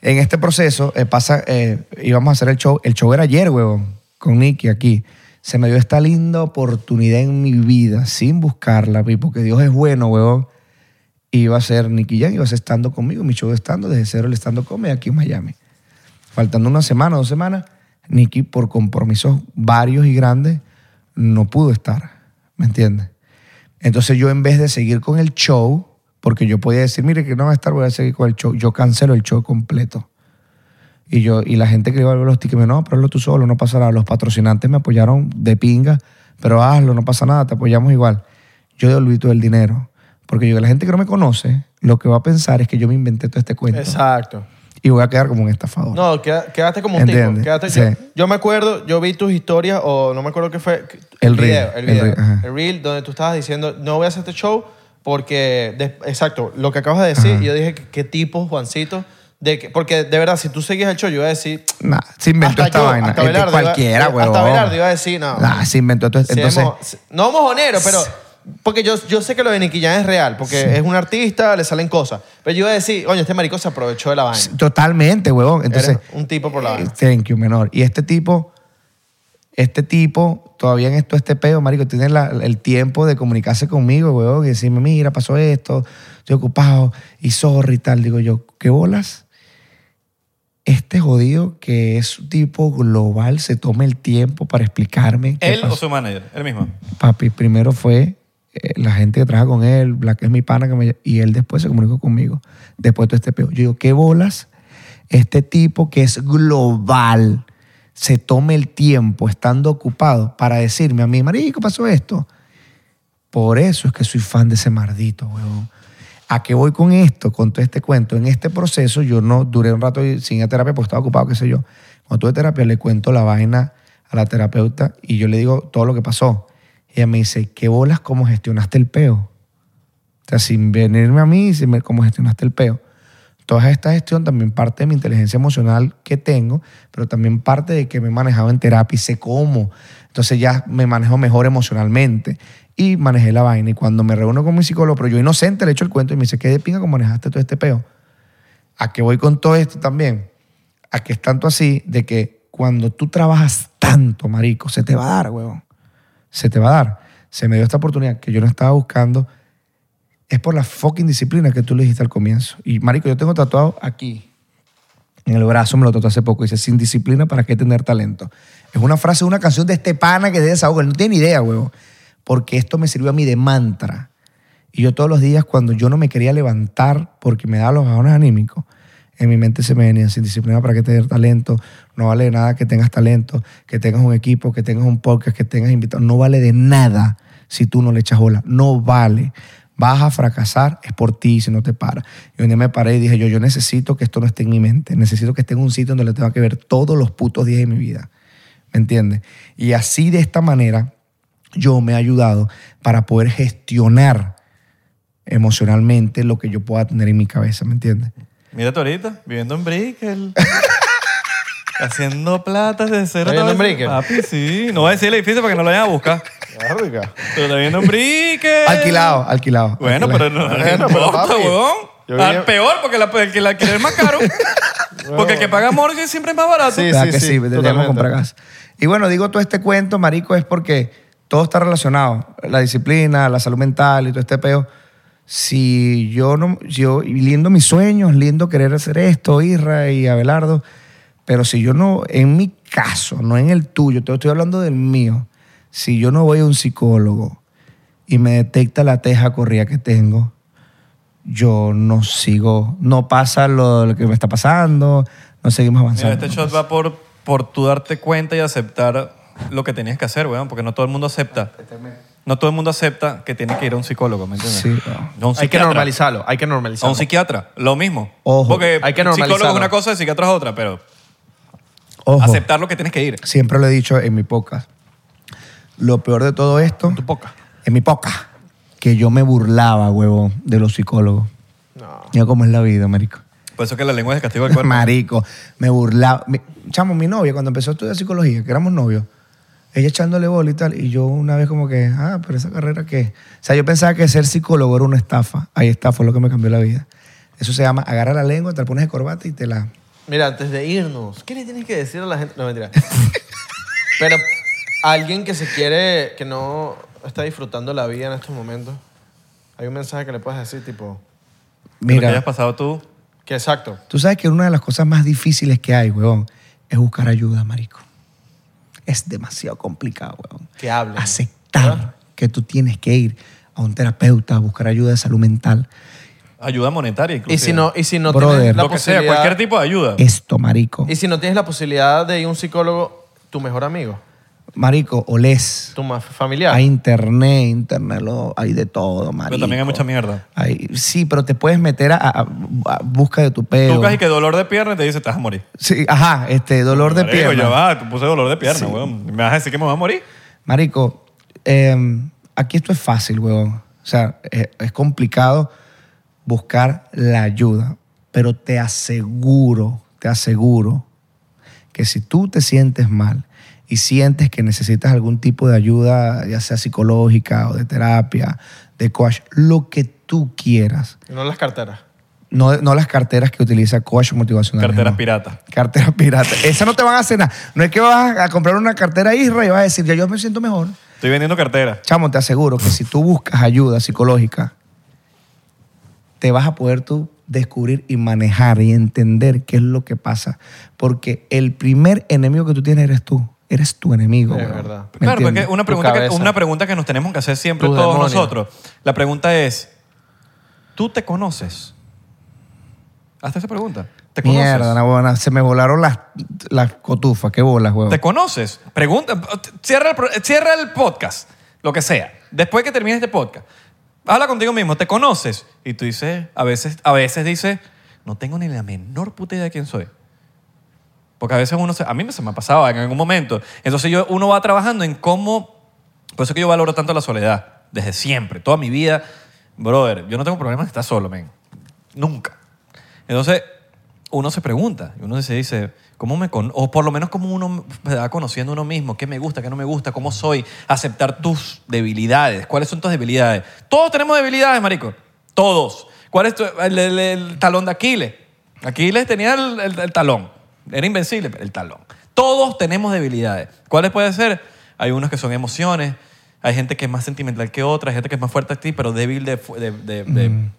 En este proceso eh, pasa, eh, íbamos a hacer el show. El show era ayer, huevón, con Nicky aquí. Se me dio esta linda oportunidad en mi vida, sin buscarla, pi, porque Dios es bueno, huevón. Iba a ser Nicky Jam, iba a ser estando conmigo, mi show de estando, desde cero el estando comedy aquí en Miami. Faltando una semana, dos semanas, Nicky, por compromisos varios y grandes, no pudo estar. ¿Me entiendes? Entonces yo en vez de seguir con el show, porque yo podía decir, mire que no va a estar, voy a seguir con el show, yo cancelo el show completo. Y, yo, y la gente que iba a ver los tickets me dijo, no, pero hazlo tú solo, no pasa nada. Los patrocinantes me apoyaron de pinga, pero hazlo, no pasa nada, te apoyamos igual. Yo devolví todo el dinero, porque yo, la gente que no me conoce, lo que va a pensar es que yo me inventé todo este cuento Exacto. y voy a quedar como un estafador. No, queda- quedaste como un tipo. Entiende, quedaste- sí. yo, yo me acuerdo, yo vi tus historias, o no me acuerdo qué fue. El video, reel, El el video. El, reel, ajá. reel donde tú estabas diciendo, no voy a hacer este show porque, de- exacto, lo que acabas de decir, yo dije, ¿qué, qué tipo, Juancito? De que, porque de verdad, si tú seguías el show, yo iba a decir, Nah, se inventó Hasta esta yo, vaina. hasta Este Abelardo iba- cualquiera, hasta huevón. Abelardo iba a decir, no. Nah, se inventó todo esto. si Entonces, hemos- si- no mojonero, pero. Porque yo, yo sé que lo de Nicky Jam es real, porque es un artista, le salen cosas. Pero yo iba a decir, oye, este marico se aprovechó de la vaina. totalmente, huevón. Entonces, eh, Eres un tipo por la vaina. Thank you, menor. Y este tipo, este tipo, todavía en esto, este peo, marico, tiene la- el tiempo de comunicarse conmigo, weón, y decirme, mira, pasó esto, estoy ocupado, y sorry y tal. Digo yo, ¿qué bolas? Este jodido que es un tipo global se toma el tiempo para explicarme. qué Él o pasó. su manager, él mismo. Papi, primero fue eh, la gente que trabaja con él, la que es mi pana, que me- y él después se comunicó conmigo, después de todo este peo. Yo digo, ¿qué bolas? Este tipo que es global se tome el tiempo estando ocupado para decirme a mí, marico, pasó esto. Por eso es que soy fan de ese mardito, huevón. ¿A qué voy con esto, con todo este cuento? En este proceso yo no duré un rato sin ir a terapia porque estaba ocupado, qué sé yo. Cuando tuve terapia le cuento la vaina a la terapeuta y yo le digo todo lo que pasó. Ella me dice, ¿qué bolas cómo gestionaste el peo? O sea, sin venirme a mí, sin ver cómo gestionaste el peo. toda esta gestión también parte de mi inteligencia emocional que tengo, pero también parte de que me he manejado en terapia y sé cómo. Entonces ya me manejo mejor emocionalmente y manejé la vaina. Y cuando me reúno con mi psicólogo, pero yo inocente le echo el cuento y me dice, ¿qué de pinga cómo manejaste todo este peo? ¿A qué voy con todo esto también? A que es tanto así de que cuando tú trabajas tanto, marico, se te va a dar, huevón. Se te va a dar. Se me dio esta oportunidad que yo no estaba buscando. Es por la fucking disciplina que tú le dijiste al comienzo. Y, marico, yo tengo tatuado aquí. En el brazo me lo tatué hace poco. Dice, sin disciplina, ¿para qué tener talento? Es una frase de una canción de este pana que es de desahogo. Él no tiene ni idea, huevón. Porque esto me sirvió a mí de mantra. Y yo todos los días, cuando yo no me quería levantar porque me daba los bajones anímicos, en mi mente se me venía sin disciplina para que tener talento, no vale de nada que tengas talento, que tengas un equipo, que tengas un podcast, que tengas invitados, no vale de nada si tú no le echas bola, no vale. Vas a fracasar, es por ti si no te paras. Y un día me paré y dije yo, yo necesito que esto no esté en mi mente, necesito que esté en un sitio donde le tenga que ver todos los putos días de mi vida. ¿Me entiendes? Y así de esta manera yo me he ayudado para poder gestionar emocionalmente lo que yo pueda tener en mi cabeza, ¿me entiendes? Eh. Mírate ahorita, viviendo en Brickell. haciendo plata de cero. ¿Estás viviendo otra en vez. Brickell? Papi, sí. No voy a decir el edificio para que no lo vayan a buscar. Verga. Pero está viviendo en Brickell. Alquilado, alquilado. Bueno, pero alquilado. no, no Bueno, pero importa, papi, yo huevón. vine- Al peor, porque la, el que la alquiler es más caro. porque el que paga mortgage siempre es más barato. Sí. ¿Verdad que sí, deberíamos totalmente. comprar casa. Y bueno, digo todo este cuento, marico, es porque todo está relacionado. La disciplina, la salud mental y todo este peo. Si yo no, yo y lindo mis sueños, lindo querer hacer esto, Isra y Abelardo, pero si yo no, en mi caso, no en el tuyo, te estoy hablando del mío, si yo no voy a un psicólogo y me detecta la teja corrida que tengo, yo no sigo, no pasa lo, lo que me está pasando, no seguimos avanzando. Mira, este shot va por, por tú darte cuenta y aceptar lo que tenías que hacer, weón, porque no todo el mundo acepta. No todo el mundo acepta que tiene que ir a un psicólogo, ¿me entiendes? Sí, weón. A un Hay que psiquiatra. normalizarlo, hay que A un normalizarlo. psiquiatra, lo mismo. Ojo. Porque Hay que psicólogo es normalizarlo. una cosa, el psiquiatra es otra, pero Ojo, aceptar lo que tienes que ir. siempre lo he dicho en mi podcast. Lo peor de todo esto, Tu poca. en mi podcast, que yo me burlaba, huevón, de los psicólogos. No. Mira cómo es la vida, marico. Por eso es que la lengua es el castigo del cuerpo. Marico, me burlaba. Mi- chamo, mi novia, cuando empezó a estudiar psicología, que éramos novios, ella echándole bola y tal, y yo una vez como que, ah, pero esa carrera qué. es? O sea, yo pensaba que ser psicólogo era una estafa. Ahí está, fue lo que me cambió la vida. Eso se llama agarra la lengua, te la pones de corbata y te la... Mira, antes de irnos, ¿qué le tienes que decir a la gente? No, mentira. Pero alguien que se quiere, que no está disfrutando la vida en estos momentos, hay un mensaje que le puedes decir, tipo, Lo que Mira, hayas pasado tú. que exacto. Tú sabes que una de las cosas más difíciles que hay, weón, es buscar ayuda, marico. Es demasiado complicado, weón. Que hablen. Ah, Aceptar que tú tienes que ir a un terapeuta a buscar ayuda de salud mental. Ayuda monetaria, inclusive. Y si no, y si no Brother. tienes la lo que sea, posibilidad, cualquier tipo de ayuda. Esto, marico. Y si no tienes la posibilidad de ir a un psicólogo, tu mejor amigo, Marico, olés. tu más familiar. Hay internet, internet, lo- hay de todo, marico. Pero también hay mucha mierda. Hay- sí, pero te puedes meter a, a- a busca de tu pelo. Tú casi que dolor de pierna y te dice, te vas a morir. Sí, ajá, este, dolor de Marico, pierna. Ya va, te puse dolor de pierna, weón. ¿Me vas a decir que me vas a morir? Marico, eh, aquí esto es fácil, huevón. O sea, es, es complicado buscar la ayuda, pero te aseguro, te aseguro que si tú te sientes mal y sientes que necesitas algún tipo de ayuda, ya sea psicológica o de terapia, de coach, lo que tú quieras, No las carteras. no, no las carteras que utiliza coach motivacional. Carteras no. pirata. Cartera pirata. Esa no te van a hacer nada. No es que vas a comprar una cartera Isra y vas a decir, ya yo me siento mejor. Estoy vendiendo carteras. Chamo, te aseguro que si tú buscas ayuda psicológica, te vas a poder tú descubrir y manejar y entender qué es lo que pasa. Porque el primer enemigo que tú tienes eres tú. Eres tu enemigo. Es weón. verdad. ¿Me Claro, porque entiendes? una Tu pregunta, que, cabeza. una pregunta que nos tenemos que hacer siempre Tus todos demonios. nosotros. La pregunta es, ¿tú te conoces? Hazte esa pregunta. ¿Te conoces? Mierda, na, huevona, se me volaron las, las cotufas. Qué bolas, huevón. ¿Te conoces? Pregunta, cierra el, pro- cierra el podcast, lo que sea. Después que termine este podcast, habla contigo mismo, ¿te conoces? Y tú dices, a veces, a veces dices, no tengo ni la menor puta idea de quién soy. Porque a veces uno se, a mí me se me ha pasado en algún momento. Entonces yo, uno va trabajando en cómo, por eso que yo valoro tanto la soledad, desde siempre, toda mi vida. Brother, yo no tengo problema de estar solo, men. Nunca. Entonces, uno se pregunta, y uno se dice, ¿cómo me con O por lo menos cómo uno se va conociendo a uno mismo, qué me gusta, qué no me gusta, cómo soy, aceptar tus debilidades, cuáles son tus debilidades. Todos tenemos debilidades, marico. Todos. ¿Cuál es tu- el, el- el talón de Aquiles? Aquiles tenía el, el- el talón. Era invencible, pero el talón. Todos tenemos debilidades. ¿Cuáles pueden ser? Hay unos que son emociones, hay gente que es más sentimental que otra, hay gente que es más fuerte a ti, pero débil de... fu- de- de- de-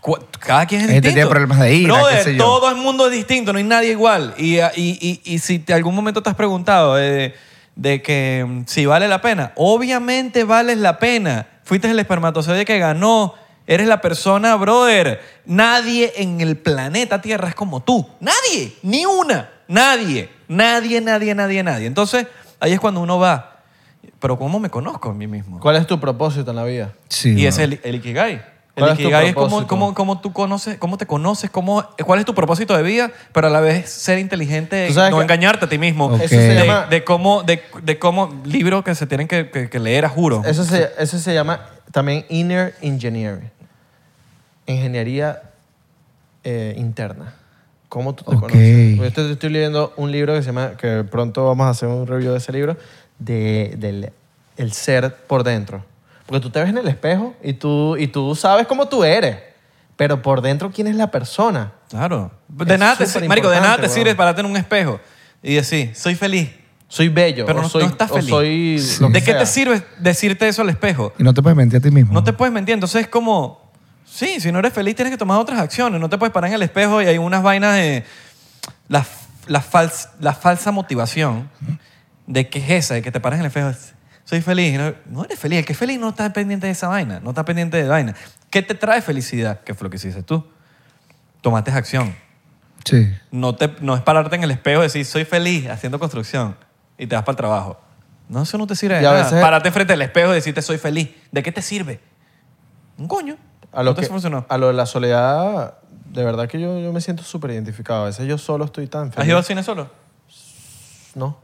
Cu- Cada quien es Hay gente distinto. que Este tiene problemas de ira, Brother, qué sé yo. todo el mundo es distinto, no hay nadie igual. Y, ah, y, y, y si te algún momento te has preguntado de, de que mm, si vale la pena, obviamente vales la pena. Fuiste el espermatozoide que ganó. Eres la persona, brother. Nadie en el planeta Tierra es como tú. Nadie, ni una. Nadie, nadie, nadie, nadie, nadie. Entonces, ahí es cuando uno va. Pero ¿cómo me conozco a mí mismo? ¿Cuál es tu propósito en la vida? Sí, y mano. es el, el Ikigai. El ¿Cuál es tu Ikigai es cómo, propósito? cómo, cómo tú conoces, cómo te conoces, cómo, cuál es tu propósito de vida, pero a la vez ser inteligente, Tú sabes no que- engañarte a ti mismo. Ok. Eso se De, llama- de cómo, de, de cómo, libros que se tienen que, que- que leer, a juro. Eso se, eso se llama también inner engineering. Ingeniería eh, interna. ¿Cómo tú te Ok. conoces? Yo estoy, estoy leyendo un libro que se llama, que pronto vamos a hacer un review de ese libro, de, del el ser por dentro. Porque tú te ves en el espejo y tú, y tú sabes cómo tú eres, pero por dentro quién es la persona. Claro. De Es nada te, súper sir- marico, de nada te importante, sirve weón. pararte en un espejo y decir, soy feliz. Soy bello, Pero o no- soy, no estás o feliz. soy Sí. lo que ¿De qué te sea. sirve decirte eso al espejo? Y no te puedes mentir a ti mismo. No te puedes mentir. Entonces es como, sí, si no eres feliz tienes que tomar otras acciones. No te puedes parar en el espejo y hay unas vainas de la, la, fals- la falsa motivación de que es esa, de que te paras en el espejo. es, Soy feliz. Y No, no eres feliz. El que es feliz no está pendiente de esa vaina. No está pendiente de vaina. ¿Qué te trae felicidad? Que fue lo que hiciste tú. Tomaste acción. Sí. No, te, no es pararte en el espejo y decir, soy feliz haciendo construcción y te vas para el trabajo. No, eso no te sirve de Y a nada. veces- Pararte frente al espejo y decirte, soy feliz. ¿De qué te sirve? Un coño. A lo, no te que- funcionó. a lo de la soledad, de verdad que yo, yo me siento súper identificado. A veces yo solo estoy tan ¿Has ido al feliz. cine solo? No.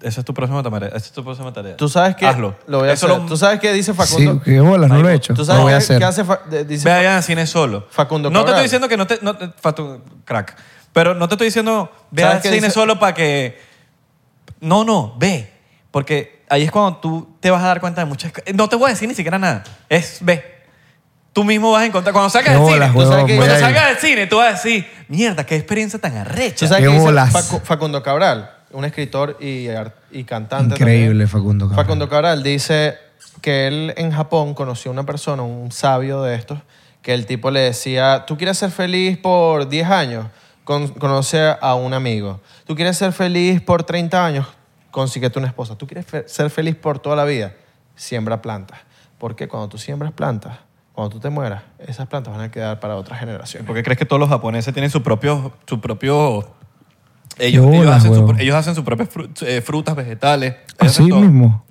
Esa es tu próxima tarea. Esa es tu próxima tarea. Tú sabes que... Hazlo. Lo voy a Eso hacer. lo- Tú sabes que dice Sí, Facundo... qué bolas, no lo he hecho. Tú sabes Lo voy a qué- hacer. qué hace... Fa- de- dice Vayan al cine solo. Facundo No te estoy Cabral. diciendo que no te... No te- Fatu- crack. Pero no te estoy diciendo, ve ¿Sabes al qué cine dice? solo para que... No, no, ve. Porque ahí es cuando tú te vas a dar cuenta de muchas cosas. No te voy a decir ni siquiera nada. Es ve. Tú mismo vas a encontrar... Cuando salgas Qué del bolas, tú cine... sabes huevón, que- voy Cuando a ir. salgas del cine, tú vas a decir, mierda, qué experiencia tan ¿Tú arrecha. sabes Qué qué dice bolas. Facu- Facundo Cabral? Un escritor y, ar- y cantante Increíble, también. Facundo Cabral. Facundo Cabral dice que él en Japón conoció a una persona, un sabio de estos, que el tipo le decía, tú quieres ser feliz por 10 años, Con- conoce a un amigo. Tú quieres ser feliz por 30 años, consíguete una esposa. Tú quieres fe- ser feliz por toda la vida, siembra plantas. Porque cuando tú siembras plantas, cuando tú te mueras, esas plantas van a quedar para otras generaciones. ¿Por qué crees que todos los japoneses tienen su propio... Su propio ellos, Qué ellos bolas, hacen su huevón. pro- ellos hacen sus propias fru- eh, frutas, vegetales. ellos Así hacen todo. mismo.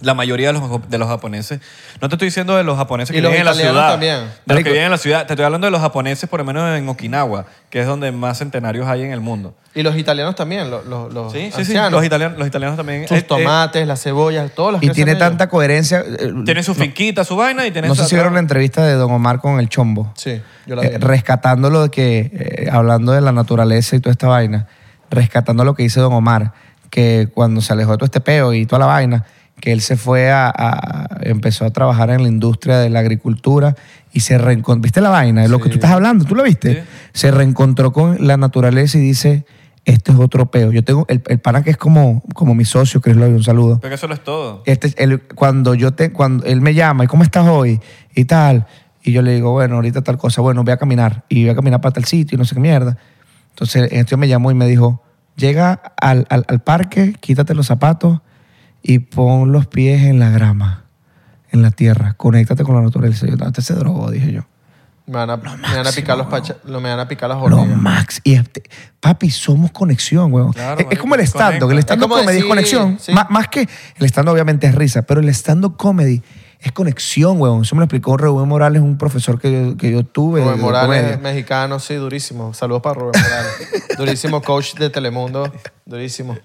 La mayoría de los, de los japoneses. No te estoy diciendo de los japoneses Y que los viven en la italianos ciudad. también. De los que Marico. viven en la ciudad. Te estoy hablando de los japoneses, por lo menos en Okinawa, que es donde más centenarios hay en el mundo. Y los italianos también, los, los, los Sí, sí, sí. ancianos. Los italianos, los italianos también. Sus eh, eh, tomates, las cebollas, todos los Y tiene tanta coherencia. eh, tienen su finquita, su vaina y tienen No su- sé si vieron la entrevista de Don Omar con el Chombo. Sí, yo la vi. Eh, rescatando lo de que, eh, hablando de la naturaleza y toda esta vaina, rescatando lo que dice Don Omar, que cuando se alejó de todo este peo y toda la vaina, que él se fue a, a- empezó a trabajar en la industria de la agricultura y se reencontró, ¿viste la vaina? Lo que tú estás hablando, ¿tú lo viste? Sí. Se reencontró con la naturaleza y dice, este es otro peo. Yo tengo, el, el pana que es como, como mi socio, Chris Lloyd, un saludo. Creo que eso lo es todo. Este, él- cuando yo te, cuando él me llama, ¿y cómo estás hoy? Y tal. Y yo le digo, bueno, ahorita tal cosa, bueno, voy a caminar. Y voy a caminar para tal sitio y no sé qué mierda. Entonces, este me llamó y me dijo, llega al, al- al parque, quítate los zapatos y pon los pies en la grama, en la tierra. Conéctate con la naturaleza. Yo, no, este se drogó, dije yo. Me van a, me van a picar los pacha- lo- me van a picar las Lo hormigas. max. Y este- papi, somos conexión, weón. Claro, es, es marico, como el stand-up. conecta. El Es stand-up como comedy es decir, conexión. sí. Má- más que el stand-up, obviamente, es risa, pero el stand-up comedy es conexión, weón. Eso me lo explicó Rubén Morales, un profesor que yo, que yo tuve. Rubén de Morales, comedia. mexicano, sí, durísimo. Saludos para Rubén Morales. durísimo coach de Telemundo, durísimo.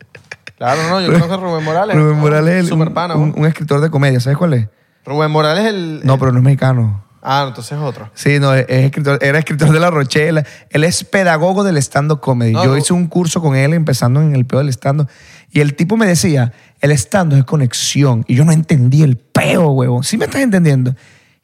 Claro, no, yo conozco a Rubén Morales. Rubén Morales, Super un, pana. un- un escritor de comedia. ¿Sabes cuál es? Rubén Morales, el. No, pero no es mexicano. Ah, entonces es otro. Sí, no, es escritor, era escritor de La Rochela. Él es pedagogo del stand-up comedy. No, Yo no. hice un curso con él empezando en el peo del stand-up. Y el tipo me decía, el stand-up es conexión. Y yo no entendí el peo, huevo. ¿Sí me estás entendiendo?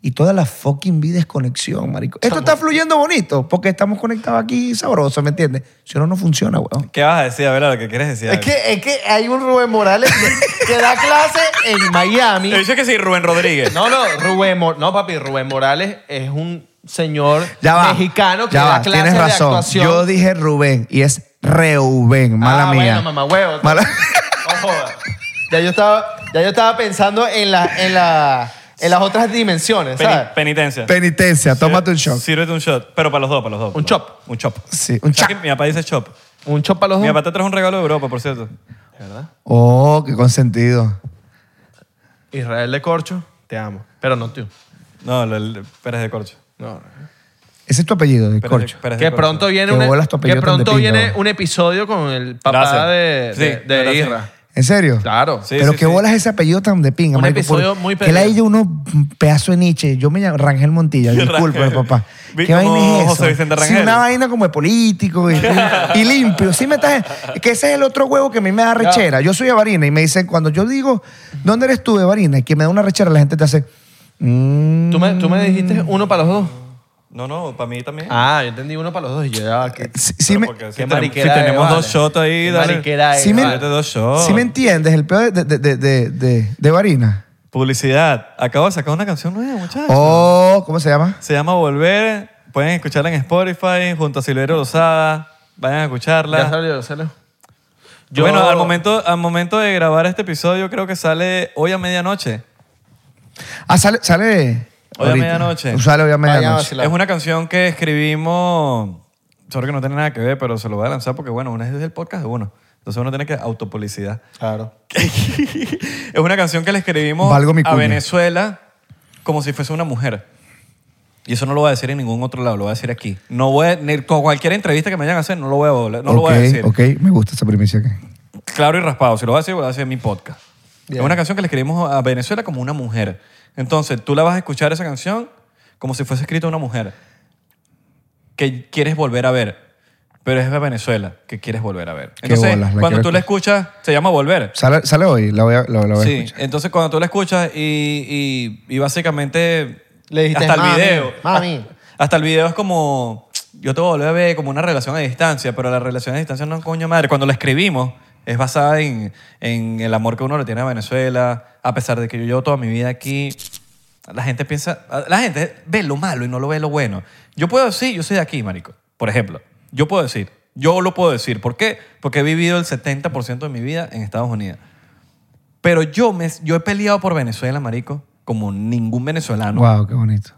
Y toda la fucking vida es conexión, marico. Esto está fluyendo bonito porque estamos conectados aquí sabroso, ¿me entiendes? Si no, no funciona, huevo. ¿Qué vas a decir? A ver, lo que quieres decir. Es que, es que hay un Rubén Morales que- que da clase en Miami. Yo dice que sí, Rubén Rodríguez. No, no, Rubén Mor- no, papi, Rubén Morales es un señor Ya va. mexicano que ya da va, clases tienes de razón. actuación. Yo dije Rubén y es Reubén, mala ah, mía. Bueno, mamá, huevo. Mala- No jodas. Ya yo estaba, ya yo estaba pensando en, la, en, la, en las otras dimensiones, Peni- ¿sabes? penitencia. Penitencia, tómate un shot. Sírvete un shot. Pero para los dos, para los dos. Un chop. Un chop. Sí, un O sea chop. que Mi papá dice chop. Un chop para los Mi dos. papá te trajo un regalo de Europa, por cierto. Oh, qué consentido. Israel de Corcho, te amo. Pero no tú. No, el, el Pérez de Corcho. No. Ese es tu apellido, de Pérez de- corcho. Pérez de Que Corcho. pronto viene, Qué una- bolas tu apellido que tan de pronto pinga, viene bro. un episodio con el papá Gracias. de, de, Sí, de ahora sí. Isra. ¿En serio? Claro. Sí, Pero sí, qué sí. bolas ese apellido tan de pinga, Un marico, por- episodio muy Que la perdido. ella uno pedazo de Nietzsche. Yo me llamo Rangel Montilla, disculpe, papá. Vi ¿Qué como vaina es eso? José Vicente Sí, Rangel. una vaina como de político y, y limpio. Sí me estás... es Que ese es el otro huevo que a mí me da rechera. Yo soy Evarina y me dicen, cuando yo digo, ¿dónde eres tú, Evarina? Y que me da una rechera, la gente te hace... mm, ¿Tú me, tú me dijiste uno para los dos. No, no, para mí también. Ah, yo entendí uno para los dos y yo ya. que- sí, sí Pero me- porque qué si, tenemos, mariquera si es, tenemos vale. dos shots ahí, Qué dale. mariquera es, Sí me- vale. Date dos shots. ¿Sí me entiendes? El peor de, de, de, de, de, de Varina. Publicidad. Acabo de sacar una canción nueva, muchachos. Oh, ¿cómo se llama? Se llama Volver. Pueden escucharla en Spotify junto a Silverio Lozada. Vayan a Ya escucharla. salió, ya salió. Bueno, al momento, al momento de grabar este episodio, creo que sale hoy a medianoche. Ah, sale. sale Hoy a ahorita. medianoche. Sale hoy a Vayan a medianoche. vacilar. Es una canción que escribimos. Sorry que no tiene nada que ver, pero se lo voy a lanzar porque, bueno, uno es del podcast de uno. Entonces uno tiene que autopublicidad. Claro. es una canción que le escribimos Valgo mi a cuña. Venezuela como si fuese una mujer. Y eso no lo voy a decir en ningún otro lado, lo voy a decir aquí. No voy a- ni con cualquier entrevista que me vayan a hacer, no lo voy a, no lo voy a Ok, decir. Ok, me gusta esa primicia. aquí. Claro y raspado. Si lo vas a decir, lo vas a decir en mi podcast. Bien. Es una canción que le escribimos a Venezuela como una mujer. Entonces, tú la vas a escuchar esa canción como si fuese escrita una mujer que quieres volver a ver. Pero es de Venezuela que quieres volver a ver. Qué Entonces, bolas, la cuando quiero tú la escuchas, se llama Volver. Sale, sale hoy, la voy a, la, la voy a Sí, escuchar. entonces cuando tú la escuchas y, y, y básicamente Le dijiste, hasta el "Mami, video. mami". Hasta el video es como, yo te voy a volver a ver como una relación a distancia, pero la relación a distancia no es coño madre. Cuando la escribimos es basada en, en el amor que uno le tiene a Venezuela, a pesar de que yo llevo toda mi vida aquí. La gente piensa, la gente ve lo malo y no lo ve lo bueno. Yo puedo decir, yo soy de aquí, marico, por ejemplo. Yo puedo decir, yo lo puedo decir. ¿Por qué? Porque he vivido el 70% de mi vida en Estados Unidos. Pero yo, me, yo he peleado por Venezuela, marico, como ningún venezolano. Wow, qué bonito.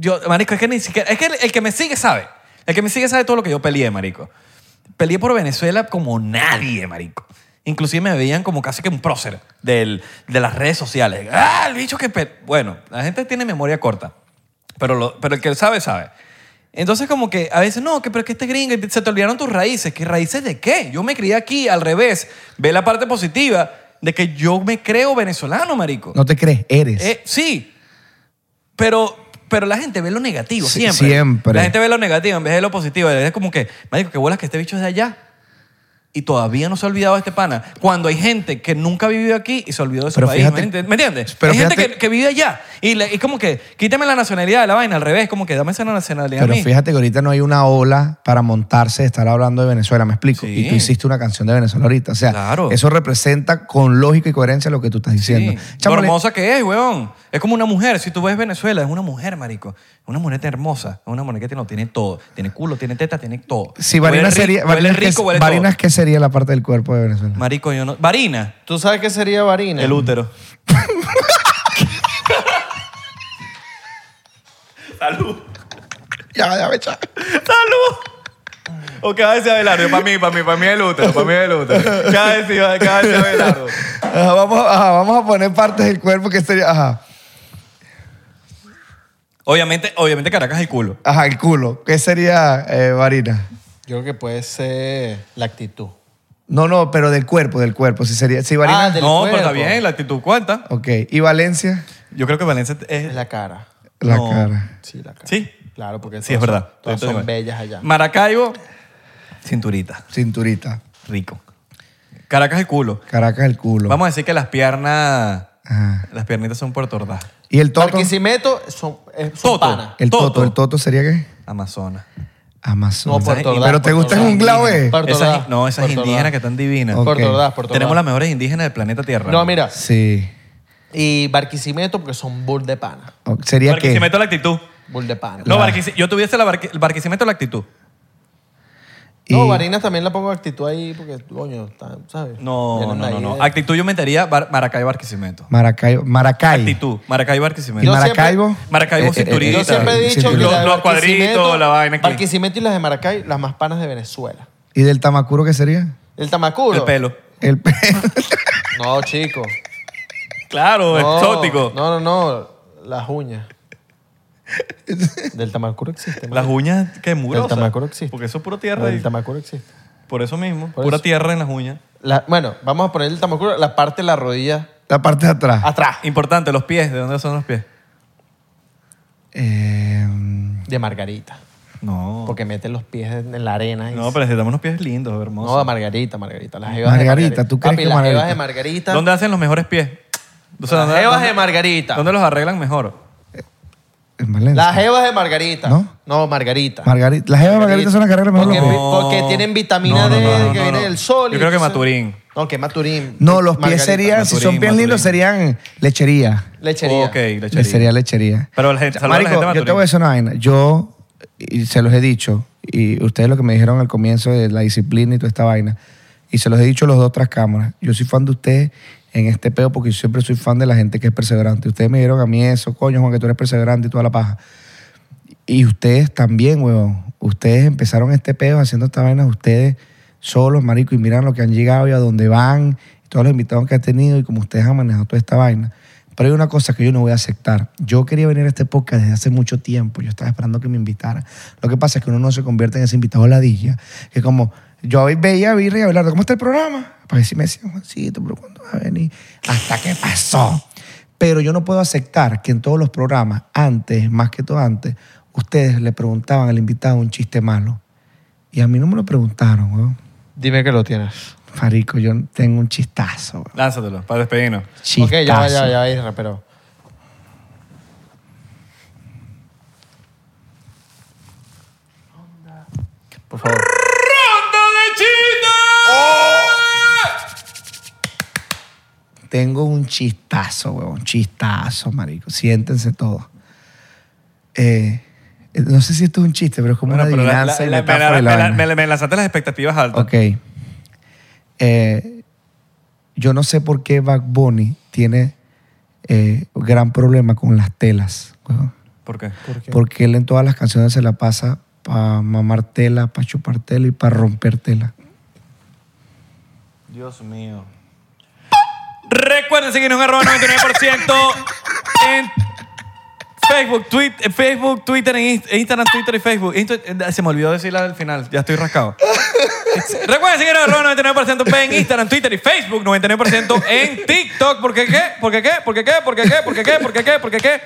Yo, marico, es que ni siquiera... Es que el, el que me sigue sabe. El que me sigue sabe todo lo que yo peleé, marico. Peleé por Venezuela como nadie, marico. Inclusive me veían como casi que un prócer del, de las redes sociales. ¡Ah, el bicho que... pe-". Bueno, la gente tiene memoria corta. Pero, lo- pero el que sabe, sabe. Entonces como que a veces, no, que, pero es que este gringo, y se te olvidaron tus raíces. ¿Qué raíces de qué? Yo me crié aquí, al revés. Ve la parte positiva de que yo me creo venezolano, marico. No te crees, eres. Eh, sí. Pero, pero la gente ve lo negativo Sí, siempre. siempre. La gente ve lo negativo en vez de lo positivo. Es como que, marico, que bolas que este bicho es de allá. Y todavía no se ha olvidado de este pana. Cuando hay gente que nunca ha vivido aquí y se olvidó de su Pero país. fíjate- ¿Me enti- ¿Me entiendes? pero hay gente fíjate- que, que vive allá. Y le- es como que, quítame la nacionalidad de la vaina. Al revés, como que dame esa nacionalidad Pero a mí. fíjate que ahorita no hay una ola para montarse de estar hablando de Venezuela, me explico. Sí. Y tú hiciste una canción de Venezuela ahorita. O sea, Claro. eso representa con lógica y coherencia lo que tú estás diciendo. Sí. Lo Chámale- hermosa que es, weón. Es como una mujer. Si tú ves Venezuela, es una mujer, marico. Es una mujer hermosa. Es una mujer que tiene- lo tiene todo. Tiene culo, tiene teta, tiene todo. Sí, Huele Varinas rico, sería. huele Varinas, rico, que, huele Varinas, ¿qué sería la parte del cuerpo de Venezuela? todo. Marico, yo no... Varina. ¿Tú sabes qué sería Varina? El útero. Ya, ya, me echa. ¡Salud! ¿O qué va a decir Abelardo? Para mí, para mí, para mí el útero, para mí el útero. ¿Qué va a decir, qué va a decir Abelardo? Ajá, vamos, ajá, vamos a poner partes del cuerpo que sería. Ajá. Obviamente, obviamente Caracas es el culo. Ajá, el culo. ¿Qué sería eh, Varina? Yo creo que puede ser la actitud. No, no, pero del cuerpo, del cuerpo. Si sería. Si Varina. Ah, del No, pero cuerpo. está bien, la actitud cuenta. Ok. ¿Y Valencia? Yo creo que Valencia es... Es la cara. La No. cara. Sí, la cara. Sí. Claro, porque Sí, todas es son- verdad. todas Estoy- son estoy- bellas allá. Mm, Maracaibo, cinturita. Cinturita. Rico. Caracas, el culo. Caracas el culo. Vamos a decir que las piernas. Ajá. Las piernitas son Puerto Ordaz. Y el toto. Barquisimeto son, es- son Toto. panas. El toto. Toto. El toto sería qué? Amazonas. Amazonas. No, Puerto Ordaz, Pero te Puerto gusta es Ordaz. un glave. Puerto Esas- Ordaz, no, esas Puerto indígenas Ordaz. que están divinas. Ok. Puerto Ordaz, Puerto Tenemos las Ordaz. mejores indígenas del planeta Tierra. No, mira. Sí. Y Barquisimeto porque son bull de pana. O- ¿Sería qué? Barquisimeto la actitud. Bull de pana. No, Barquisi- yo tuviese la barqui- el Barquisimeto la actitud. Y- No, Barinas también la pongo actitud ahí porque, coño, está- ¿sabes? No, no, Vienen no, ahí, no. eh. Actitud yo metería Bar- Maracay Barquisimeto. Maracaibo. Maracay. Actitud, Maracay Barquisimeto. ¿Y Yo Maracaibo? siempre- Maracaibo cinturita. Yo eh, siempre he dicho que Cinturita. Los- la de los cuadritos, Barquisimeto- la vaina aquí. Barquisimeto y las de Maracay, las más panas de Venezuela. ¿Y del Tamacuro qué sería? El Tamacuro. El pelo. El pe- No, chico. Claro, No, exótico. No, no, no. Las uñas. Del Tamacuro existe. Las uñas que muros. El Tamacuro existe. Porque eso es pura uñas. tierra. y- Del Tamacuro existe. por eso mismo. Por pura eso. tierra en las uñas. La- bueno, vamos a poner el Tamacuro, la parte de la rodilla La parte de atrás. atrás. Importante, los pies. ¿De dónde son los pies? Eh, De Margarita. No. Porque meten los pies en en la arena. y- No, pero necesitamos unos pies lindos, hermosos. No, de Margarita, Margarita. Las jevas de Margarita, ¿tú crees Papi, que las jevas Margarita? de Margarita. ¿Dónde hacen los mejores pies? O sea, Las ¿dónde- jevas de dónde- Margarita. ¿Dónde los arreglan mejor? en Valencia. Las jevas de Margarita. ¿No? No, Margarita. Margarita. Las jevas de Margarita son las que arreglan mejor Porque, los pies. porque tienen vitamina No, no, D no, no, que no, viene no. del sol. Yo y creo que entonces- Maturín. No, que Maturín. No, los pies Margarita. serían, si son Eh, Maturín, pies lindos, serían lechería. Lechería. Ok, lechería. Sería lechería. Pero la gente, saluda a la Marico, gente de yo te Maturín. voy a decir una vaina. Yo, y se los he dicho, y ustedes lo que me dijeron al comienzo de la disciplina y toda esta vaina, y se los he dicho a los dos tras cámaras, yo soy fan de ustedes en este peo porque yo siempre soy fan de la gente que es perseverante. Ustedes me dijeron a mí eso, coño, Juan, que tú eres perseverante y toda la paja. Y ustedes también, huevón. Ustedes empezaron este pedo haciendo estas vainas ustedes solos, marico, y miran lo que han llegado y a dónde van, y todos los invitados que han tenido y como ustedes han manejado toda esta vaina. Pero hay una cosa que yo no voy a aceptar. Yo quería venir a este podcast desde hace mucho tiempo. Yo estaba esperando que me invitaran. Lo que pasa es que uno no se convierte en ese invitado ladilla. Que como yo veía a Virre y a Abelardo, ¿cómo está el programa? Para decirme, decía, Juancito, pero ¿cuándo va a venir? Hasta que pasó. Pero yo no puedo aceptar que en todos los programas, antes, más que todo antes, ustedes le preguntaban al invitado un chiste malo. Y a mí no me lo preguntaron, weón. Dime que lo tienes. Farico, yo tengo un chistazo, weón. Lánzatelo, para despedirnos. Chistazo. Ok, ya, va, ya, va, ya, va, Isra, pero. Por favor. ¡Rondo de China! Tengo un chistazo, weón. Chistazo, marico. Siéntense todos. Eh, eh, no sé si esto es un chiste, pero es como una pero la- adivinanza la- la- y metáfora me, y la la- me la- vaina. me la- me lanzaste las expectativas altas. Ok. Eh, yo no sé por qué Bad Bunny tiene eh, gran problema con las telas. weón. ¿Por qué? Porque él en todas las canciones se la pasa para mamar tela, para chupar tela y para romper tela. Dios mío. Recuerden seguirnos en arroba 99% en Facebook, Twitter, Facebook, Twitter, en Inst- Instagram, Twitter y Facebook. Insta- eh, se me olvidó decirla al final, ya estoy rascado. Recuerden seguirnos en arroba 99% en Instagram, Twitter y Facebook, 99% en TikTok. ¿Por qué qué? ¿Por qué qué? ¿Por qué qué? ¿Por qué qué? ¿Por qué qué? ¿Por qué qué? ¿Por qué qué?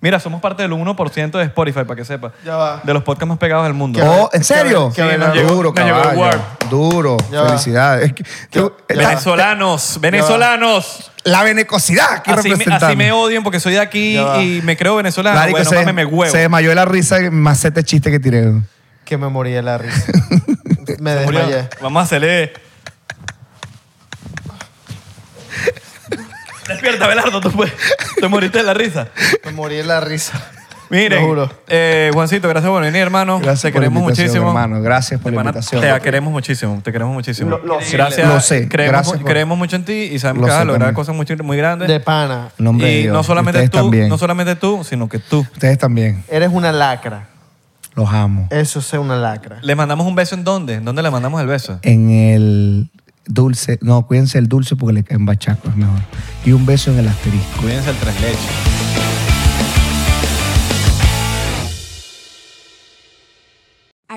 Mira, somos parte del 1% de Spotify, para que sepa. Ya va. De los podcasts más pegados del mundo. Oh, ¿En serio? que me- nos llegó- Duro, nos llegó el caballo. Word. Duro. Ya va. Felicidades. Es que- tú- ya la, va. Venezolanos, venezolanos. la benecosidad aquí Así me, representando. así me odian porque soy de aquí Ya va. y me creo venezolano. Marico, bueno, se, mame, me huevo. se desmayó de la risa en macete chiste que tiré. weón. Que me morí de la risa. Me Murió. desmayé. Vamos a hacerle... Despierta, Belardo, tú puedes. Te moriste de la risa. Me morí de la risa. Miren, Lo juro. eh, Juancito, gracias por venir, hermano. Gracias te por la queremos invitación, muchísimo. hermano. Gracias por De la pana, invitación. Te queremos muchísimo, te queremos muchísimo. lo sé. Gracias. Lo sé, Creemos, gracias por- creemos mucho en ti y sabemos Lo que vas a sé lograr cosas también. muy, muy grandes. De pana. En nombre de y Dios. no solamente Ustedes tú, también. no solamente tú, sino que tú. Ustedes también. Eres una lacra. Los amo. Eso es ser una lacra. ¿Le mandamos un beso en dónde? ¿En dónde le mandamos el beso? en el dulce. No, cuídense el dulce porque le caen bachaco, es mejor. Y un beso en el asterisco. Cuídense el tres leches. I